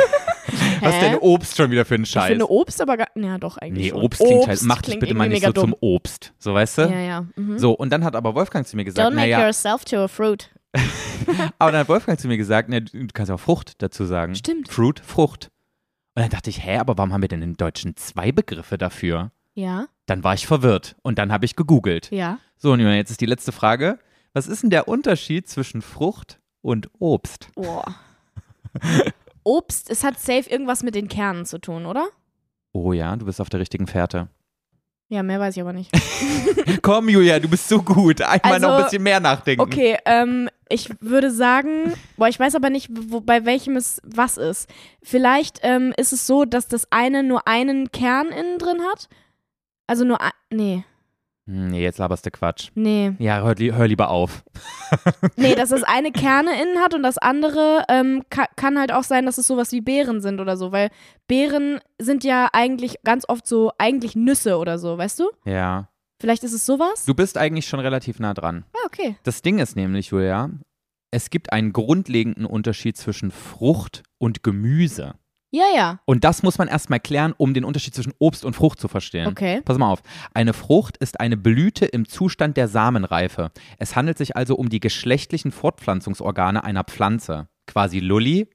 B: Was ist
A: Hä?
B: denn Obst schon wieder für ein
A: Ich
B: Scheiß?
A: finde Obst aber gar. Ja, doch, eigentlich.
B: nee,
A: schon.
B: Obst klingt scheiße. Mach dich
A: klingt
B: bitte mal
A: irgendwie
B: nicht so
A: mega
B: zum Obst. So, weißt du?
A: dumm. Ja, ja. Mhm.
B: So, und dann hat aber Wolfgang zu mir gesagt,
A: Don't make
B: naja,
A: yourself to a fruit.
B: aber dann hat Wolfgang zu mir gesagt, na, du kannst ja auch Frucht dazu sagen.
A: Stimmt.
B: Fruit, Frucht. Und dann dachte ich, hä, aber warum haben wir denn im Deutschen zwei Begriffe dafür?
A: Ja,
B: Dann war ich verwirrt und dann habe ich gegoogelt.
A: ja.
B: So, und Julian, jetzt ist die letzte Frage. Was ist denn der Unterschied zwischen Frucht und Obst?
A: Boah. Obst, es hat safe irgendwas mit den Kernen zu tun, oder?
B: Oh ja, du bist auf der richtigen Fährte.
A: Ja, mehr weiß ich aber nicht.
B: Komm, Julia, du bist so gut. Einmal
A: Also,
B: noch ein bisschen mehr nachdenken.
A: Okay, ähm, ich würde sagen, boah, ich weiß aber nicht, wo, bei welchem es was ist. Vielleicht ähm, ist es so, dass das eine nur einen Kern innen drin hat. Also nur, ein- nee,
B: Hm, Nee, jetzt laberst du Quatsch.
A: nee.
B: Ja, hör, li- hör lieber auf.
A: Nee, dass das eine Kerne innen hat und das andere ähm, ka kann halt auch sein, dass es sowas wie Beeren sind oder so, weil Beeren sind ja eigentlich ganz oft so, eigentlich Nüsse oder so, weißt du?
B: Ja.
A: Vielleicht ist es sowas?
B: Du bist eigentlich schon relativ nah dran.
A: Ah, okay.
B: Das Ding ist nämlich, Julia, es gibt einen grundlegenden Unterschied zwischen Frucht und Gemüse.
A: Ja, ja.
B: Und das muss man erstmal klären, um den Unterschied zwischen Obst und Frucht zu verstehen.
A: Okay.
B: Pass mal auf. Eine Frucht ist eine Blüte im Zustand der Samenreife. Es handelt sich also um die geschlechtlichen Fortpflanzungsorgane einer Pflanze. Quasi Lulli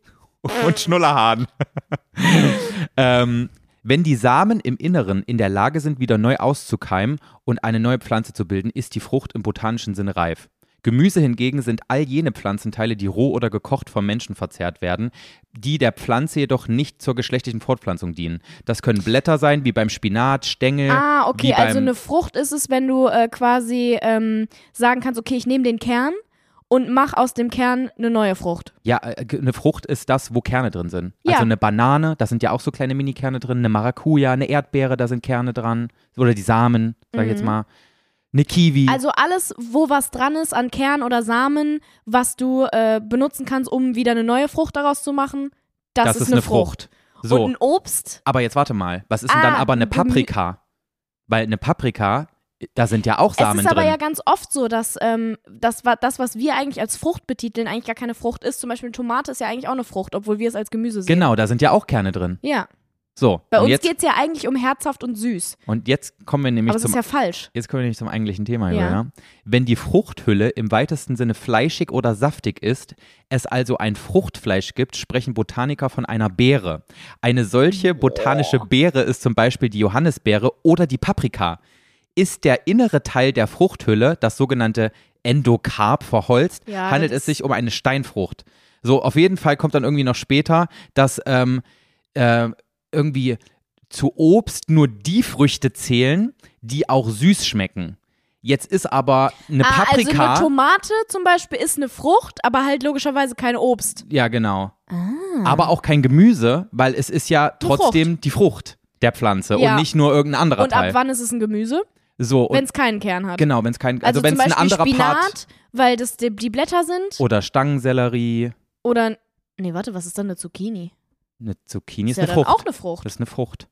B: und Schnullerhahn. ähm, wenn die Samen im Inneren in der Lage sind, wieder neu auszukeimen und eine neue Pflanze zu bilden, ist die Frucht im botanischen Sinne reif. Gemüse hingegen sind all jene Pflanzenteile, die roh oder gekocht vom Menschen verzehrt werden, die der Pflanze jedoch nicht zur geschlechtlichen Fortpflanzung dienen. Das können Blätter sein, wie beim Spinat, Stängel.
A: Ah, okay,
B: wie beim,
A: also eine Frucht ist es, wenn du äh, quasi ähm, sagen kannst, okay, ich nehme den Kern und mach aus dem Kern eine neue Frucht.
B: Ja, äh, ge- eine Frucht ist das, wo Kerne drin sind.
A: Ja.
B: Also eine Banane, da sind ja auch so kleine Mini-Kerne drin, eine Maracuja, eine Erdbeere, da sind Kerne dran. Oder die Samen, sag ich jetzt mal. Eine Kiwi.
A: Mhm. Also alles, wo was dran ist an Kern oder Samen, was du äh, benutzen kannst, um wieder eine neue Frucht daraus zu machen, das, ist, eine Frucht.
B: So,
A: Und ein Obst?
B: aber jetzt warte mal. Was ist denn dann
A: Ah,
B: aber eine
A: Gemü-
B: Paprika? Weil eine Paprika, da sind ja auch Samen
A: es ist aber
B: drin.
A: ja ganz oft so, dass ähm, das, wa- das, was wir eigentlich als Frucht betiteln, eigentlich gar keine Frucht ist. Zum Beispiel eine Tomate ist ja eigentlich auch eine Frucht, obwohl wir es als Gemüse sehen.
B: genau, da sind ja auch Kerne drin.
A: Ja.
B: So,
A: Bei
B: und,
A: uns
B: jetzt,
A: geht es ja eigentlich um herzhaft und süß.
B: und jetzt kommen wir nämlich
A: Aber das
B: zum
A: ist ja falsch.
B: Jetzt kommen wir nämlich zum eigentlichen Thema,
A: Ja.
B: ja. Wenn die Fruchthülle im weitesten Sinne fleischig oder saftig ist, es also ein Fruchtfleisch gibt, sprechen Botaniker von einer Beere. Eine solche botanische Beere ist zum Beispiel die Johannisbeere oder die Paprika. Ist der innere Teil der Fruchthülle, das sogenannte Endokarp, verholzt,
A: Ja,
B: handelt
A: das-
B: es sich um eine Steinfrucht. So, auf jeden Fall kommt dann irgendwie noch später, dass ähm, äh, irgendwie zu Obst nur die Früchte zählen, die auch süß schmecken. Jetzt ist aber eine
A: ah, also
B: Paprika.
A: eine Tomate zum Beispiel ist eine Frucht, aber halt logischerweise kein Obst.
B: ja, genau.
A: Hm.
B: Aber auch kein Gemüse, weil es ist ja trotzdem die Frucht der Pflanze
A: Ja.
B: und nicht nur irgendein anderer
A: Und ab
B: Teil.
A: wann ist es ein Gemüse?
B: so,
A: Wenn
B: Ah, und
A: es keinen Kern hat.
B: genau, wenn es kein, also,
A: Also,
B: wenn
A: zum
B: es ein
A: Beispiel
B: anderer
A: Spinat,
B: Part
A: weil das die, die Blätter sind.
B: oder Stangensellerie
A: Oder, ein- nee, warte, was ist dann eine Zucchini?
B: Eine Zucchini ist,
A: ja
B: eine
A: dann
B: Frucht.
A: auch eine Frucht.
B: das ist eine Frucht.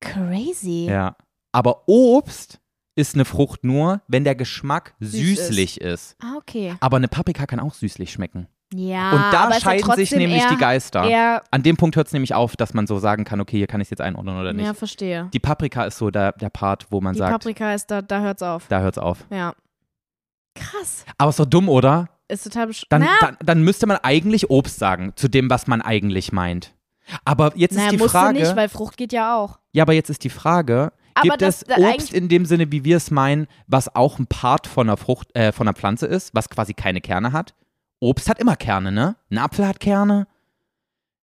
A: Crazy.
B: Ja. Aber Obst ist eine Frucht nur, wenn der Geschmack
A: Süß
B: süßlich ist.
A: Ah, okay.
B: Aber eine Paprika kann auch süßlich schmecken.
A: Ja,
B: Und
A: aber
B: da
A: es ist ja
B: scheiden sich
A: Ah, trotzdem
B: nämlich
A: eher,
B: die Geister.
A: Eher,
B: An dem Punkt hört es nämlich auf, dass man so sagen kann, okay, hier kann ich es jetzt einordnen oder nicht.
A: ja, verstehe.
B: Die Paprika ist so der, der Part, wo man
A: Die
B: sagt,
A: Paprika ist da, da hört's auf.
B: da hört's auf.
A: Ja. Krass.
B: Aber ist doch dumm, oder?
A: Ist total besch
B: Dann,
A: Na,
B: dann, dann müsste man eigentlich Obst sagen, zu dem, was man eigentlich meint. Aber jetzt
A: naja,
B: ist die
A: musst
B: Frage.
A: du nicht, weil Frucht geht ja auch.
B: ja, aber jetzt ist die Frage,
A: Aber
B: gibt
A: das-
B: es
A: da
B: Obst
A: eigentlich-
B: in dem Sinne, wie wir es meinen, was auch ein Part von einer Frucht, äh, von einer Pflanze ist, was quasi keine Kerne hat? Obst hat immer Kerne, ne? Ein Apfel hat Kerne.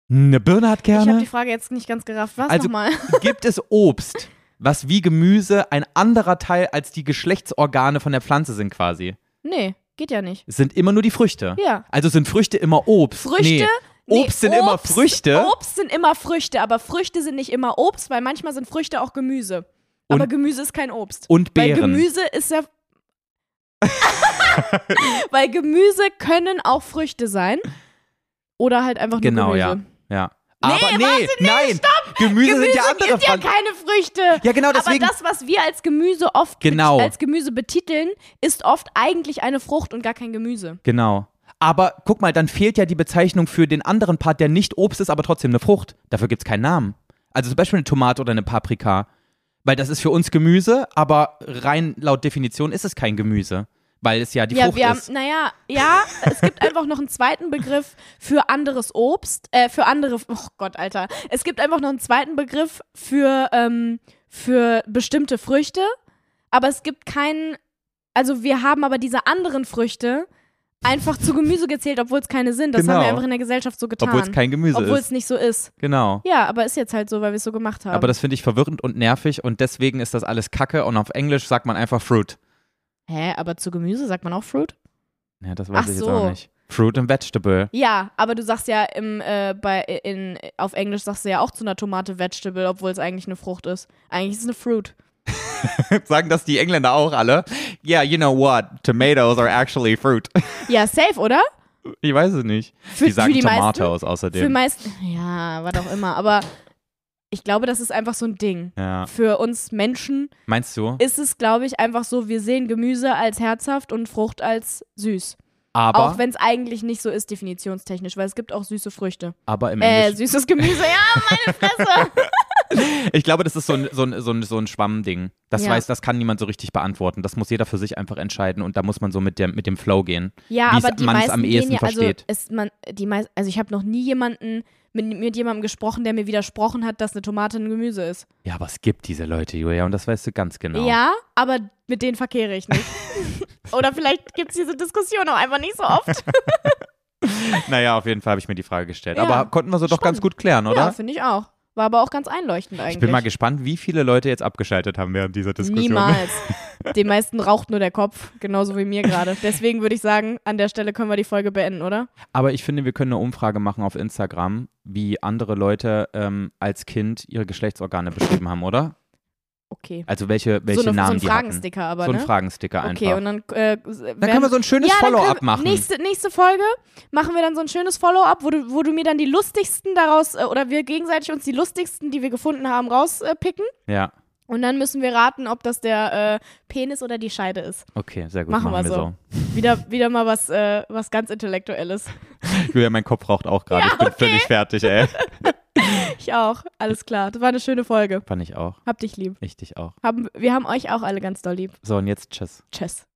B: Eine Birne hat
A: Ich habe die
B: Kerne.
A: Frage jetzt nicht ganz gerafft. Was
B: Also-
A: nochmal?
B: Gibt es Obst, was wie Gemüse ein anderer Teil als die Geschlechtsorgane von der Pflanze sind quasi?
A: Nee, geht ja nicht.
B: Es sind immer nur die Früchte.
A: Ja.
B: Also sind Früchte immer Obst?
A: Früchte?
B: Nee.
A: Nee,
B: Obst sind immer Früchte.
A: Obst sind immer Früchte, aber Früchte sind nicht immer Obst, weil manchmal sind Früchte auch Gemüse. Aber
B: Und-
A: Gemüse ist kein Obst.
B: Und
A: Weil
B: Beeren.
A: Gemüse ist ja. Weil Gemüse können auch Früchte sein. Oder halt einfach nur
B: genau,
A: Gemüse.
B: ja. ja. Aber nee,
A: warte,
B: nein, Gemüse,
A: Gemüse
B: sind ja andere
A: gibt ja
B: Pflanzen.
A: keine Früchte.
B: Ja, genau, deswegen.
A: Aber das, was wir als Gemüse oft bet-
B: Genau.
A: als Gemüse betiteln, ist oft eigentlich eine Frucht und gar kein Gemüse.
B: genau. Aber guck mal, dann fehlt ja die Bezeichnung für den anderen Part, der nicht Obst ist, aber trotzdem eine Frucht. Dafür gibt es keinen Namen. Also zum Beispiel eine Tomate oder eine Paprika. Weil das ist für uns Gemüse, aber rein laut Definition ist es kein Gemüse. Weil es ja die
A: ja,
B: Frucht
A: wir haben,
B: ist.
A: naja, ja, es gibt einfach noch einen zweiten Begriff für anderes Obst, äh, für andere, oh Gott, Alter. Es gibt einfach noch einen zweiten Begriff für, ähm, für bestimmte Früchte, aber es gibt keinen, also wir haben aber diese anderen Früchte einfach zu Gemüse gezählt, obwohl es keine sind. Das haben
B: Genau.
A: wir einfach in der Gesellschaft so getan.
B: Obwohl es kein Gemüse
A: Obwohl
B: ist.
A: es nicht so ist.
B: Genau.
A: Ja, aber ist jetzt halt so, weil wir es so gemacht haben.
B: Aber das finde ich verwirrend und nervig und deswegen ist das alles Kacke und auf Englisch sagt man einfach Fruit.
A: Hä, aber zu Gemüse sagt man auch Fruit?
B: Ja, das weiß
A: Ach
B: ich
A: so.
B: jetzt auch nicht. Fruit and Vegetable.
A: Ja, aber du sagst ja im, äh, bei, in, auf Englisch sagst du ja auch zu einer Tomate Vegetable, obwohl es eigentlich eine Frucht ist. Eigentlich ist es eine Fruit.
B: Sagen das die Engländer auch alle? Yeah, you know what? Tomatoes are actually fruit.
A: Ja, safe, oder?
B: Ich weiß es nicht.
A: Für
B: die sagen
A: für die
B: Tomatoes
A: Meisten, für
B: außerdem.
A: meist, ja, was auch immer. Aber ich glaube, das ist einfach so ein Ding.
B: Ja.
A: Für uns Menschen
B: Meinst du?
A: ist es, glaube ich, einfach so, wir sehen Gemüse als herzhaft und Frucht als süß. auch
B: Aber,
A: wenn es eigentlich nicht so ist, definitionstechnisch, weil es gibt auch süße Früchte.
B: aber im
A: Äh,
B: Englischen.
A: süßes Gemüse, ja, meine Fresse.
B: Ich glaube, das ist so ein, so ein, so ein, so ein Schwammding. Das
A: Ja.
B: weiß, das kann niemand so richtig beantworten. Das muss jeder für sich einfach entscheiden und da muss man so mit dem, mit dem Flow gehen.
A: Ja,
B: wie es
A: aber die
B: man's
A: meisten
B: am ehesten
A: gehen ja,
B: versteht.
A: also ist man die meist, also ich habe noch nie jemanden mit, mit jemandem gesprochen, der mir widersprochen hat, dass eine Tomate ein Gemüse ist.
B: Ja, aber es gibt diese Leute, Julia, und das weißt du ganz genau.
A: Ja, aber mit denen verkehre ich nicht. Oder vielleicht gibt es diese Diskussion auch einfach nicht so oft.
B: Naja, auf jeden Fall habe ich mir die Frage gestellt.
A: Ja.
B: Aber konnten wir so doch
A: Spannend.
B: ganz gut klären, oder?
A: Ja, finde ich auch. War aber auch ganz einleuchtend eigentlich.
B: ich bin mal gespannt, wie viele Leute jetzt abgeschaltet haben während dieser Diskussion.
A: Niemals. Den meisten raucht nur der Kopf, genauso wie mir gerade. Deswegen würde ich sagen, an der Stelle können wir die Folge beenden, oder?
B: Aber ich finde, wir können eine Umfrage machen auf Instagram, wie andere Leute ähm, als Kind ihre Geschlechtsorgane beschrieben haben, oder?
A: Okay.
B: Also welche, welche
A: so, eine, so
B: Namen
A: ein
B: die hatten.
A: Fragensticker aber,
B: so ein
A: ne?
B: Fragensticker einfach.
A: Okay, und dann äh,
B: dann können wir so ein schönes
A: Ja, dann
B: Follow-up
A: können-
B: machen.
A: Nächste, nächste Folge machen wir dann so ein schönes Follow-up, wo du, wo du mir dann die lustigsten daraus, äh, oder wir gegenseitig uns die lustigsten, die wir gefunden haben, rauspicken.
B: Ja,
A: Und dann müssen wir raten, ob das der äh, Penis oder die Scheide ist.
B: okay, sehr gut.
A: Machen
B: Machen,
A: wir
B: wir so.
A: Wieder, wieder mal was, äh, was ganz Intellektuelles.
B: Julia, mein Kopf raucht auch gerade. ich bin völlig fertig, ey.
A: Ich auch. Alles klar. Das war eine schöne Folge.
B: Fand ich auch.
A: Hab dich lieb.
B: Ich dich auch.
A: Haben, wir haben euch auch alle ganz doll lieb.
B: So, und jetzt tschüss.
A: Tschüss.